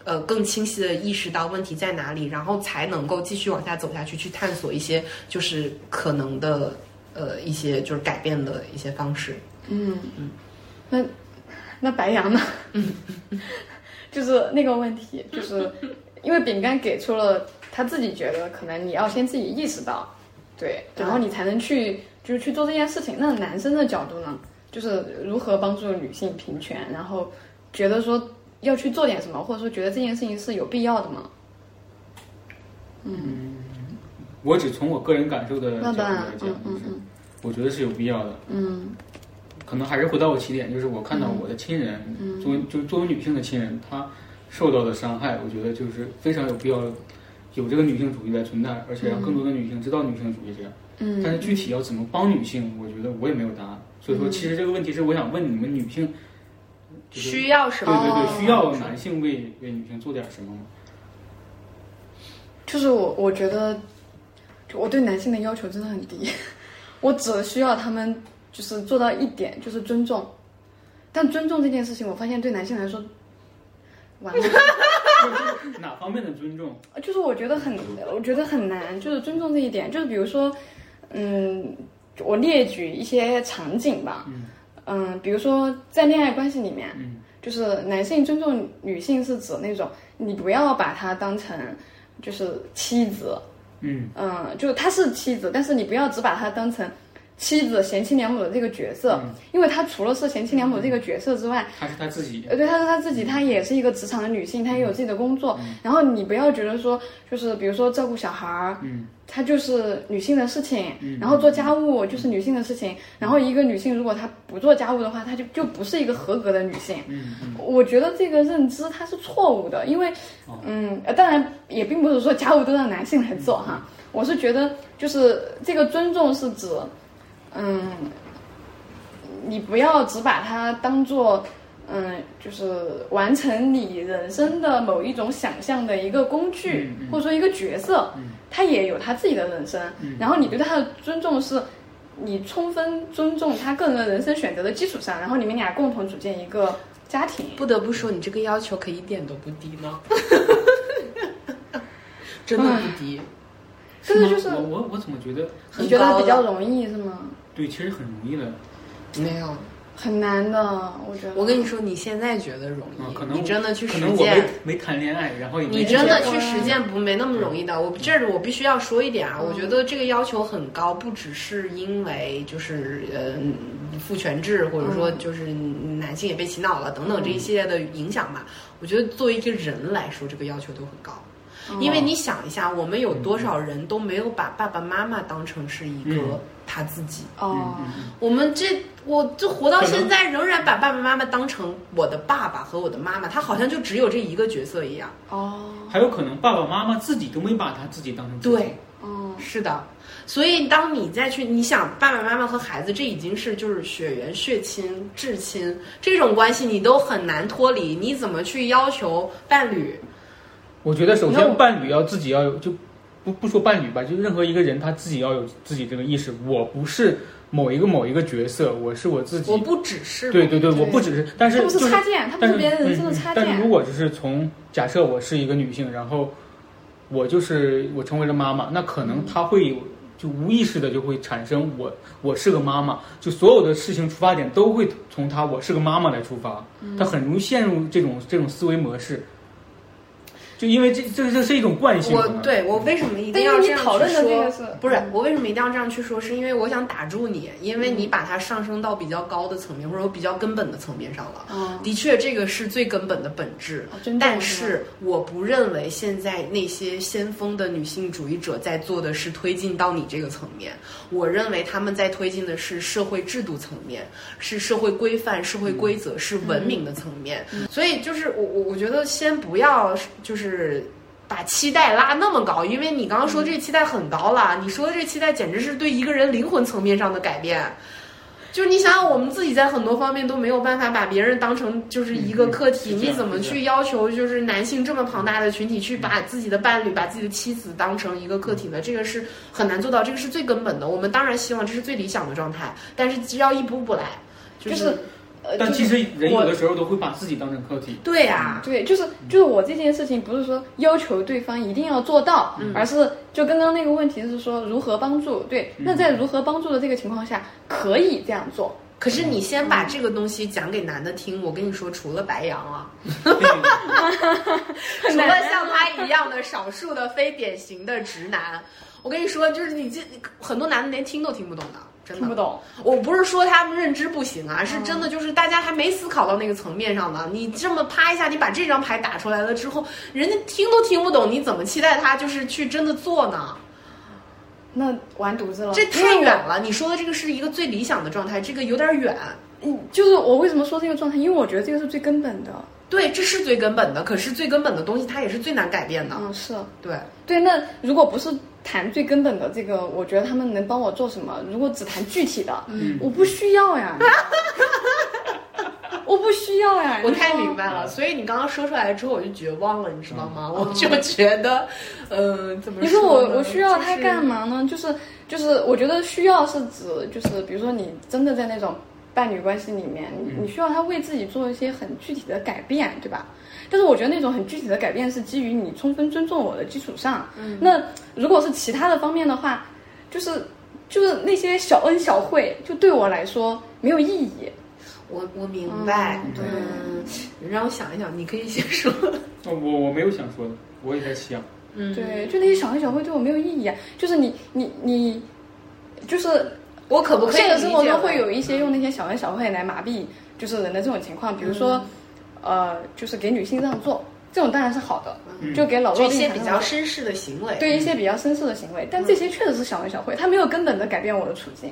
A: 呃更清晰的意识到问题在哪里，然后才能够继续往下走下去，去探索一些就是可能的呃一些就是改变的一些方式。
C: 嗯，那那白羊呢？ 就是那个问题，就是因为饼干给出了他自己觉得可能你要先自己意识到，对，然后你才能去就是去做这件事情。那男生的角度呢，就是如何帮助女性平权，然后觉得说要去做点什么，或者说觉得这件事情是有必要的吗？
B: 我只从我个人感受的角
C: 那
B: 度
C: 当然
B: 来，讲，
C: 嗯嗯嗯
B: 我觉得是有必要的。
C: 嗯
B: 可能还是回到我起点，就是我看到我的亲人，
A: 嗯
B: 作为就作为女性的亲人，她受到的伤害，我觉得就是非常有必要有这个女性主义来存在，而且让更多的女性知道女性主义这样。
C: 嗯，
B: 但是具体要怎么帮女性，我觉得我也没有答案。所
A: 嗯
B: 以说，其实这个问题是我想问你们女性，就是
A: 需要什
B: 对
A: 么？
B: 对对，需要男性为为女性做点什么吗？
C: 就是我，我觉得就我对男性的要求真的很低，我只需要他们就是做到一点，就是尊重。但尊重这件事情，我发现对男性来说，完了，
B: 哪方面的尊重？
C: 就是我觉得很，我觉得很难，就是尊重这一点。就是比如说，嗯，我列举一些场景吧，
B: 嗯
C: 嗯，比如说在恋爱关系里面，
B: 嗯
C: 就是男性尊重女性是指那种你不要把她当成就是妻子，
B: 嗯
C: 嗯，就是她是妻子，但是你不要只把她当成妻子、贤妻良母的这个角色，因为她除了是贤妻良母这个角色之外，
B: 她是她自己。
C: 呃，对，她是她自己，她也是一个职场的女性，她也有自己的工作。然后你不要觉得说，就是比如说照顾小孩儿，
B: 嗯，
C: 她就是女性的事情，然后做家务就是女性的事情。然后一个女性如果她不做家务的话，她就就不是一个合格的女性。
B: 嗯嗯
C: 我觉得这个认知它是错误的，因为
B: 哦，
C: 嗯，呃当然也并不是说家务都让男性来做哈，我是觉得就是这个尊重是指，嗯，你不要只把它当做，嗯，就是完成你人生的某一种想象的一个工具，
B: 嗯嗯嗯
C: 或者说一个角色，他也有他自己的人生，然后你对他的尊重是。你充分尊重他个人的人生选择的基础上，然后你们俩共同组建一个家庭。
A: 不得不说，你这个要求可一点都不低 呢，真的不低。
C: 但是就是
B: 我我我怎么觉得
C: 你觉得比较容易是吗？
B: 对，其实很容易的
A: 没有，
C: 很难的，我觉得。
A: 我跟你说，你现在觉得容
B: 啊
A: 易，，
B: 可能
A: 你真的去
B: 可
A: 实
B: 能我没
A: 践。
B: 没谈恋爱，然后也没
A: 你真的
B: 结婚
A: 去实践不没那么容易的。我这儿我必须要说一点啊，我觉得这个要求很高，不只是因为就是呃父权制，或者说就是男性也被洗脑了等等这一系列的影响吧。我觉得作为一个人来说，这个要求都很高。因为你想一下，我们有多少人都没有把爸爸妈妈当成是一
B: 嗯
A: 个他自己？
C: 哦，
A: 我们这我就活到现在，仍然把爸爸妈妈当成我的爸爸和我的妈妈，他好像就只有这一个角色一样。
C: 哦，
B: 嗯还有可能爸爸妈妈自己都没把他自己当成自己
A: 对，
C: 哦，
A: 是的，所以当你再去，你想爸爸妈妈和孩子，这已经是就是血缘、血亲、至亲这种关系，你都很难脱离。你怎么去要求伴侣？
B: 我觉得首
A: 那我
B: 先伴侣要自己要有，就不不说伴侣吧，就任何一个人他自己要有自己这个意识，我不是某一个某一个角色，我是我自己。
A: 我不只是
B: 对对对，
C: 对
B: 我不只是，但
C: 他
B: 是
C: 不
B: 就是是
C: 插件，他不
B: 但
C: 是
B: 是
C: 别人人
B: 嗯
C: 生的
B: 嗯
C: 插
B: 但是如
C: 件。
B: 果就是从假设我是一个女性，然后我就是我成为了妈妈，那可
C: 嗯
B: 能她会有就无意识的就会产生我我是个妈妈，就所有的事情出发点都会从她我是个妈妈来出发，
C: 嗯
B: 她很容易陷入这种这种思维模式。就因为这这这是一种惯性，
A: 我
B: 可能
A: 对我为什么一定
C: 但
A: 要
C: 是
A: 这
C: 你
A: 样
C: 讨论
A: 去
C: 的这
A: 说
C: 个是嗯
A: 不是我为什么一定要这样去说？是因为我想打住你，因为你把它上升到比较高的层面，或者说比较根本的层面上了。
C: 嗯
A: 的确，这个是最根本的本质
C: 哦尊重。
A: 但
C: 是
A: 是我不认为现在那些先锋的女性主义者在做的是推进到你这个层面，我认为他们在推进的是社会制度层面，是社会规范、社会规
C: 嗯
A: 则，是文明的层面。所以就是我我我觉得先不要就是。把期待拉那么高，因为你刚刚
B: 嗯
A: 说这期待很高了，你说的这期待简直是对一个人灵魂层面上的改变。就是你想想，我们自己在很多方面都没有办法把别人当成就是一个客体，
B: 嗯是这样嗯
A: 你怎么去要求就是男性这么庞大的群体去把自己的伴侣、把自己的妻子当成一个个体呢？这个是很难做到，这个是最根本的。我们当然希望这是最理想的状态，但是只要一步步来，就
C: 就是呃，
B: 但
C: 就
B: 其
C: 是
B: 实人有
C: 我
B: 的时候都会把自己当成客体，
A: 对
B: 啊
A: 呀、
C: 对，就是就是我这件事情，不是说要求对方一定要做到，
A: 嗯
C: 而是就刚刚那个问题是说如何帮助。对，
B: 嗯
C: 那在如何帮助的这个情况下，可以这样做。
A: 嗯可是
B: 嗯
A: 你先把这个东西讲给男的听，我跟你说，除了白羊啊， 除了像他一样的少数的非典型的直男，我跟你说，就是你这很多男的连听都听不懂的，真的
C: 听不。懂，嗯
A: 我不是说他们认知不行啊，是真的就是大家还没思考到那个层面上呢。你这么啪一下，你把这张牌打出来了之后，人家听都听不懂，你怎么期待他就是去真的做呢？
C: 那完犊子了。
A: 这
C: 因为
A: 太
C: 我
A: 远。了。你说的这个是一个最理想的状态，这个有点远。
C: 嗯，就是我为什么说这个状态，因为我觉得这个是最根本的。
A: 对，这是最根本的，可是最根本的东西它也是最难改变的。
C: 嗯，是
A: 对，
C: 对。那如果不是谈最根本的这个，我觉得他们能帮我做什么？如果只谈具体的，
B: 嗯
C: 我不需要 呀。你知道吗我不需要呀，
A: 我
C: 你知道
A: 太
C: 吗
A: 明白了。所以你刚刚说出来之后，我就绝望了，你知道
C: 嗯
A: 吗？我就觉得，呃，怎么
C: 你说我
A: 呢
C: 我需要它
A: 就是
C: 干嘛呢？就是就是，我觉得需要是指就是，比如说你真的在那种伴侣关系里面，你你需要他为自己做一些很具体的改变，对吧？但是我觉得那种很具体的改变是基于你充分尊重我的基础上。嗯、那如果是其他的方面的话，就是就是那些小恩小惠，就对我来说没有意义。
A: 我我明白，嗯，让我想一想，你可以先说。
B: 我我没有想说的，我也在想。
A: 嗯，
C: 对，就那些小恩小惠对我没有意义啊。就是你你你，就是
A: 我可不可以
C: 现实生活
A: 理解
C: 中
A: 为
C: 会有一些用那些小恩小惠来麻痹就是人的这种情况，比如说，
A: 嗯
C: 呃，就是给女性让座，这种当然是好的，就给老
A: 就
C: 弱
A: 一
C: 病
A: 些
C: 残
A: 比较嗯
C: 让座
A: 绅士的行为。
C: 啊对一些比较绅士的行为，但这些确实是小恩小惠，它没有根本的改变我的处境。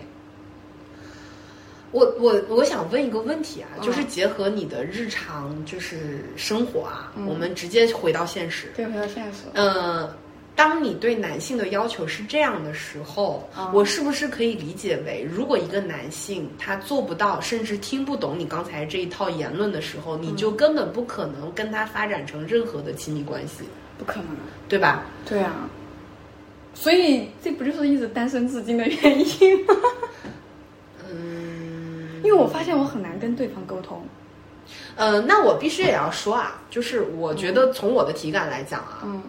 A: 我我我想问一个问题啊，就是
C: 嗯
A: 结合你的日常就是生活啊，
C: 嗯
A: 我们直接回到现实。
C: 对，回到现实，
A: 嗯，当你对男性的要求是这样的时候，我是不是可以理解为，如果一个男性他做不到，甚至听不懂你刚才这一套言论的时候，你就根本不可能跟他发展成任何的亲密关系，
C: 不可能啊。
A: 对吧？
C: 对啊，所以这不就是一直单身至今的原因吗？
A: 嗯
C: 我发现我很难跟对方沟通。
A: 呃，那我必须也要说啊，就是我觉得从我的体感来讲啊，
C: 嗯，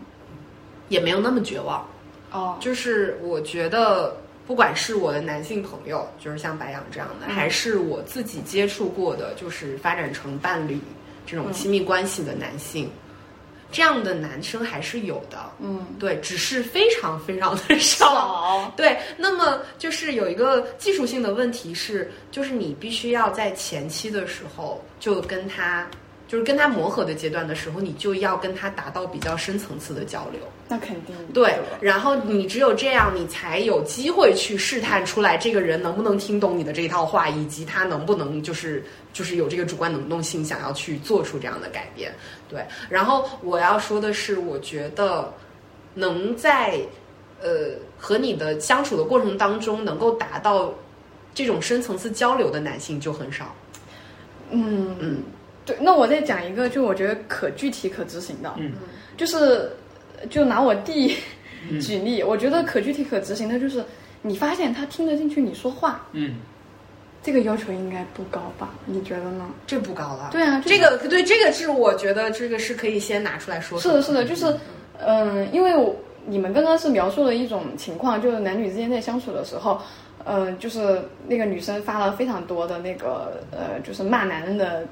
A: 也没有那么绝望。
C: 哦，
A: 就是我觉得，不管是我的男性朋友，就是像白羊这样的，
C: 嗯
A: 还是我自己接触过的，就是发展成伴侣这种
C: 嗯
A: 亲密关系的男性，这样的男生还是有的。
C: 嗯，
A: 对，只是非常非常的少。
C: 好，
A: 对，那么就是有一个技术性的问题是，就是你必须要在前期的时候就跟他，就是跟他磨合的阶段的时候，你就要跟他达到比较深层次的交流。
C: 那肯定
A: 对，然后你只有这样，你才有机会去试探出来这个人能不能听懂你的这一套话，以及他能不能就是就是有这个主观能动性，想要去做出这样的改变。对，然后我要说的是，我觉得能在呃和你的相处的过程当中，能够达到这种深层次交流的男性就很少。
C: 嗯
A: 嗯，
C: 对，那我再讲一个，就我觉得可具体可执行的，
B: 嗯，
C: 就是就拿我弟举例，我觉得可具体可执行的就是，你发现他听得进去你说话，
B: 嗯，
C: 这个要求应该不高吧？你觉得呢？
A: 这不高了，
C: 对啊，就是
A: 这个对这个是我觉得这个是可以先拿出来说
C: 是
A: 说
C: 的，是的，就是，嗯、因为我你们刚刚是描述了一种情况，就是男女之间在相处的时候，嗯、就是那个女生发了非常多的那个呃，就是骂男人的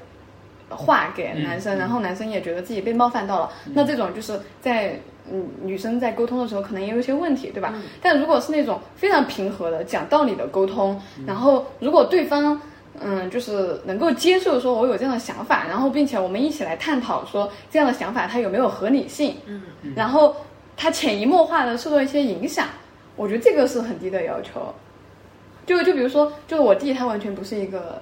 C: 话给男生，然后男生也觉得自己被冒犯到了，那这种就是在。嗯，女生在沟通的时候可能也有一些问题，对吧？但如果是那种非常平和的、讲道理的沟通，然后如果对方嗯，就是能够接受说我有这样的想法，然后并且我们一起来探讨说这样的想法它有没有合理性，嗯，然后它潜移默化的受到一些影响，我觉得这个是很低的要求。就就比如说，就我弟他完全不是一个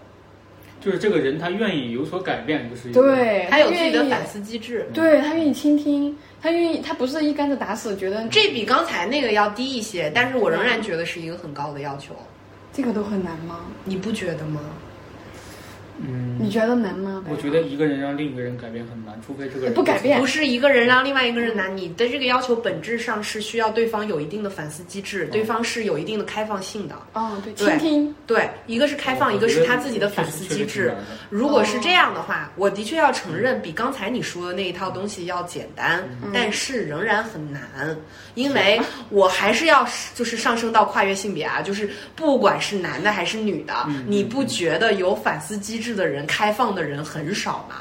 B: 就是这个人他愿意有所改变，就是一个，
C: 对，
A: 他有自己的
C: 愿意
A: 反，思机制。
C: 对他愿意倾听，他愿意，他不是一竿子打死，觉得这
A: 这比刚才那个要低一些，但是我仍然觉得是一个很高的要求，
C: 这个都很难吗？
A: 你不觉得吗？
B: 嗯，
C: 你觉得难吗？
B: 我觉得一个人让另一个人改变很难，除非这个人
C: 不改变
A: 不是一个人让另外一个人难，你的这个要求本质上是需要对方有一定的反思机
B: 哦
A: 制，对方是有一定的开放性的。
C: 哦，对，
A: 对
C: 倾听，
A: 对，一个是开放，
B: 哦我
A: 一个
B: 觉得
A: 是他自己的反思机
B: 确实确实挺
A: 制
B: 难的。
A: 如果
B: 哦
A: 是这样的话，我的确要承认，比刚才你说的那一套东西要简单，
B: 嗯
A: 但是仍然很难，因为我还是要就是上升到跨越性别啊，就是不管是男的还是女的，
B: 嗯
A: 你不觉得有反思机制的人、开放的人很少吗？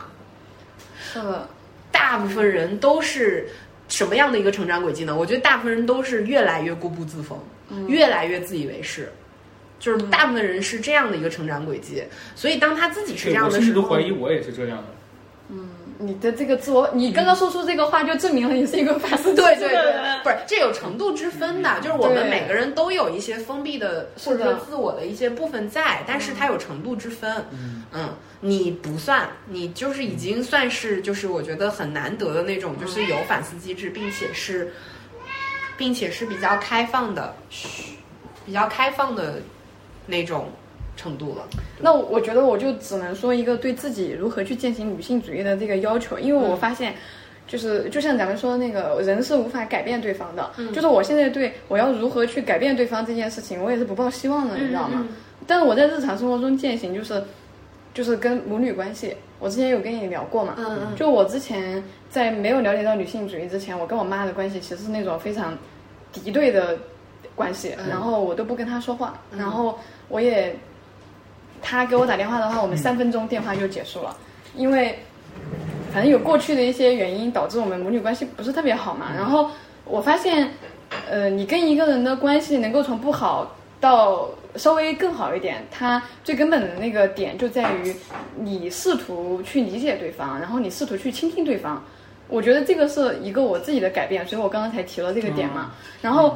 C: 是的，
A: 大部分人都是什么样的一个成长轨迹呢？我觉得大部分人都是越来越固步自封，
B: 嗯
A: 越来越自以为是。就是大部分人是这样的一个成长轨迹，所以当他自己是
B: 对
A: 这样
B: 我
A: 的
B: 甚至
A: 时
B: 都
A: 候
B: 怀，疑我也是这样的。
C: 你的这个自我，你刚刚说出这个话，就证明了你是一个反思
A: 对对对，不是这有程度之分的，就是我们
C: 对
A: 每个人都有一些封闭的或
C: 是的
A: 者自我的一些部分在，但是它有程度之分。嗯，你不算，你就是已经算是就是我觉得很难得的那种，就是有反思机制，并且是，并且是比较开放的，嘘比较开放的那种程度了。
C: 那我觉得我就只能说一个对自己如何去践行女性主义的这个要求，因为我发
A: 嗯
C: 现，就是就像咱们说那个人是无法改变对方的，
A: 嗯
C: 就是我现在对我要如何去改变对方这件事情，我也是不抱希望的，
A: 嗯
C: 你知道吗？但是我在日常生活中践行就是，就是跟母女关系，我之前有跟你聊过嘛，
A: 嗯嗯
C: 就我之前在没有了解到女性主义之前，我跟我妈的关系其实是那种非常敌对的关系，
A: 嗯
C: 然后我都不跟她说话，然后我也她给我打电话的话，我们三分钟电话就结束了，因为反正有过去的一些原因导致我们母女关系不是特别好嘛。然后我发现，呃，你跟一个人的关系能够从不好到稍微更好一点，它最根本的那个点就在于你试图去理解对方，然后你试图去倾听对方。我觉得这个是一个我自己的改变，所以我刚刚才提了这个点嘛。然后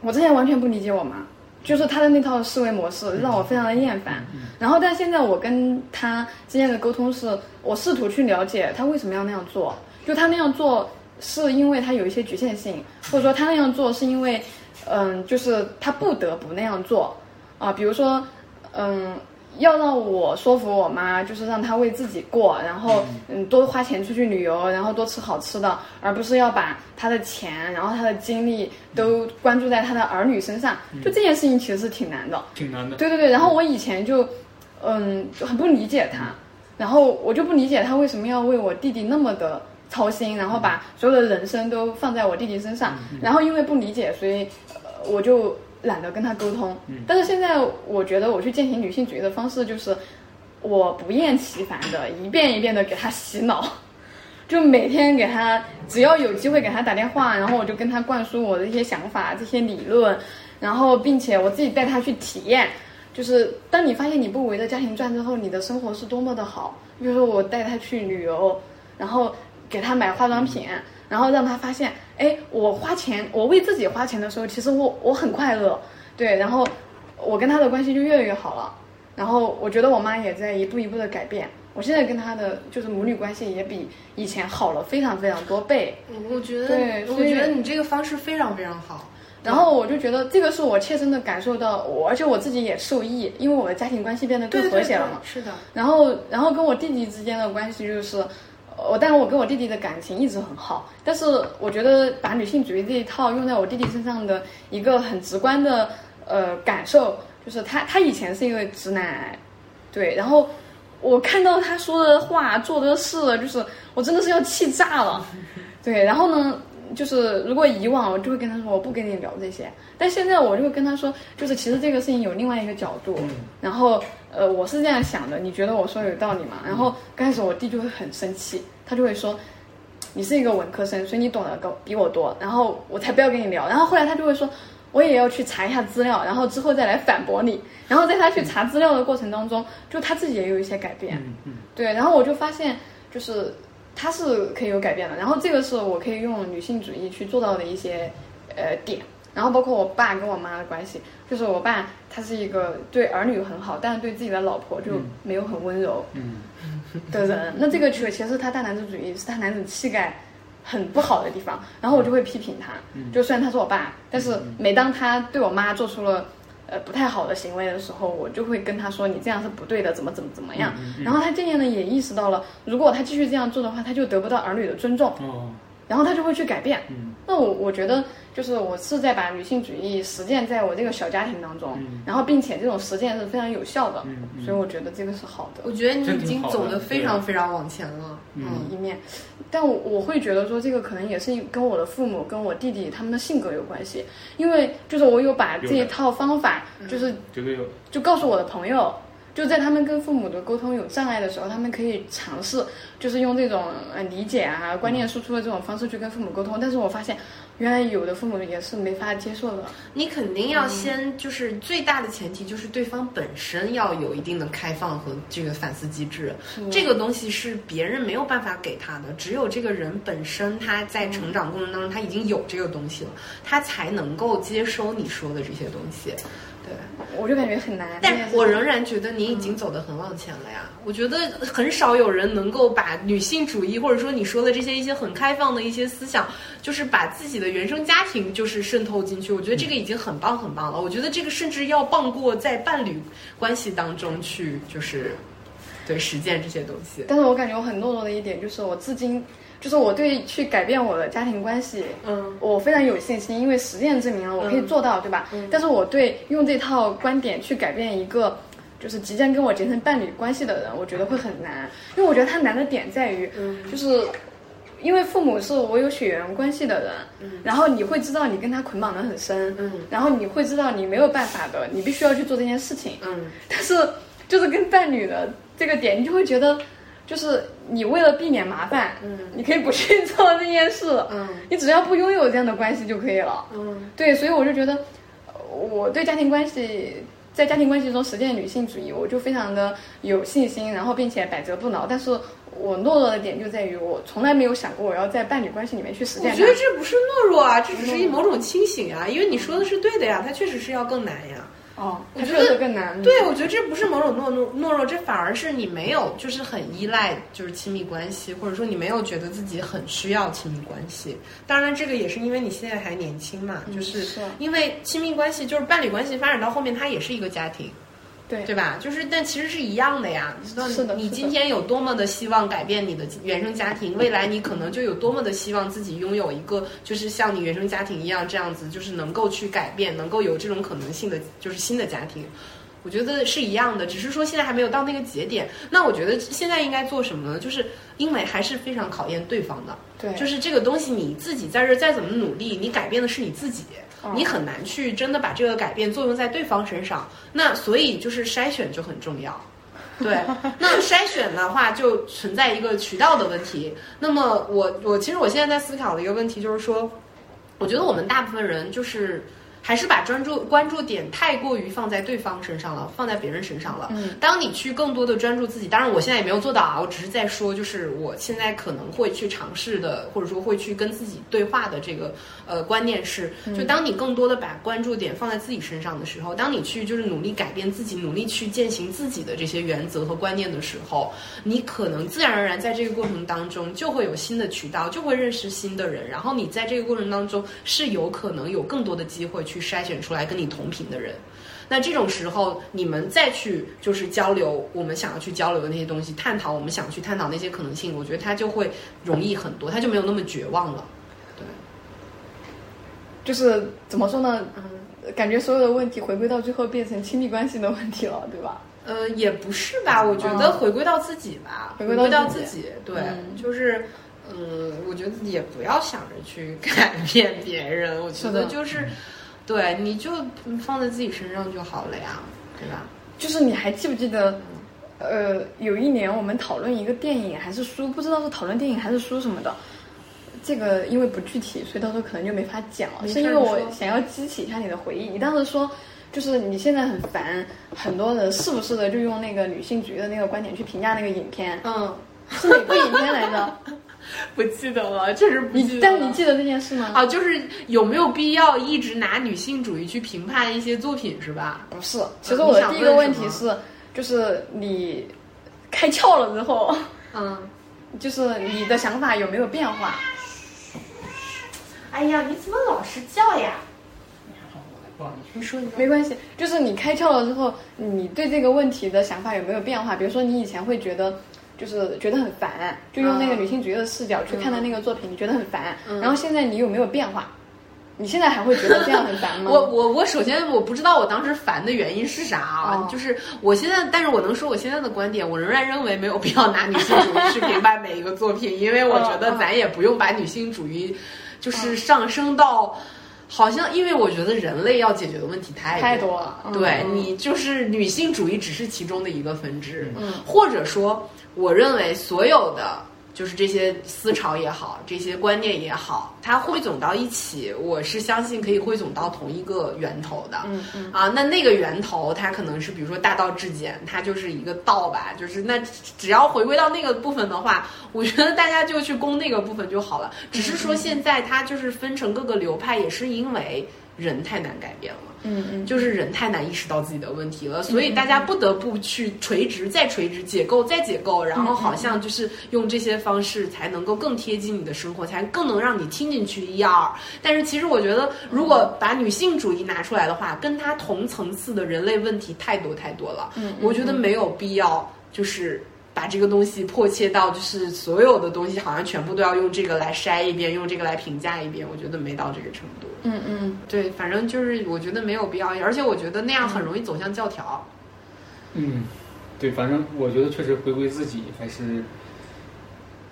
C: 我之前完全不理解我妈，就是她的那套思维模式让我非常的厌烦。然后，但现在我跟她之间的沟通是，我试图去了解她为什么要那样做，就她那样做是因为她有一些局限性，或者说她那样做是因为，嗯，就是她不得不那样做啊，比如说，嗯。要让我说服我妈，就是让她为自己过，然后嗯多花钱出去旅游，然后多吃好吃的，而不是要把她的钱，然后她的精力都关注在她的儿女身上。就这件事情其实是挺难的，
B: 挺难的。
C: 对对对，然后我以前就嗯，就很不理解他。然后我就不理解他为什么要为我弟弟那么的操心，然后把所有的人生都放在我弟弟身上。然后因为不理解，所以呃我就懒得跟他沟通。但是现在我觉得我去践行女性主义的方式就是，我不厌其烦的一遍一遍的给他洗脑。就每天给他，只要有机会给他打电话，然后我就跟他灌输我的一些想法、这些理论，然后并且我自己带他去体验。就是当你发现你不围着家庭转之后，你的生活是多么的好。比如说我带他去旅游，然后给他买化妆品，然后让他发现，哎，我花钱，我为自己花钱的时候，其实我我很快乐，对，然后我跟他的关系就越来越好了。然后我觉得我妈也在一步一步的改变，我现在跟她的就是母女关系也比以前好了非常非常多倍。
A: 我觉得
C: 对，
A: 我
C: 所以
A: 觉得你这个方式非常非常好。
C: 然后我就觉得这个是我切身的感受到我，而且我自己也受益，因为我的家庭关系变得更和谐了嘛。
A: 是的，
C: 然后，然后跟我弟弟之间的关系就是，我但我跟我弟弟的感情一直很好，但是我觉得把女性主义这一套用在我弟弟身上的一个很直观的呃感受，就是他他以前是一个直男癌，对，然后我看到他说的话、做的事，就是我真的是要气炸了，对，然后呢，就是如果以往我就会跟他说我不跟你聊这些，但现在我就会跟他说，就是其实这个事情有另外一个角度，然后呃我是这样想的，你觉得我说有道理吗？然后刚开始我弟就会很生气，他就会说。你是一个文科生，所以你懂得更比我多，然后我才不要跟你聊。然后后来他就会说，我也要去查一下资料，然后之后再来反驳你。然后在他去查资料的过程当中，就他自己也有一些改
B: 嗯
C: 变，对。然后我就发现，就是他是可以有改变的。然后这个是我可以用女性主义去做到的一些呃点。然后包括我爸跟我妈的关系，就是我爸他是一个对儿女很好，但是对自己的老婆就没有很温
B: 嗯
C: 柔。的人，那这个其实是他大男子主义，是他男子气概很不好的地方。然后我就会批评他，就虽然他是我爸，但是每当他对我妈做出了呃不太好的行为的时候，我就会跟他说你这样是不对的，怎么怎么怎么样。
B: 嗯
C: 然后他渐渐的也意识到了，如果他继续这样做的话，他就得不到儿女的尊重。
B: 哦，嗯
C: 然后他就会去改变。那我我觉得就是我是在把女性主义实践在我这个小家庭当中，然后并且这种实践是非常有效的，所以我觉得这个是好的嗯
A: 我。觉得你
B: 真
A: 已
B: 挺
A: 经
B: 好
A: 走
B: 的
A: 得非
B: 对
A: 常非常往前了。
B: 嗯
C: 一面，但我我会觉得说这个可能也是跟我的父母跟我弟弟他们的性格有关系，因为就是我有把这一套方法就是
B: 绝对有。
C: 就告诉我的朋友，就在他们跟父母的沟通有障碍的时候，他们可以尝试就是用这种呃理解啊、观念输出的这种方式去跟父母沟通。但是我发现，原来有的父母也是没法接受的。
A: 你肯定要先，就是最大的前提就是对方本身要有一定的开放和这个反思机制，这个东西是别人没有办法给他的，只有这个人本身他在成长过程当中他已经有这个东西了，他才能够接收你说的这些东西。
C: 我就感觉很难。
A: 但
C: 这件事
A: 我仍然觉得你已经走得很往前了呀。我觉得很少有人能够把女性主义，或者说你说的这些一些很开放的一些思想，就是把自己的原生家庭就是渗透进去。我觉得这个已经很棒很棒了。我觉得这个甚至要棒过在伴侣关系当中去，就是对实践这些东西。
C: 但是我感觉我很懦弱的一点就是，我至今就是我对去改变我的家庭关系，
A: 嗯，
C: 我非常有信心，因为实践证明了我可以做到，对吧？但是我对用这套观点去改变一个。就是即将跟我结成伴侣关系的人，我觉得会很难，因为我觉得他难的点在于，就是因为父母是我有血缘关系的人，然后你会知道你跟他捆绑的很深，然后你会知道你没有办法的，你必须要去做这件事情，但是就是跟伴侣的这个点，你就会觉得，就是你为了避免麻烦，嗯，你可以不去 做这件事，嗯，你只要不拥有这样的关系就可以了，嗯，对，所以我就觉得，呃我对家庭关系。在家庭关系中实践女性主义，我就非常的有信心，然后并且百折不挠。但是我懦弱的点就在于，我从来没有想过我要在伴侣关系里面去实
A: 我
C: 践它。
A: 觉得这不是懦弱啊，这只是一某种清醒啊，因为你说的是对的呀，它确实是要更难呀。
C: 哦，
A: 我
C: 它
A: 觉
C: 确
A: 得
C: 实更难。
A: 对，我觉得这不是某种懦懦懦弱，这反而是你没有，就是很依赖，就是亲密关系，或者说你没有觉得自己很需要亲密关系。当然，这个也是因为你现在还年轻嘛，就是
C: 是
A: 因为亲密关系就是伴侣关系发展到后面，它也是一个家庭，
C: 对
A: 对吧？就是但其实是一样的呀。你知道你
C: 是的
A: 你
C: 是的
A: 今天有多么的希望改变你的原生家庭，未来你可能就有多么的希望自己拥有一个就是像你原生家庭一样这样子，就是能够去改变，能够有这种可能性的，就是新的家庭。我觉得是一样的，只是说现在还没有到那个节点。那我觉得现在应该做什么呢？就是因为还是非常考验对方的，
C: 对
A: 就是这个东西你自己在这儿再怎么努力，你改变的是你自己。
C: 哦
A: 你很难去真的把这个改变作用在对方身上，那所以就是筛选就很重要。对，那筛选的话就存在一个渠道的问题。那么我我其实我现在在思考的一个问题就是说，我觉得我们大部分人就是还是把专注关注点太过于放在对方身上了，放在别人身上了。
C: 嗯，
A: 当你去更多的专注自己，当然我现在也没有做到啊，我只是在说，就是我现在可能会去尝试的，或者说会去跟自己对话的这个呃观念是，就当你更多的把关注点放在自己身上的时候，当你去就是努力改变自己，努力去践行自己的这些原则和观念的时候，你可能自然而然在这个过程当中就会有新的渠道，就会认识新的人，然后你在这个过程当中是有可能有更多的机会去筛选出来跟你同频的人。那这种时候，你们再去就是交流我们想要去交流的那些东西，探讨我们想去探讨那些可能性，我觉得它就会容易很多，它就没有那么绝望了。
C: 就是怎么说呢？
A: 嗯
C: 感觉所有的问题回归到最后变成亲密关系的问题了，对吧？
A: 呃，也不是吧，我觉得回归到自己吧，
C: 嗯回
A: 回
C: 归
A: 归
C: 到
A: 到
C: 自己
A: 自己，对，就是。嗯，我觉得也不要想着去 改变别人，我觉
C: 是的嗯
A: 得就是，对，你就放在自己身上就好了呀，对吧？
C: 就是你还记不记得，呃，有一年我们讨论一个电影还是书，不知道是讨论电影还是书什么的。这个因为不具体，所以到时候可能就没法讲了。
A: 没事
C: 是因为我
A: 你说
C: 想要激起一下你的回忆。你当时说，就是你现在很烦，很多人是不是的就用那个女性主义的那个观点去评价那个影片，
A: 嗯，
C: 是哪部影片来着？
A: 不记得了，确实不
C: 你但你记得这件事吗？
A: 啊，就是有没有必要一直拿女性主义去评判一些作品是吧？
C: 不是，其实我的
A: 你想
C: 第一个问
A: 问什
C: 题
A: 么
C: 是，就是你开窍了之后，
A: 嗯，
C: 就是你的想法有没有变化？
A: 哎呀，你怎么老是叫呀？
E: 不好意
A: 你说你说，
C: 没关系，就是你开窍了之后，你对这个问题的想法有没有变化？比如说，你以前会觉得，就是觉得很烦，就用那个
A: 嗯
C: 女性主义的视角去看待那个作品，你觉得很烦。然后现在你有没有变化？你现在还会觉得这样很烦 吗？
A: 我我我首先我不知道我当时烦的原因是啥啊，
C: 哦
A: 就是我现在，但是我能说我现在的观点，我仍然认为没有必要拿女性主义去评判每一个作品，因为我觉得咱也不用把女性主义就是上升到。好像，因为我觉得人类要解决的问题太
C: 太
A: 多
C: 多
A: 了，
C: 了
A: 对
C: 嗯
A: 你就是女性主义只是其中的一个分支，
C: 嗯
A: 或者说，我认为所有的就是这些思潮也好，这些观念也好，它汇总到一起，我是相信可以汇总到同一个源头的，
C: 嗯嗯，
A: 啊，那那个源头它可能是比如说大道至简，它就是一个道吧，就是那只要回归到那个部分的话，我觉得大家就去攻那个部分就好了。只是
C: 嗯
A: 说现在它就是分成各个流派，也是因为人太难改变了。
C: 嗯嗯，
A: 就是人太难意识到自己的问题了，所以大家不得不去垂直再垂直解构再解构，然后好像就是用这些方式才能够更贴近你的生活，才更能让你听进去一二。但是其实我觉得，如果把女性主义拿出来的话，跟它同层次的人类问题太多太多了，我觉得没有必要就是。把这个东西迫切到，就是所有的东西好像全部都要用这个来筛一遍，用这个来评价一遍，我觉得没到这个程度。
C: 嗯嗯，
A: 对，反正就是我觉得没有必要，而且我觉得那样很容易走向教条。
B: 嗯，对，反正我觉得确实回归自己还是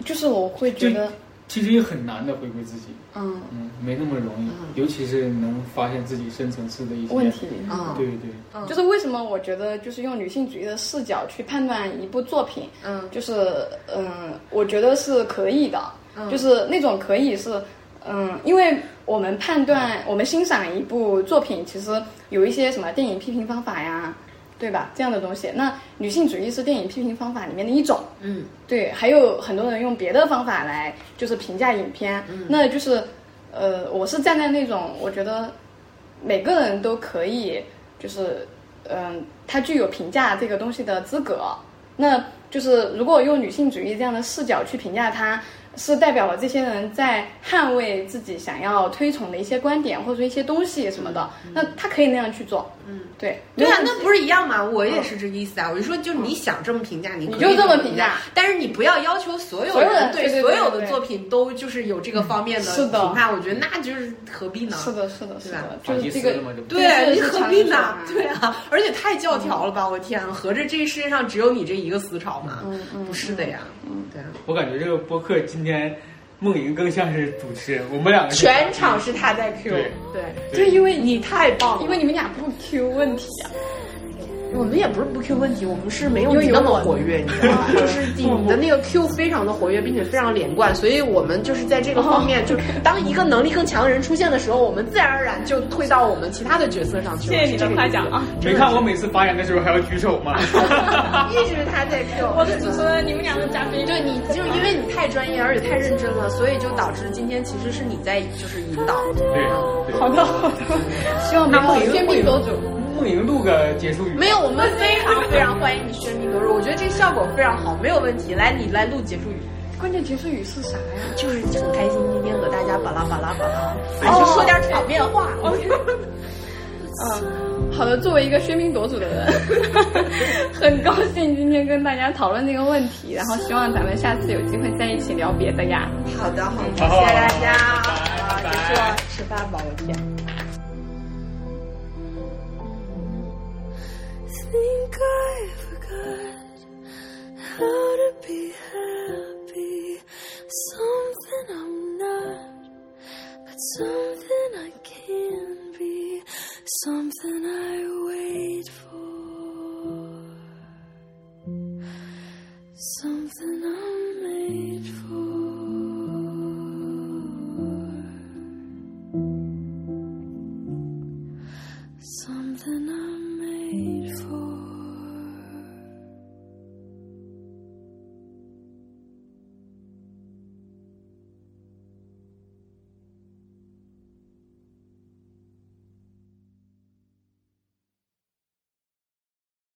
C: 就是我会觉得，
B: 其实也很难的回归自己，
C: 嗯，
B: 嗯，没那么容易，尤其是能发现自己深层次的一些
C: 问题。
A: 嗯，
B: 对对，
C: 就是为什么我觉得就是用女性主义的视角去判断一部作品，
A: 嗯
C: 就是嗯、我觉得是可以的，就是那种可以是嗯，因为我们判断我们欣赏一部作品，其实有一些什么电影批评方法呀，对吧？这样的东西，那女性主义是电影批评方法里面的一种，
A: 嗯，
C: 对，还有很多人用别的方法来就是评价影片，
A: 嗯
C: 那就是呃，我是站在那种我觉得每个人都可以，就是嗯、他具有评价这个东西的资格。那就是如果用女性主义这样的视角去评价它，是代表了这些人在捍卫自己想要推崇的一些观点或者说一些东西什么的。那他可以那样去做，嗯，对，
A: 嗯对啊，
C: 没有
A: 那不是一样吗？我也是这个意思啊。我就说，就是你想这么评价，你可以
C: 你就这么
A: 评
C: 评价，
A: 但是你不要要求所有
C: 所有人对
A: 对
C: 对对
A: 所有的
C: 对
A: 作品都就是有这个方面的
C: 是
A: 评
C: 的
A: 判。我觉得那就是何必呢？
C: 是的，是的，是
A: 对吧
C: 的，
B: 法
C: 就
B: 西
C: 是
B: 斯
C: 这个
B: 嘛，这不
A: 对，
C: 对
A: 你
C: 是
A: 何
C: 常
A: 必
C: 识
A: 呢
C: 啊？
A: 对啊，而且太教条了吧！我天啊，合着这世界上只有你这一个思潮吗？不是的呀，对啊，
B: 我感觉这个播客今天梦莹更像是主持人，我们两个是
A: 全场是他在 Q，
B: 对
A: 对，
B: 对
C: 就因为你
A: 你太棒了，
C: 因为你们俩不 Q 问题啊，
A: 我们也不是不 Q 问题，我们是没有
C: 因为
A: 你
C: 有
A: 那么
C: 我
A: 活跃，你知道吗？就是 你的那个 Q 非常的活跃，并且非常连贯，所以我们就是在这个方面，
C: 哦
A: 就是当一个能力更强的人出现的时候，我们自然而然就退到我们其他的角色上去了。
C: 谢谢你
A: 是这
C: 的
A: 个
C: 夸
A: 意思
C: 奖啊！
B: 没看我每次发言的时候还要举手吗？
A: 一直他在 Q，
C: 我的主持人，你们两个嘉宾，
A: 对你就是因为你太专业而且太认真了，所以就导致今天其实是你在就是引导。
B: 对
C: 好
B: 对。
C: 的好的，希望没有天命夺主。
B: 梦莹录个结束语，
A: 没有，我们非常非常欢迎你喧宾夺主，我觉得这效果非常好，没有问题。来，你来录结束语。
C: 关键结束语是啥呀？
A: 就是很开心今天和大家巴拉巴拉巴拉，哎哦就说点场面话。
C: 嗯，好的，作为一个喧宾夺主的人， 很高兴今天跟大家讨论这个问题，然后希望咱们下次有机会在一起聊别的呀。
A: 好的，好的，
B: 好
A: 谢谢大家，啊结
B: 拜拜
A: 束了，吃饭吧，我天。
D: think I forgot how to be happy. Something I'm not, but something I can be. Something I wait for. Something I'm made for.